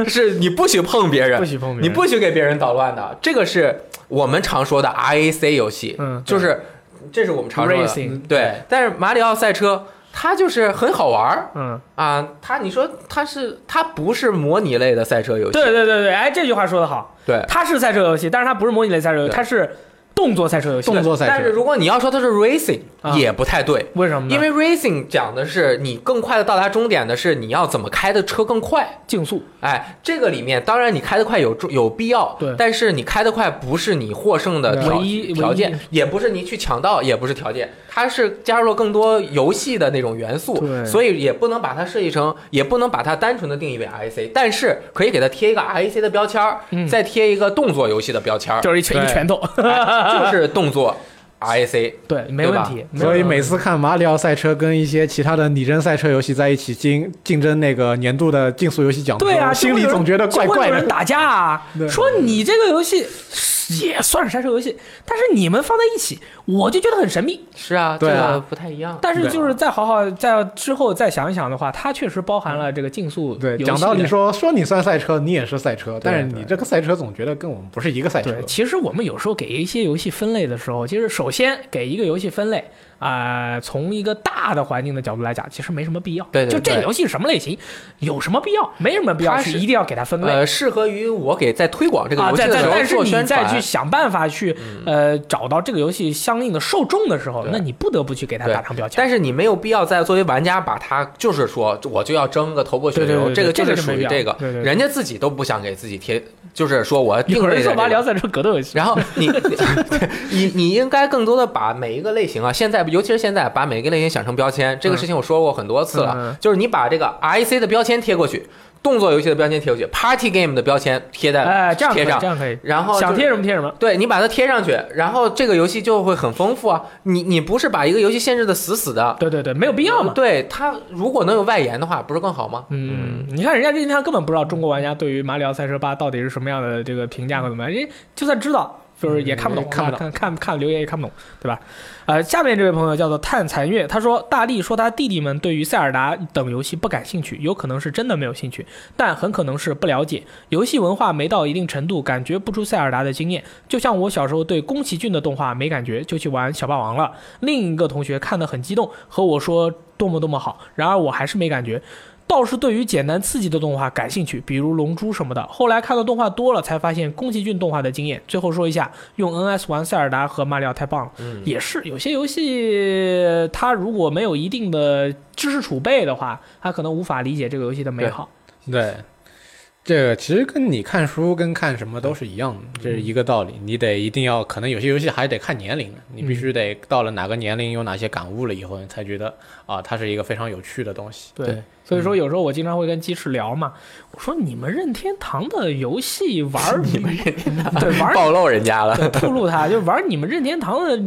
Speaker 3: 是你不许碰别人，
Speaker 2: 不许碰别人
Speaker 3: 你不许给别人捣乱的。这个是我们常说的 RAC 游戏，
Speaker 2: 嗯
Speaker 3: 就是这是我们常说的
Speaker 2: Racing
Speaker 3: 对。但是马里奥赛车它就是很好玩儿
Speaker 2: 嗯，
Speaker 3: 啊，它你说它是它不是模拟类的赛车游戏，
Speaker 2: 对对对对，哎，这句话说得好，
Speaker 3: 对
Speaker 2: 它是赛车游戏，但是它不是模拟类赛车游戏，
Speaker 3: 对
Speaker 2: 它是动作赛车游戏。
Speaker 1: 动作赛
Speaker 3: 但是
Speaker 1: 车，
Speaker 3: 如果你要说它是 racing，、
Speaker 2: 啊
Speaker 3: 也不太对。
Speaker 2: 为什么呢？
Speaker 3: 因为 racing 讲的是你更快的到达终点的是你要怎么开的车更快，
Speaker 2: 竞速，
Speaker 3: 哎，这个里面当然你开得快有重有必要，
Speaker 2: 对
Speaker 3: 但是你开得快不是你获胜的
Speaker 2: 对
Speaker 3: 条
Speaker 2: 唯一
Speaker 3: 条
Speaker 2: 唯一
Speaker 3: 件，也不是你去抢道，也不是条件，它是加入了更多游戏的那种元素
Speaker 2: 对，
Speaker 3: 所以也不能把它设计成，也不能把它单纯的定义为 IAC，但是可以给它贴一个 IAC 的标签儿，
Speaker 2: 嗯
Speaker 3: 再贴一个动作游戏的标签儿，
Speaker 2: 就是一拳一
Speaker 1: 啊对
Speaker 2: 个拳头，
Speaker 3: 哎就是动作 IAC。
Speaker 2: 对，没问题。没有
Speaker 1: 所以
Speaker 2: 问
Speaker 1: 每
Speaker 2: 题
Speaker 1: 次看马里奥赛车跟一些其他的拟真赛车游戏在一起竞竞争那个年度的竞速游戏奖的时候，
Speaker 2: 对啊，
Speaker 1: 心里
Speaker 2: 就会有人
Speaker 1: 总觉得怪
Speaker 2: 就会
Speaker 1: 怪
Speaker 2: 有人
Speaker 1: 的。
Speaker 2: 打架啊，
Speaker 1: 对
Speaker 2: 说你这个游戏也算是赛车游戏，但是你们放在一起，我就觉得很神秘。
Speaker 3: 是啊，
Speaker 1: 对啊
Speaker 3: 这个不太一样。
Speaker 2: 但是就是再好好在之后再想一想的话，它确实包含了这个竞速
Speaker 1: 对，
Speaker 2: 游戏
Speaker 1: 讲道理
Speaker 2: 的。
Speaker 1: 说说你算赛车，你也是赛车，但是
Speaker 2: 对
Speaker 1: 你这个赛车总觉得跟我们不是一个赛车
Speaker 2: 对，。其实我们有时候给一些游戏分类的时候，其实首先给一个游戏分类啊、从一个大的环境的角度来讲，其实没什么必要。
Speaker 3: 对对
Speaker 2: 就这个
Speaker 3: 对
Speaker 2: 游戏是什么类型，有什么必要？没什么必要
Speaker 3: 它
Speaker 2: 去
Speaker 3: 是
Speaker 2: 一定要给它分类。
Speaker 3: 呃，适合于我给在推广这个
Speaker 2: 啊，
Speaker 3: 游戏
Speaker 2: 在
Speaker 3: 的
Speaker 2: 在，
Speaker 3: 时候
Speaker 2: 但是
Speaker 3: 做
Speaker 2: 你
Speaker 3: 宣传。
Speaker 2: 再去想办法去呃找到这个游戏相应的受众的时候，
Speaker 3: 对
Speaker 2: 那你不得不去给它
Speaker 3: 对
Speaker 2: 打上标签。
Speaker 3: 但是你没有必要再作为玩家把它，就是说我就要争个头破血流，
Speaker 2: 对对对对
Speaker 3: 这个
Speaker 2: 这
Speaker 3: 就
Speaker 2: 个
Speaker 3: 是
Speaker 2: 就
Speaker 3: 属
Speaker 2: 没必
Speaker 3: 于
Speaker 2: 要
Speaker 3: 这个，
Speaker 2: 对对对
Speaker 3: 人家自己都不想给自己贴，就是说我定
Speaker 2: 有
Speaker 3: 位
Speaker 2: 人
Speaker 3: 在、这
Speaker 2: 说
Speaker 3: 个
Speaker 2: 马里奥赛车格斗游戏，
Speaker 3: 然后 你你你应该更多的把每一个类型啊，现在尤其是现在把每一个类型想成标签，这个事情我说过很多次了，
Speaker 2: 嗯嗯嗯
Speaker 3: 就是你把这个 I C 的标签贴过去，动作游戏的标签贴过去，Party Game 的标签贴在、
Speaker 2: 哎，这样可以，
Speaker 3: 贴上
Speaker 2: 这，样可以，
Speaker 3: 然后
Speaker 2: 想
Speaker 3: 就是
Speaker 2: 贴什么贴什么。
Speaker 3: 对你把它贴上去，然后这个游戏就会很丰富啊。你你不是把一个游戏限制的死死的，
Speaker 2: 对对对，没有必要嘛。
Speaker 3: 对它如果能有外延的话，不是更好吗？
Speaker 2: 嗯，你看人家任天堂根本不知道中国玩家对于《马里奥赛车八》到底是什么样的这个评价和怎么样，人家就算知道，就是也看不懂，啊
Speaker 1: 嗯看不懂
Speaker 2: 看看看留言也看不懂，对吧？呃，下面这位朋友叫做探残月，他说大力说他弟弟们对于塞尔达等游戏不感兴趣，有可能是真的没有兴趣，但很可能是不了解游戏文化没到一定程度，感觉不出塞尔达的经验。就像我小时候对宫崎骏的动画没感觉，就去玩小霸王了。另一个同学看得很激动，和我说多么多么好，然而我还是没感觉。倒是对于简单刺激的动画感兴趣，比如《龙珠》什么的。后来看的动画多了，才发现宫崎骏动画的经验。最后说一下，用 NS 玩塞尔达和马里奥太棒了，
Speaker 3: 嗯
Speaker 2: 也是有些游戏它如果没有一定的知识储备的话，它可能无法理解这个游戏的美好。
Speaker 1: 对，这个其实跟你看书跟看什么都是一样的，这是一个道理。你得一定要，可能有些游戏还得看年龄的，你必须得到了哪个年龄有哪些感悟了以后，你才觉得啊，它是一个非常有趣的东西。
Speaker 2: 对，所以说有时候我经常会跟鸡翅聊嘛，我说你们任天堂的游戏玩儿 你们任天堂对玩儿
Speaker 3: 暴露人家了，
Speaker 2: 对，透露他， 就玩你们任天堂的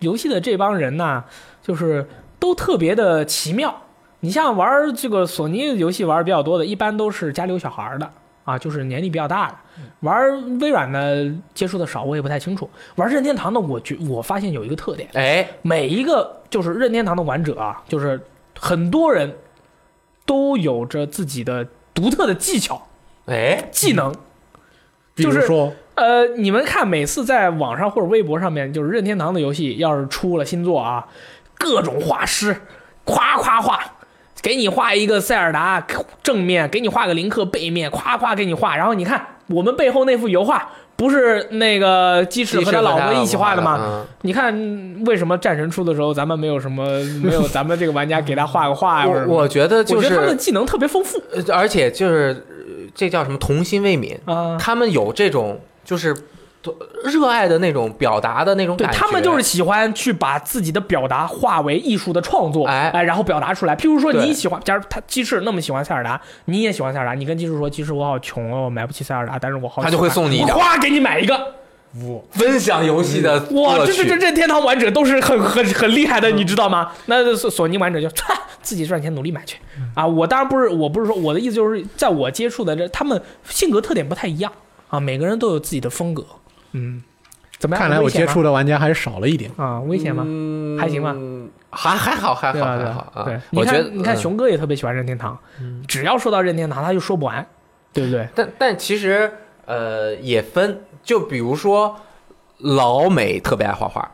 Speaker 2: 游戏的这帮人呐、就是都特别的奇妙。你像玩这个索尼游戏玩比较多的，一般都是家里有小孩儿的啊，就是年龄比较大的。玩微软的接触的少，我也不太清楚。玩任天堂的，我觉我发现有一个特点，
Speaker 3: 哎，
Speaker 2: 每一个就是任天堂的玩者啊，就是很多人都有着自己的独特的技巧、
Speaker 3: 哎，
Speaker 2: 技能。
Speaker 1: 比如
Speaker 2: 就是
Speaker 1: 说，
Speaker 2: 呃，你们看，每次在网上或者微博上面，就是任天堂的游戏要是出了新作啊，各种画师夸夸画，给你画一个塞尔达正面，给你画个林克背面，夸夸给你画。然后你看我们背后那幅油画，不是那个鸡翅和他老婆一起画的吗？
Speaker 3: 嗯
Speaker 2: 你看为什么战神出的时候，咱们没有什么没有咱们这个玩家给他画个画呀？或者什
Speaker 3: 我
Speaker 2: 么
Speaker 3: 我觉得就
Speaker 2: 我觉得他们的
Speaker 3: 是，
Speaker 2: 技能特别丰富
Speaker 3: 呃而且就是呃这叫什么童心未泯，
Speaker 2: 啊。
Speaker 3: 他们有这种就是热爱的那种表达的那种
Speaker 2: 对
Speaker 3: 感觉，
Speaker 2: 他们就是喜欢去把自己的表达化为艺术的创作，
Speaker 3: 哎
Speaker 2: 然后表达出来。譬如说
Speaker 3: 对
Speaker 2: 你喜欢，假如他鸡翅那么喜欢塞尔达，你也喜欢塞尔达，你跟鸡翅说，鸡翅我好穷哦，我买不起塞尔达，但是我好喜欢，
Speaker 3: 他就会送你一张
Speaker 2: 我哗给你买一个。
Speaker 1: 五
Speaker 3: 分享游戏的
Speaker 2: 嗯哇，
Speaker 3: 乐
Speaker 2: 这这
Speaker 3: 趣
Speaker 2: 这这天堂玩者都是很很很厉害的，
Speaker 3: 嗯
Speaker 2: 你知道吗？那索索尼玩者就自己赚钱努力买去啊！我当然不是，我不是说我的意思就是，在我接触的这他们性格特点不太一样啊，每个人都有自己的风格。嗯，怎么样？
Speaker 1: 看来
Speaker 2: 危
Speaker 1: 我
Speaker 2: 险
Speaker 1: 接
Speaker 2: 吗
Speaker 1: 触的玩家还是少了一点。
Speaker 2: 啊，危险吗？
Speaker 3: 嗯
Speaker 2: 还行吧？
Speaker 3: 还还好，还
Speaker 2: 对
Speaker 3: 好，
Speaker 2: 吧？
Speaker 3: 还
Speaker 2: 对
Speaker 3: 好
Speaker 2: 吧
Speaker 3: 啊。
Speaker 2: 对，你
Speaker 3: 我觉得
Speaker 2: 看，你看，
Speaker 3: 嗯
Speaker 2: 熊哥也特别喜欢任天堂，只要说到任天堂，他就说不完，对不对？
Speaker 3: 但但其实呃也分，就比如说老美特别爱画画，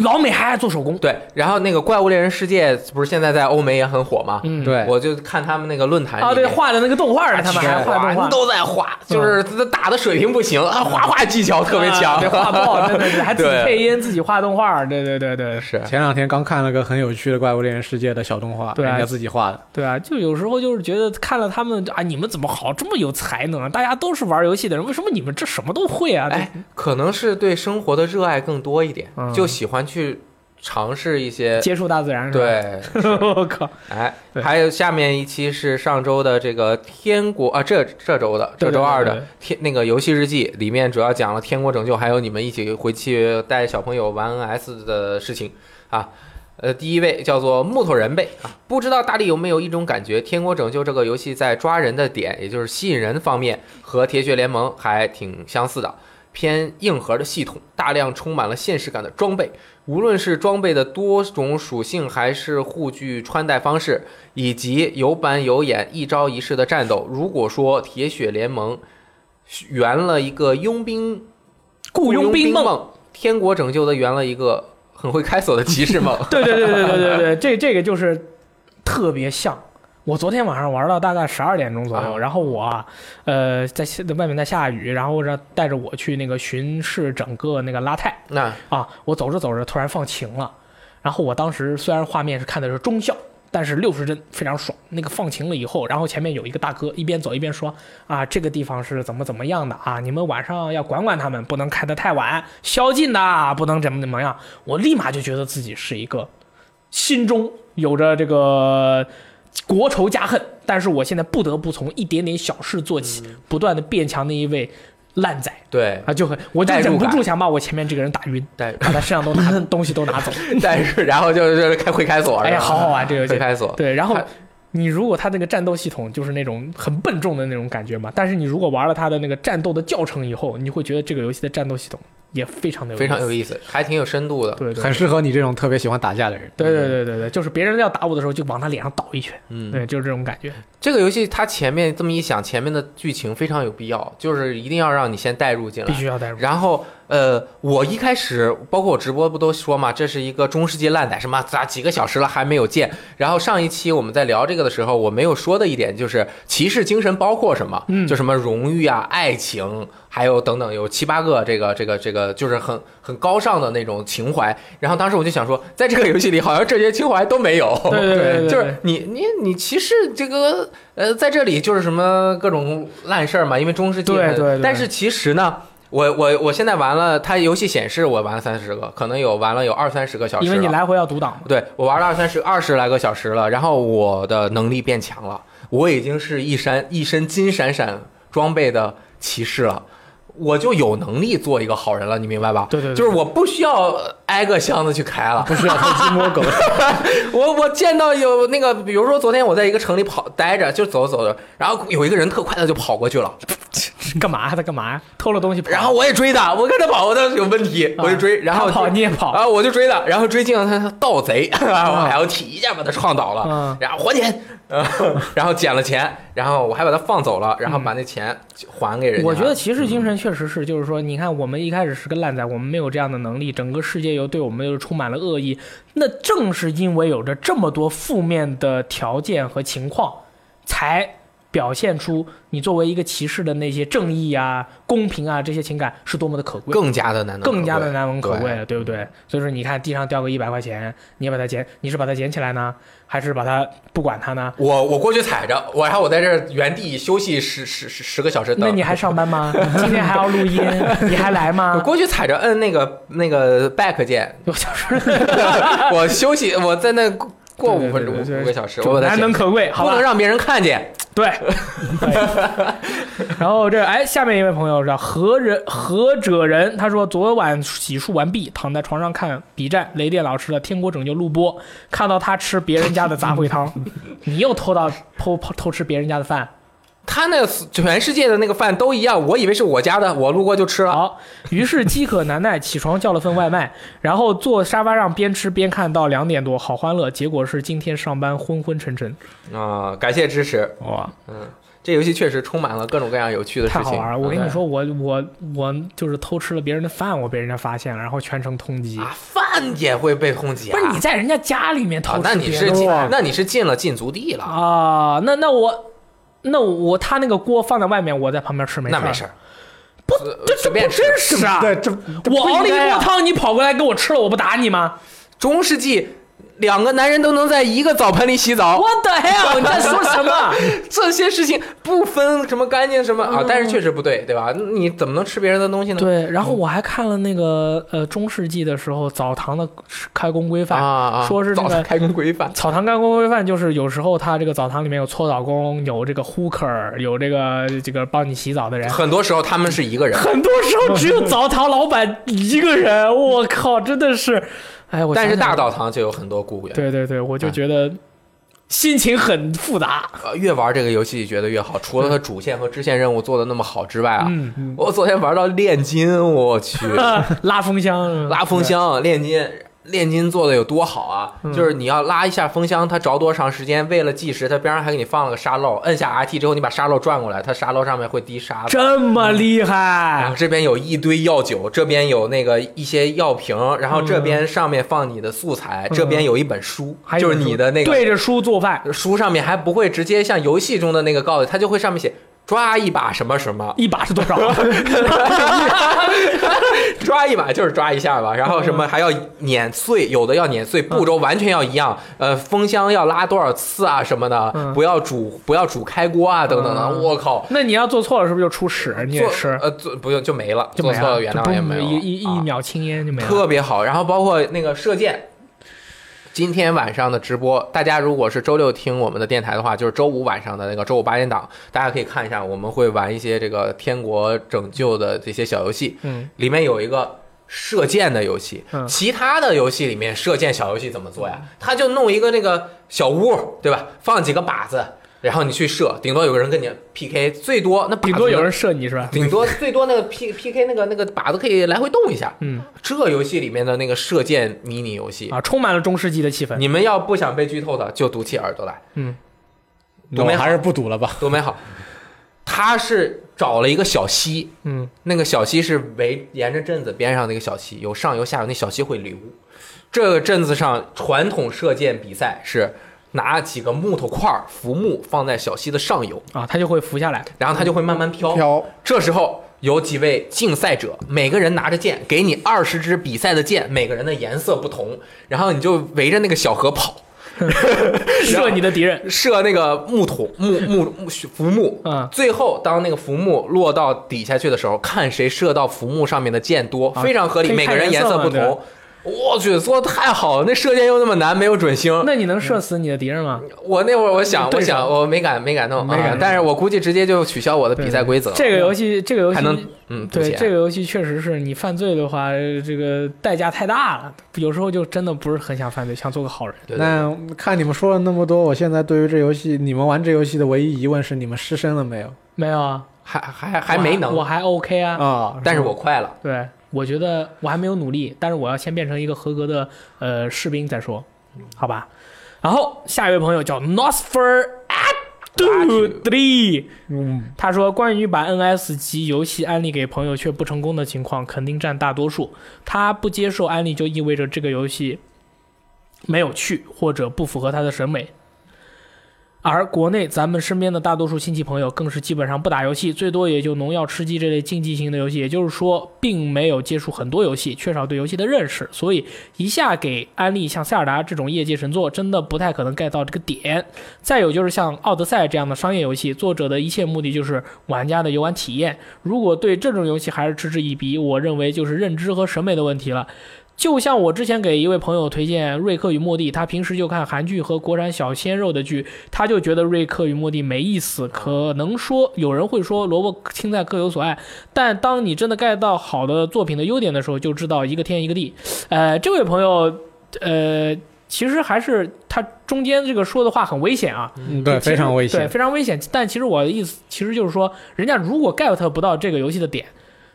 Speaker 2: 老美还爱做手工，
Speaker 3: 对，然后那个《怪物猎人世界》不是现在在欧美也很火吗？
Speaker 2: 嗯，
Speaker 1: 对
Speaker 3: 我就看他们那个论坛
Speaker 2: 啊，
Speaker 3: 里
Speaker 2: 对，
Speaker 3: 面
Speaker 2: 画的那个动画的，他们还画动画，
Speaker 3: 哎
Speaker 2: 嗯
Speaker 3: 都在画，就是打的水平不行，啊，画画技巧特别强，
Speaker 2: 啊对，画不好，真的是还自己
Speaker 3: 对
Speaker 2: 配音，自己画动画，对对对对，
Speaker 3: 是
Speaker 1: 前两天刚看了个很有趣的《怪物猎人世界》的小动画，
Speaker 2: 对啊
Speaker 1: 人家自己画的。
Speaker 2: 对啊，就有时候就是觉得看了他们啊，你们怎么好这么有才能啊？大家都是玩游戏的人，为什么你们这什么都会啊？
Speaker 3: 哎，可能是对生活的热爱更多一点，
Speaker 2: 嗯
Speaker 3: 就喜欢去尝试一些
Speaker 2: 对，接触大自然是吧？
Speaker 3: 对，
Speaker 2: 对， 我靠，
Speaker 3: 哎，
Speaker 2: 对
Speaker 3: 还有下面一期是上周的这个天国啊，这这周的
Speaker 2: 对
Speaker 3: 这周二
Speaker 2: 对对
Speaker 3: 的
Speaker 2: 对
Speaker 3: 天那个游戏日记里面主要讲了《天国拯救》，还有你们一起回去带小朋友玩 NS 的事情啊。呃，第一位叫做木头人呗啊，不知道大力有没有一种感觉，《天国拯救》这个游戏在抓人的点，也就是吸引人方面，和《铁血联盟》还挺相似的，偏硬核的系统，大量充满了现实感的装备，无论是装备的多种属性，还是护具穿戴方式，以及有板有眼、一招一式的战斗。如果说铁血联盟圆了一个佣兵
Speaker 2: 雇佣兵
Speaker 3: 兵
Speaker 2: 梦。。
Speaker 3: 梦，天国拯救的圆了一个很会开锁的骑士梦
Speaker 2: 对对对对对对对，这这个就是特别像。我昨天晚上玩到大概十二点钟左右，
Speaker 3: 啊
Speaker 2: 然后我啊，呃，在下外面在下雨，然后让带着我去那个巡视整个那个拉泰
Speaker 3: 那
Speaker 2: 啊，我走着走着突然放晴了，然后我当时虽然画面是看的是中效。但是六十帧非常爽，那个放晴了以后，然后前面有一个大哥一边走一边说啊，这个地方是怎么怎么样的啊，你们晚上要管管他们，不能开得太晚，宵禁的啊，不能怎么怎么样。我立马就觉得自己是一个心中有着这个国仇家恨，但是我现在不得不从一点点小事做起，
Speaker 3: 嗯
Speaker 2: 不断的变强的一位烂仔
Speaker 3: 对，
Speaker 2: 啊，就很我就
Speaker 3: 代入
Speaker 2: 忍不
Speaker 3: 感
Speaker 2: 住想把我前面这个人打晕。
Speaker 3: 但
Speaker 2: 把他身上都拿东西都拿走。
Speaker 3: 但是然后就是开会开锁，
Speaker 2: 哎呀，
Speaker 3: 是吧
Speaker 2: 好好玩这个游
Speaker 3: 会
Speaker 2: 戏。
Speaker 3: 开锁。
Speaker 2: 对，然后
Speaker 3: 还
Speaker 2: 你如果他那个战斗系统就是那种很笨重的那种感觉嘛，但是你如果玩了他的那个战斗的教程以后，你会觉得这个游戏的战斗系统也非常的有
Speaker 3: 非常
Speaker 2: 意
Speaker 3: 有
Speaker 2: 思。
Speaker 3: 意思，还挺有深度的。
Speaker 2: 对对
Speaker 1: 很适合你这种特别喜欢打架的人。
Speaker 2: 对对对对对，就是别人要打我的时候，就往他脸上倒一拳，
Speaker 3: 嗯，
Speaker 2: 对，就是这种感觉。
Speaker 3: 这个游戏它前面这么一想，前面的剧情非常有必要，就是一定要让你先带入进来
Speaker 2: 必。须要 带入。
Speaker 3: 然后，呃，我一开始包括我直播不都说嘛，这是一个中世纪烂仔，什么咋几个小时了还没有见。然后上一期我们在聊这个的时候，我没有说的一点就是骑士精神包括什么，
Speaker 2: 嗯
Speaker 3: 就什么荣誉啊、爱情，还有等等，有七八个这个这个这个，就是很很高尚的那种情怀。然后当时我就想说，在这个游戏里好像这些情怀都没有。
Speaker 2: 对对对对，
Speaker 3: 就是你你你骑士这个呃，在这里就是什么各种烂事儿嘛，因为中世纪
Speaker 2: 对
Speaker 3: 很
Speaker 2: 对对
Speaker 3: 但是其实呢，我我我现在玩了，它游戏显示我玩了三十个，可能有玩了有二三十个小时
Speaker 2: 因
Speaker 3: 了。
Speaker 2: 为你来回要独挡嘛。
Speaker 3: 对我玩了二三十二十来个小时了，然后我的能力变强了，我已经是一身一身金闪闪装备的骑士了。我就有能力做一个好人了，你明白吧？
Speaker 2: 对对对
Speaker 3: 就是我不需要挨个箱子去开了，
Speaker 1: 不需要偷鸡摸狗。
Speaker 3: 我我见到有那个，比如说昨天我在一个城里跑待着，就走着走着，然后有一个人特快的就跑过去了，
Speaker 2: 干嘛？他干嘛呀？偷了东西跑。
Speaker 3: 然后我也追他，我看他跑，我当时有问题，
Speaker 2: 啊
Speaker 3: 我就追，然后
Speaker 2: 他跑你也跑。啊
Speaker 3: 啊， 我就追他，然后追进了他，他盗贼，我还要踢一下把他撞倒了，
Speaker 2: 嗯
Speaker 3: 然后还钱，啊 然后捡了钱，然后我还把它放走了，然后把那钱还给人家。
Speaker 2: 嗯我觉得骑士精神确实是，就是说，你看我们一开始是个烂仔，我们没有这样的能力，整个世界又对我们又充满了恶意。那正是因为有着这么多负面的条件和情况，才表现出你作为一个骑士的那些正义啊、公平啊这些情感是多么的可贵。
Speaker 3: 更加的难能可贵，
Speaker 2: 更加的难能可贵
Speaker 3: 对
Speaker 2: 了，对不对？所以说，你看地上掉个一百块钱，你也把它捡，你是把它捡起来呢，还是把它不管它呢？
Speaker 3: 我我过去踩着，我然后我在这儿原地休息十十十十个小时等。
Speaker 2: 那你还上班 吗？今天还要录音，你还来
Speaker 3: 我
Speaker 2: 吗？
Speaker 3: 过去踩着摁那个那个 back 键，
Speaker 2: 有小时
Speaker 3: 我休息，我在那过
Speaker 2: 对
Speaker 3: 五
Speaker 2: 对
Speaker 3: 分
Speaker 2: 对
Speaker 3: 钟
Speaker 2: 对对
Speaker 3: 五个小时，我
Speaker 2: 候
Speaker 3: 把它
Speaker 2: 难能
Speaker 3: 写
Speaker 2: 可贵，好
Speaker 3: 不能
Speaker 2: 吧？
Speaker 3: 让别人看见。
Speaker 2: 对。 然后这哎，下面一位朋友叫何人何者人，他说昨晚洗漱完毕，躺在床上看 B 站雷电老师的《天国拯救》录播，看到他吃别人家的杂烩汤，你又偷到偷偷吃别人家的饭，
Speaker 3: 他那全世界的那个饭都一样，我以为是我家的，我路过就吃了。
Speaker 2: 好，于是饥渴难耐，起床叫了份外卖，然后坐沙发上边吃边看到两点多，好欢乐。结果是今天上班昏昏沉沉，
Speaker 3: 啊、感谢支持。
Speaker 1: 哇，
Speaker 3: 这游戏确实充满了各种各样有趣的事
Speaker 2: 太
Speaker 3: 情。
Speaker 2: 好玩了。我跟
Speaker 3: 对
Speaker 2: 你说，我我我就是偷吃了别人的饭，我被人家发现了，然后全程通缉。
Speaker 3: 啊，饭也会被抨击、啊。
Speaker 2: 不是你在人家家里面
Speaker 3: 啊
Speaker 2: 偷，
Speaker 3: 那
Speaker 2: 吃
Speaker 3: 你
Speaker 2: 别
Speaker 3: 是
Speaker 2: 人的
Speaker 3: 进
Speaker 2: 饭
Speaker 3: 那你是进了禁足地了，
Speaker 2: 啊？那那我。那我他那个锅放在外面，我在旁边吃没事
Speaker 3: 那
Speaker 2: 儿，
Speaker 3: 没事儿，
Speaker 2: 不
Speaker 3: 呃
Speaker 2: 这这
Speaker 3: 随
Speaker 2: 不
Speaker 3: 便吃。
Speaker 2: 真实啊！
Speaker 1: 对，这
Speaker 2: 我熬了一锅
Speaker 1: 个
Speaker 2: 汤，你跑过来给我吃了，我不打你吗？
Speaker 3: 中世纪。两个男人都能在一个澡盆里洗澡，
Speaker 2: 我的 hell！你在说什 么？啊
Speaker 3: 这些事情不分什么干净什么啊，
Speaker 2: 嗯
Speaker 3: 但是确实不对，对吧？你怎么能吃别人的东西呢？
Speaker 2: 对，然后我还看了那个呃中世纪的时候澡堂的开工规
Speaker 3: 啊
Speaker 2: 范，
Speaker 3: 啊，
Speaker 2: 说是那
Speaker 3: 早
Speaker 2: 个
Speaker 3: 开工 规范，
Speaker 2: 澡堂开工规范就是有时候他这个澡堂里面有搓澡工，有这个 hooker，有这个这个帮你洗澡的人。
Speaker 3: 很多时候他们是一个 人，
Speaker 2: 很多时候只有澡堂老板一个人，我靠，真的是，哎，我
Speaker 3: 但是
Speaker 2: 想想
Speaker 3: 大哎澡堂就有很多雇员。
Speaker 2: 对对对，我就觉得心情很复杂。
Speaker 3: 呃越玩这个游戏觉得越好，除了它主线和支线任务做的那么好之外啊，
Speaker 2: 嗯，
Speaker 3: 我昨天玩到炼金，我去，
Speaker 2: 拉风箱，
Speaker 3: 拉风箱、炼金、炼金做的有多好啊！
Speaker 2: 嗯
Speaker 3: 就是你要拉一下风箱，它着多长时间？为了计时，它边上还给你放了个沙漏，摁下 RT 之后，你把沙漏转过来，它沙漏上面会滴沙子。
Speaker 2: 这么厉
Speaker 3: 然
Speaker 2: 害
Speaker 3: 后，这边有一堆药酒，这边有那个一些药瓶，然后这边上面放你的素材，
Speaker 2: 嗯
Speaker 3: 这边有一本书，
Speaker 2: 还有
Speaker 3: 就是你的那个
Speaker 2: 对着书做饭，
Speaker 3: 书上面还不会直接像游戏中的那个告诉，它就会上面写抓一把什么什么，
Speaker 2: 一把是多少？
Speaker 3: 抓一把就是抓一下吧，然后什
Speaker 2: 嗯
Speaker 3: 么还要碾碎，有的要碾碎，步骤完全要一样。呃，风箱要拉多少次啊什么的
Speaker 2: 嗯，
Speaker 3: 不要煮不要煮开锅啊等等
Speaker 2: 嗯
Speaker 3: 等。我靠，
Speaker 2: 那你要做错了，是不是就出屎？你也
Speaker 3: 做
Speaker 2: 吃，
Speaker 3: 呃做不用就没了，
Speaker 2: 就
Speaker 3: 做
Speaker 2: 没
Speaker 3: 错
Speaker 2: 了，
Speaker 3: 了原谅也没有了，
Speaker 2: 一一一
Speaker 3: 啊
Speaker 2: 秒青烟就没了。
Speaker 3: 特别好。然后包括那个射箭。今天晚上的直播，大家如果是周六听我们的电台的话，就是周五晚上的那个周五八点档，大家可以看一下，我们会玩一些这个《天国拯救》的这些小游戏。
Speaker 2: 嗯，
Speaker 3: 里面有一个射箭的游戏，
Speaker 2: 嗯
Speaker 3: 其他的游戏里面射箭小游戏怎么做呀？他就弄一个那个小屋，对吧？放几个靶子，然后你去射，顶多有个人跟你 PK，最多那靶子
Speaker 2: 顶多有人射你是吧？
Speaker 3: 顶多最多那个 P P K 那个那个靶子可以来回动一下。
Speaker 2: 嗯
Speaker 3: 这游戏里面的那个射箭迷你游戏，
Speaker 2: 啊，充满了中世纪的气氛。
Speaker 3: 你们要不想被剧透的，就堵起耳朵来，
Speaker 2: 嗯，
Speaker 1: 我们还是不赌了吧？
Speaker 3: 多美好！他是找了一个小溪，
Speaker 2: 嗯，
Speaker 3: 那个小溪是围沿着镇子边上的一个小溪，有上游下游，那小溪会流。这个镇子上传统射箭比赛是拿几个木头块儿浮木放在小溪的上游，
Speaker 2: 啊，它就会浮下 来。
Speaker 3: 然后它就会慢慢飘。
Speaker 1: 飘
Speaker 3: 这时候有几位竞赛者，每个人拿着箭，给你二十支比赛的箭，每个人的颜色不同，然后你就围着那个小河跑，啊
Speaker 2: 射你的敌人。
Speaker 3: 射那个木桶、木木木浮木。
Speaker 2: 嗯，
Speaker 3: 最后，当那个浮木落到底下去的时候，看谁射到浮木上面的箭多，
Speaker 2: 啊
Speaker 3: 非常合理，
Speaker 2: 可以
Speaker 3: 每
Speaker 2: 看
Speaker 3: 个人颜色不
Speaker 2: 颜色嘛
Speaker 3: 同。我去，做的太好了！那射箭又那么难，没有准星。
Speaker 2: 那你能射死你的敌人吗？
Speaker 3: 我那会儿我想，
Speaker 2: 对
Speaker 3: 我
Speaker 2: 手
Speaker 3: 想我没敢没敢弄，
Speaker 2: 没敢
Speaker 3: 啊
Speaker 2: 弄，
Speaker 3: 但是我估计直接就取消我的比赛规则。
Speaker 2: 这个游戏，这个游戏
Speaker 3: 呃还能嗯，
Speaker 2: 对
Speaker 3: 不写
Speaker 2: 这个游戏确实是你犯罪的话，呃这个代价太大了。有时候就真的不是很想犯罪，想做个好人。
Speaker 3: 对对对
Speaker 1: 那看你们说了那么多，我现在对于这游戏，你们玩这游戏的唯一疑问是你们失身了没有？
Speaker 2: 没有啊，
Speaker 3: 还还还没能哦
Speaker 2: 我还我还 OK 啊。
Speaker 1: 啊，
Speaker 3: 但是我快了，
Speaker 2: 对，我觉得我还没有努力，但是我要先变成一个合格的呃士兵再说，好吧？然后下一位朋友叫 Nosfer two three，嗯，他说关于把 NS 及游戏安利给朋友却不成功的情况，肯定占大多数。他不接受安利，就意味着这个游戏没有趣或者不符合他的审美。而国内咱们身边的大多数亲戚朋友更是基本上不打游戏，最多也就农药、吃鸡这类竞技型的游戏。也就是说，并没有接触很多游戏，缺少对游戏的认识，所以一下给安利像塞尔达这种业界神作，真的不太可能 get 到这个点。再有就是像《奥德赛》这样的商业游戏，作者的一切目的就是玩家的游玩体验。如果对这种游戏还是嗤之以鼻，我认为就是认知和审美的问题了。就像我之前给一位朋友推荐《瑞克与莫蒂》，他平时就看韩剧和国产小鲜肉的剧，他就觉得《瑞克与莫蒂》没意思。可能说有人会说萝卜青菜各有所爱，但当你真的 get 到好的作品的优点的时候，就知道一个天一个地。呃，这位朋友，呃，其实还是他中间这个说的话很危险啊，
Speaker 1: 嗯，对，
Speaker 2: 其实
Speaker 1: 非常危
Speaker 2: 对，
Speaker 1: 险。
Speaker 2: 非常危险。但其实我的意思，其实就是说，人家如果 get 不到这个游戏的点，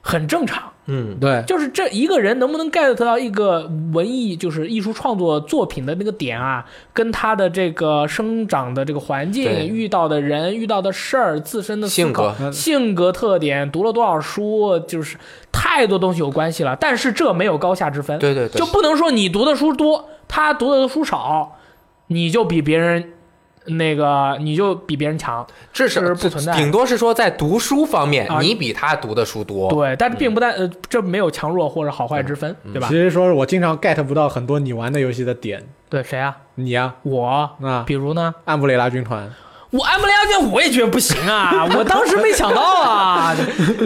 Speaker 2: 很正常。
Speaker 3: 嗯，
Speaker 1: 对，
Speaker 2: 就是这一个人能不能 get 到一个文艺，就是艺术创作作品的那个点啊，跟他的这个生长的这个环
Speaker 3: 对
Speaker 2: 境、遇到的人、遇到的事儿、自身的思
Speaker 3: 性
Speaker 2: 考
Speaker 3: 格、
Speaker 2: 性格特点、读了多少书，就是太多东西有关系了。但是这没有高下之分，
Speaker 3: 对对对
Speaker 2: 就不能说你读的书多，他读的书少，你就比别人那个，你就比别人强。
Speaker 3: 至少
Speaker 2: 是不存在
Speaker 3: 顶多是说在读书方面
Speaker 2: 啊，
Speaker 3: 你比他读的书多。
Speaker 2: 对，但是
Speaker 3: 嗯
Speaker 2: 并不代呃，这没有强弱或者好坏之分，对吧
Speaker 1: 其？实说我经常 get 不到很多你玩的游戏的点，
Speaker 2: 对，谁啊？
Speaker 1: 你啊，
Speaker 2: 我。
Speaker 1: 那
Speaker 2: 比如呢？
Speaker 1: 安布雷拉军团，
Speaker 2: 我安布雷亚卷我也觉得不行啊，我当时没想到 啊，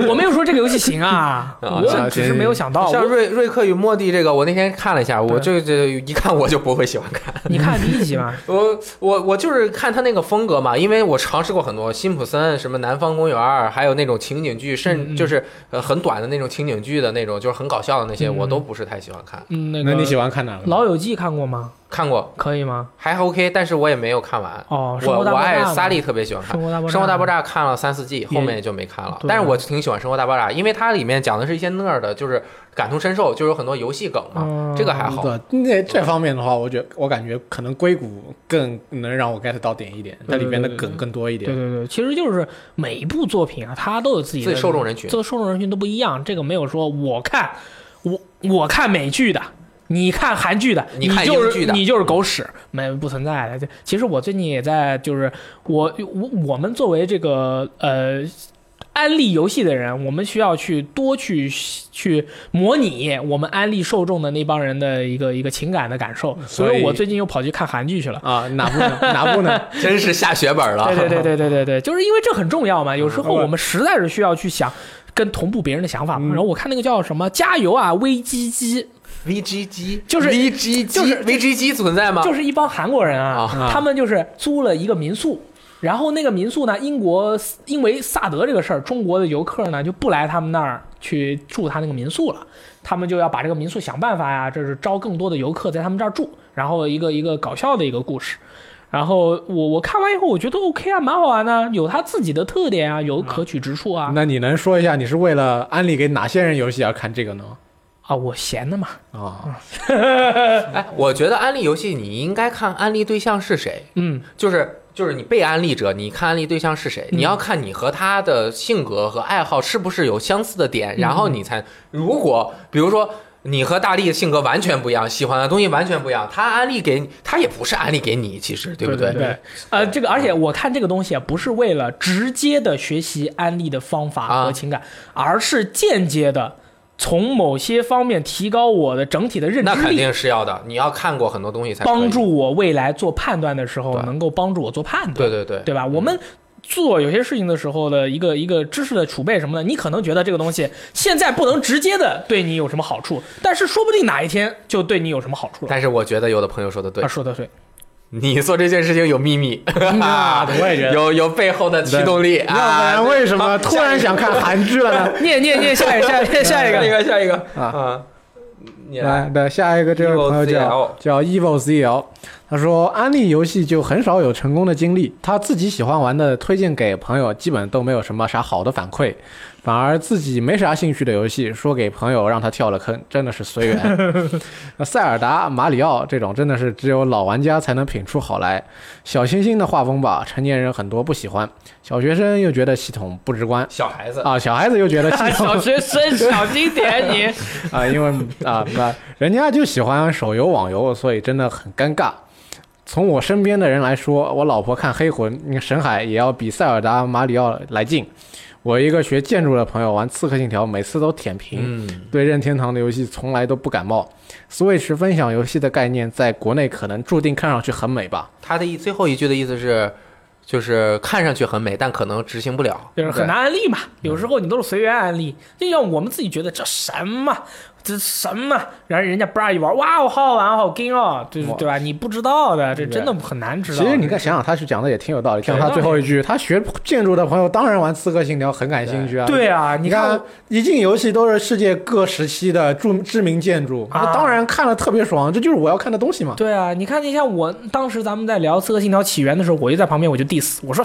Speaker 2: 我没有说这个游戏行啊，
Speaker 3: 啊
Speaker 2: 我只是没有想到。
Speaker 3: 像
Speaker 2: 我
Speaker 3: 瑞瑞克与莫蒂这个，我那天看了一下，我就这一看我就不会喜欢看。
Speaker 2: 你看第一集嘛，
Speaker 3: 我我我就是看他那个风格嘛，因为我尝试过很多辛普森、什么南方公园，还有那种情景剧，
Speaker 2: 嗯
Speaker 3: 甚
Speaker 2: 嗯
Speaker 3: 就是呃很短的那种情景剧的那种，就是很搞笑的那些，
Speaker 2: 嗯
Speaker 3: 我都不是太喜欢看。
Speaker 2: 嗯，那
Speaker 1: 那
Speaker 2: 个
Speaker 1: 你喜欢看哪个？嗯
Speaker 2: 《老友记》看过吗？
Speaker 3: 看过
Speaker 2: 可以吗？
Speaker 3: 还 OK，但是我也没有看完。
Speaker 2: 哦，生
Speaker 3: 我
Speaker 2: 活大
Speaker 3: 我
Speaker 2: 爆炸
Speaker 3: 爱
Speaker 2: 嘛
Speaker 3: 萨利特别喜欢看
Speaker 2: 生。活大爆炸，
Speaker 3: 生活大爆，炸看了三四季，
Speaker 2: 也
Speaker 3: 后面也就没看了。
Speaker 2: 对
Speaker 3: 但是我挺喜欢《生活大爆炸》，因为它里面讲的是一些那儿的，就是感同身受，就有很多游戏梗嘛。
Speaker 2: 嗯
Speaker 3: 这个还好。
Speaker 1: 对，那这方面的话，我觉得我感觉可能硅谷更能让我 get 到点一点，它
Speaker 2: 对对
Speaker 1: 里边的
Speaker 2: 对对
Speaker 1: 梗更多一
Speaker 2: 对
Speaker 1: 点。
Speaker 2: 对对，其实就是每一部作品啊，它都有自己
Speaker 3: 自
Speaker 2: 的
Speaker 3: 己受众人群
Speaker 2: 这个受众人群都不一样，这个没有说我看我我看美剧的，你看韩剧的，
Speaker 3: 你
Speaker 2: 你
Speaker 3: 看
Speaker 2: 就
Speaker 3: 英剧
Speaker 2: 是
Speaker 3: 的
Speaker 2: 你就是狗屎，没不存在的。就其实我最近也在，就是我我我们作为这个呃。安利游戏的人，我们需要去多去去模拟我们安利受众的那帮人的一个一个情感的感受，所
Speaker 1: 所以
Speaker 2: 我最近又跑去看韩剧去了。
Speaker 1: 啊，哪部呢？哪部 呢？
Speaker 3: 真是下血本了。
Speaker 2: 对对对对对对对，就是因为这很重要嘛。有时候
Speaker 1: 嗯
Speaker 2: 我们实在是需要去想跟同步别人的想法嘛。
Speaker 1: 嗯
Speaker 2: 然后我看那个叫什么“加油啊，危机机
Speaker 3: VGG
Speaker 2: 就是
Speaker 3: VGG
Speaker 2: 就是
Speaker 3: VGG 存在”，吗？
Speaker 2: 就是一帮韩国人啊，
Speaker 1: 啊
Speaker 2: 他们就是租了一个民宿。然后那个民宿呢，英国因为萨德这个事儿，中国的游客呢就不来他们那儿去住他那个民宿了，他们就要把这个民宿想办法呀，这是招更多的游客在他们这儿住。然后一个一个搞笑的一个故事，然后我我看完以后我觉得 OK 啊，蛮好玩的，有它自己的特点啊，有可取之处啊。
Speaker 1: 那你能说一下你是为了安利给哪些人游戏而看这个呢？
Speaker 2: 啊，我闲的嘛，
Speaker 1: 啊，
Speaker 3: 哎，我觉得安利游戏你应该看安利对象是谁，
Speaker 2: 嗯，
Speaker 3: 就是。就是你被安利者，你看安利对象是谁，
Speaker 2: 嗯
Speaker 3: 你要看你和他的性格和爱好是不是有相似的点，
Speaker 2: 嗯
Speaker 3: 然后你才如果比如说你和大力的性格完全不一样，喜欢的东西完全不一样，他安利给你，他也不是安利给你，其实对不
Speaker 2: 对
Speaker 3: 对？
Speaker 2: 对，呃，这个而且我看这个东西啊，不是为了直接的学习安利的方法
Speaker 3: 啊
Speaker 2: 和情感，而是间接的从某些方面提高我的整体的认
Speaker 3: 那
Speaker 2: 知
Speaker 3: 肯
Speaker 2: 力，
Speaker 3: 定是要的，你要看过很多东西才可以
Speaker 2: 帮。助我未来做判断的时候
Speaker 3: 对
Speaker 2: 能够帮助我做判断。
Speaker 3: 对对嗯对，
Speaker 2: 对吧？我们做有些事情的时候的一个一个知识的储备什么的，你可能觉得这个东西现在不能直接的对你有什么好处，但是说不定哪一天就对你有什么好处了。
Speaker 3: 但是我觉得有的朋友说的对
Speaker 2: 啊，，说的对，
Speaker 3: 你做这件事情有秘密，
Speaker 1: 啊我也觉得
Speaker 3: 有有背后的驱动力
Speaker 1: 要不然
Speaker 3: 啊。
Speaker 1: 为什么突然想看韩剧了呢？
Speaker 2: 念念念，下一个，下一个，下一
Speaker 3: 下一
Speaker 2: 个。
Speaker 3: 个，下一个
Speaker 1: 啊
Speaker 3: 啊，你 来
Speaker 1: 来，对，下一个这位朋友
Speaker 3: Evil
Speaker 1: 叫
Speaker 3: ZL
Speaker 1: 叫 Evil ZL，他说安利游戏就很少有成功的经历，他自己喜欢玩的推荐给朋友，基本都没有什么啥好的反馈，反而自己没啥兴趣的游戏，说给朋友让他跳了坑，真的是随缘。 那塞尔达、马里奥这种真的是只有老玩家才能品出好来，小清新的画风吧，成年人很多不喜欢，小学生又觉得系统不直观。
Speaker 3: 小孩子，
Speaker 1: 啊， 小孩子又觉得系统
Speaker 2: 小学生小心点你。
Speaker 1: 啊，因为啊，那人家就喜欢手游、网游，所以真的很尴尬。从我身边的人来说，我老婆看《黑魂》《神海》也要比《塞尔达》《马里奥》来劲。我一个学建筑的朋友玩《刺客信条》，每次都舔屏，
Speaker 3: 嗯，
Speaker 1: 对任天堂的游戏从来都不感冒。Switch 分享游戏的概念，在国内可能注定看上去很美吧。
Speaker 3: 他的意最后一句的意思是，就是看上去很美，但可能执行不了。
Speaker 2: 就是很难安利嘛。有时候你都是随缘安利，就像我们自己觉得这什么，这什么，然后人家不让一玩，哇，我好好玩，好劲哦，对
Speaker 1: 哇
Speaker 2: 对吧？你不知道的，这
Speaker 1: 对
Speaker 2: 真的很难知道。
Speaker 1: 其实你看，想想他是讲的也挺有道理。像他
Speaker 2: 对
Speaker 1: 最后一句，他学建筑的朋友当然玩《刺客信条》很感兴趣啊。
Speaker 2: 对啊，你
Speaker 1: 你看
Speaker 2: 看，，
Speaker 1: 一进游戏都是世界各时期的著知名建筑，
Speaker 2: 啊
Speaker 1: 那当然看了特别爽，这就是我要看的东西嘛。
Speaker 2: 对啊，你看，你像我当时咱们在聊《刺客信条：起源》的时候，我就在旁边我就 diss，我说，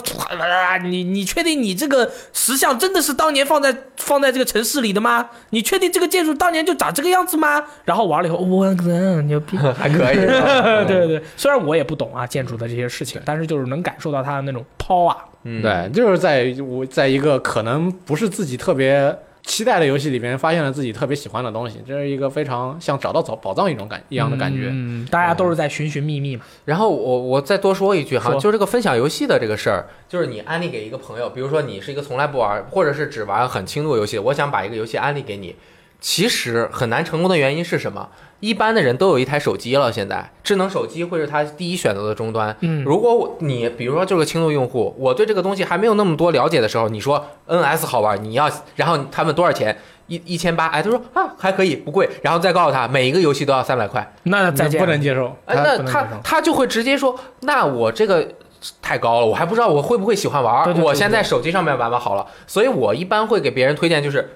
Speaker 2: 你你确定你这个石像真的是当年放在放在这个城市里的吗？你确定这个建筑当年就长这个样子吗？然后玩了以后，我操，牛逼！
Speaker 3: 还可以，
Speaker 2: 对对对，虽然我也不懂啊建筑的这些事情，但是就是能感受到它的那种啊 power。
Speaker 3: 嗯，
Speaker 1: 对，就是在我在一个可能不是自己特别期待的游戏里面，发现了自己特别喜欢的东西，这是一个非常像找到宝宝藏一种感一样的感觉。
Speaker 2: 嗯，大家都是在寻寻觅觅嘛。
Speaker 3: 然后我我再多说一句哈，
Speaker 2: 说
Speaker 3: 就是这个分享游戏的这个事儿，就是你安利给一个朋友，比如说你是一个从来不玩，或者是只玩很轻度游戏，我想把一个游戏安利给你，其实很难成功的原因是什么？一般的人都有一台手机了，现在智能手机会是他第一选择的终端。
Speaker 2: 嗯
Speaker 3: 如果我你比如说就是个轻度用户，我对这个东西还没有那么多了解的时候，你说 NS 好玩，你要然后他问多少钱？一一千八，哎，他说啊还可以，不贵，然后再告诉他每一个游戏都要三百块，
Speaker 2: 那再见，啊
Speaker 1: 不能接受，
Speaker 3: 哎，
Speaker 1: 他
Speaker 3: 那
Speaker 1: 不能
Speaker 3: 他
Speaker 1: 接受
Speaker 3: 他就会直接说，那我这个太高了，我还不知道我会不会喜欢玩儿。
Speaker 2: 对对对
Speaker 3: 我现在手机上面玩玩好了，所以我一般会给别人推荐就是。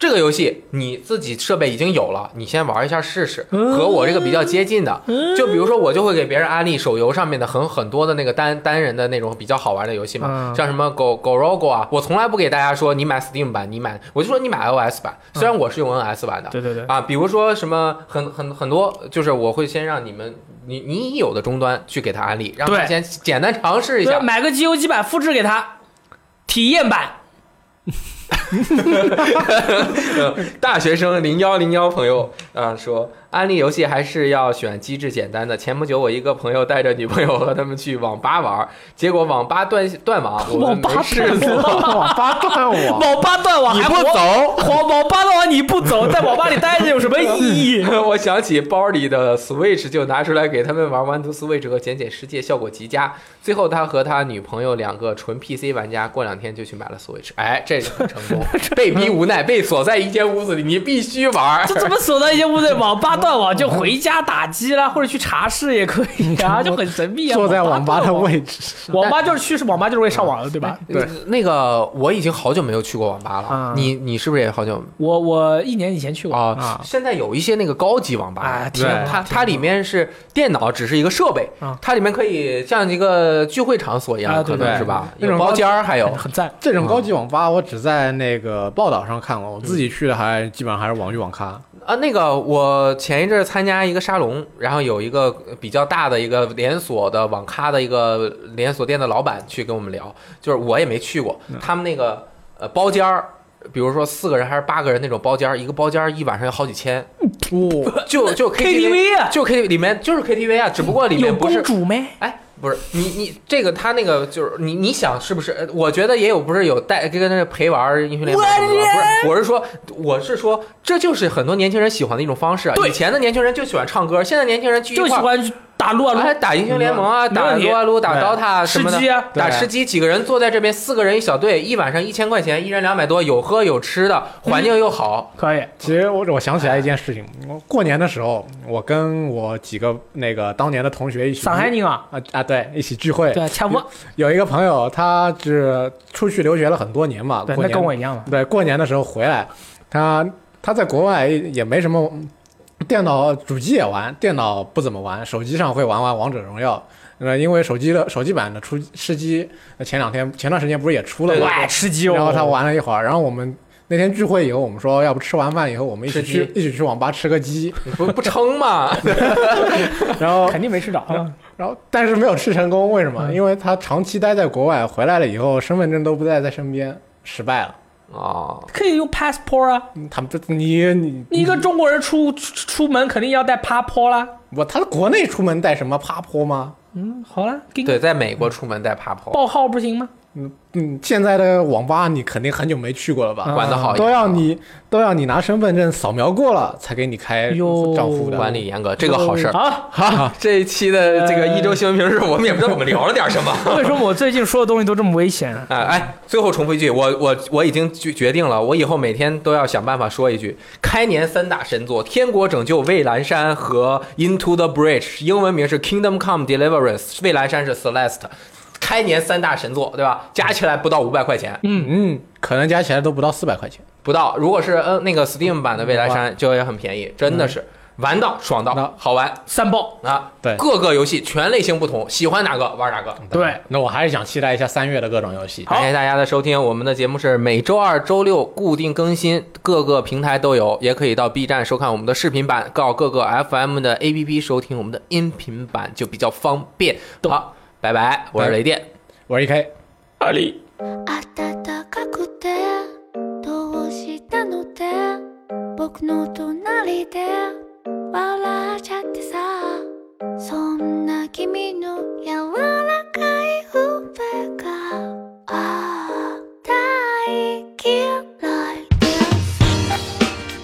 Speaker 3: 这个游戏你自己设备已经有了，你先玩一下试试，
Speaker 2: 嗯
Speaker 3: 和我这个比较接近的。就比如说，我就会给别人安利手游上面的很很多的那个单单人的那种比较好玩的游戏嘛，
Speaker 2: 嗯
Speaker 3: 像什么狗狗 rogo 啊，我从来不给大家说你买 Steam 版，你买，我就说你买 iOS 版，虽
Speaker 2: 嗯
Speaker 3: 然我是用 NS 版的，
Speaker 2: 对对对，
Speaker 3: 啊，比如说什么很很很多，就是我会先让你们你你已有的终端去给他安利，让他
Speaker 2: 对
Speaker 3: 先简单尝试一
Speaker 2: 对
Speaker 3: 下。
Speaker 2: 买个 G O G 版复制给他，体验版。
Speaker 3: 大学生零幺零幺朋友啊说，安利游戏还是要选机制简单的。前不久我一个朋友带着女朋友和他们去网吧玩儿，结果网吧断断网，我
Speaker 2: 网
Speaker 3: 们
Speaker 2: 吧
Speaker 3: 没事
Speaker 2: 断
Speaker 3: 做。
Speaker 1: 网吧断网，
Speaker 2: 网吧断网
Speaker 3: 你
Speaker 2: 还
Speaker 3: 不走，
Speaker 2: 网网吧断网你不走，在网吧里待着有什么 意义？
Speaker 3: 我想起包里的 Switch，就拿出来给他们玩《玩 to Switch》和《简简世界》，效果极佳。最后他和他女朋友两个纯 PC 玩家，过两天就去买了 Switch。哎，这就很成功，被逼无奈，被锁在一间屋子里，你必须玩。
Speaker 2: 这 怎么锁到一些屋内？网吧断网就回家打机啦，或者去茶室也可以啊，就很神秘啊。
Speaker 1: 坐在网吧
Speaker 2: 断
Speaker 1: 的
Speaker 2: 网
Speaker 1: 位
Speaker 3: 哎
Speaker 1: 置，
Speaker 2: 网吧就是去，是网吧就是为上网的，对吧？
Speaker 1: 对，
Speaker 3: 那个我已经好久没有去过网吧了。
Speaker 2: 啊
Speaker 3: 你你是不是也好久
Speaker 2: 我我一年以前去过
Speaker 3: 啊？现在有一些那个高级网吧，
Speaker 2: 啊
Speaker 1: 天哪
Speaker 3: 哎它它里面是电脑只是一个设备
Speaker 2: 啊，
Speaker 3: 它里面可以像一个聚会场所一
Speaker 2: 啊
Speaker 3: 样，
Speaker 2: 对
Speaker 3: 可能
Speaker 1: 对
Speaker 3: 是吧？
Speaker 1: 那
Speaker 3: 有
Speaker 1: 种
Speaker 3: 包
Speaker 1: 高
Speaker 3: 间儿，还有
Speaker 2: 很很赞。
Speaker 1: 这种高级网吧我只在那个报道上看过，我自己去的还基本上还是网域网咖。
Speaker 3: 啊，那个我前一阵儿参加一个沙龙，然后有一个比较大的一个连锁的网咖的一个连锁店的老板去跟我们聊，就是我也没去过，
Speaker 2: 嗯
Speaker 3: 他们那个呃包间儿。比如说四个人还是八个人那种包间儿，一个包间儿一晚上要好几千，
Speaker 1: 哦，
Speaker 3: 就就
Speaker 2: KTV 啊
Speaker 3: 就 KTV 里面就是 KTV 啊，只不过里
Speaker 2: 有
Speaker 3: 面不
Speaker 2: 公
Speaker 3: 是
Speaker 2: 主没？
Speaker 3: 哎，不是你你这个他那个就是你你想是不是？呃我觉得也有不是有带跟那陪玩儿英雄联盟什么的，不是，我是说我是说这就是很多年轻人喜欢的一种方式啊。
Speaker 2: 对
Speaker 3: 以前的年轻人就喜欢唱歌，现在年轻人聚一
Speaker 2: 就喜
Speaker 3: 块儿。
Speaker 2: 欢去打撸啊撸
Speaker 3: 哎，打英雄联盟啊，
Speaker 2: 没
Speaker 3: 打
Speaker 2: 问题
Speaker 3: 撸啊撸，打
Speaker 1: 对
Speaker 3: DOTA 什
Speaker 2: 吃
Speaker 3: 么的，
Speaker 2: 鸡啊。
Speaker 1: 对
Speaker 3: 打吃鸡，几个人坐在这边，四个人一小队，一晚上一千块钱，一人两百多，有喝有吃的，环境又好。
Speaker 2: 可以，
Speaker 1: 其实我我想起来一件事情，我过年的时候，我跟我几个那个当年的同学一起
Speaker 2: 上海人啊，
Speaker 1: 啊啊对，一起聚会。
Speaker 2: 对，差不多，
Speaker 1: 有一个朋友，他是出去留学了很多年嘛，
Speaker 2: 对，
Speaker 1: 过
Speaker 2: 那
Speaker 1: 年
Speaker 2: 跟我一样嘛。
Speaker 1: 对过年的时候回来，他他在国外也没什么电脑主机也玩，电脑不怎么玩，手机上会玩玩王者荣耀。那因为手机的手机版的出吃鸡，呃前两天前段时间不是也出了吗？
Speaker 2: 哇，吃鸡哦！
Speaker 1: 然后他玩了一会儿，然后我们那天聚会以后，我们说要不吃完饭以后，我们一起
Speaker 3: 吃
Speaker 1: 去一起去网吧吃个鸡。
Speaker 3: 不不 撑嘛？
Speaker 1: 然后
Speaker 2: 肯定没吃着啊，
Speaker 1: 然后但是没有吃成功，为什
Speaker 3: 嗯
Speaker 1: 么？因为他长期待在国外，回来了以后身份证都不带在身边，失败了。
Speaker 3: 哦，
Speaker 2: 可以用 passport 啊。
Speaker 1: 嗯他们这你你
Speaker 2: 你一个中国人出出出门肯定要带 passport 啦。
Speaker 1: 我他国内出门带什么爬坡吗？
Speaker 2: 嗯，好啦，给你
Speaker 3: 对，在美国出门带 p a p
Speaker 2: 报号不行吗？
Speaker 1: 嗯嗯，现在的网吧你肯定很久没去过了吧？
Speaker 2: 啊
Speaker 3: 嗯管得好一点，
Speaker 1: 都要你都要你拿身份证扫描过了才给你开呃
Speaker 2: 哟
Speaker 1: 账户的。
Speaker 3: 嗯管理严格，这个好事儿。
Speaker 2: 好，
Speaker 3: 这一期的这个一周新闻评论，我们也不知道我们聊了点什么。
Speaker 2: 为什么我最近说的东西都这么危险啊？
Speaker 3: 哎哎，最后重复一句，我我我已经决决定了，我以后每天都要想办法说一句：开年三大神作《天国拯救》《蔚蓝山》和《Into the Breach》，英文名是《Kingdom Come Deliverance》，《蔚蓝山》是《Celeste》。开年三大神作，对吧？加起来不到五百块钱，
Speaker 1: 嗯嗯，可能加起来都不到四百块钱。
Speaker 3: 不到。如果是嗯那个 Steam 版的《蔚蓝山》，就也很便宜，真的是玩到爽
Speaker 1: 那
Speaker 3: 到，好嗯玩
Speaker 2: 三爆，
Speaker 3: 啊！
Speaker 1: 对
Speaker 3: 各个游戏全类型不同，喜欢哪个玩哪个。
Speaker 2: 对，
Speaker 1: 那我还是想期待一下三月的各种游戏。
Speaker 3: 感谢大家的收听，我们的节目是每周二、周六固定更新，各个平台都有，也可以到 B 站收看我们的视频版，到各个 FM 的 APP 收听我们的音频版，就比较方便。
Speaker 2: 懂
Speaker 3: 好，拜拜，我是雷电。
Speaker 1: 我是 EK。
Speaker 2: 阿里。
Speaker 4: 暖かくてどうしたのって僕の隣で笑っちゃってさそんな君の柔らかい腕がああ大嫌いです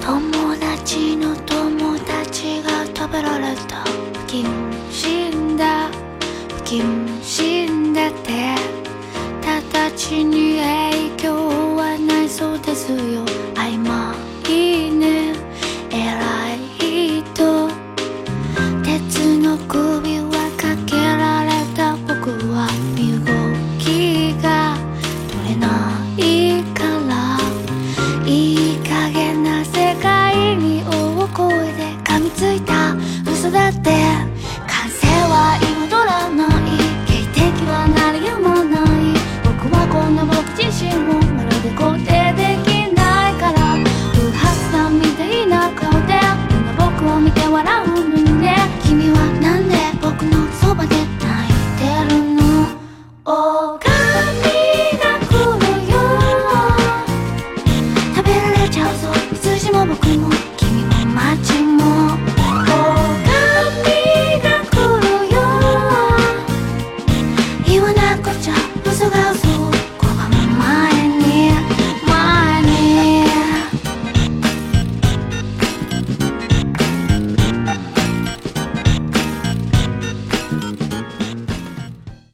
Speaker 4: 友達の友達が食べられた不謹慎だ不謹慎だって直ちに選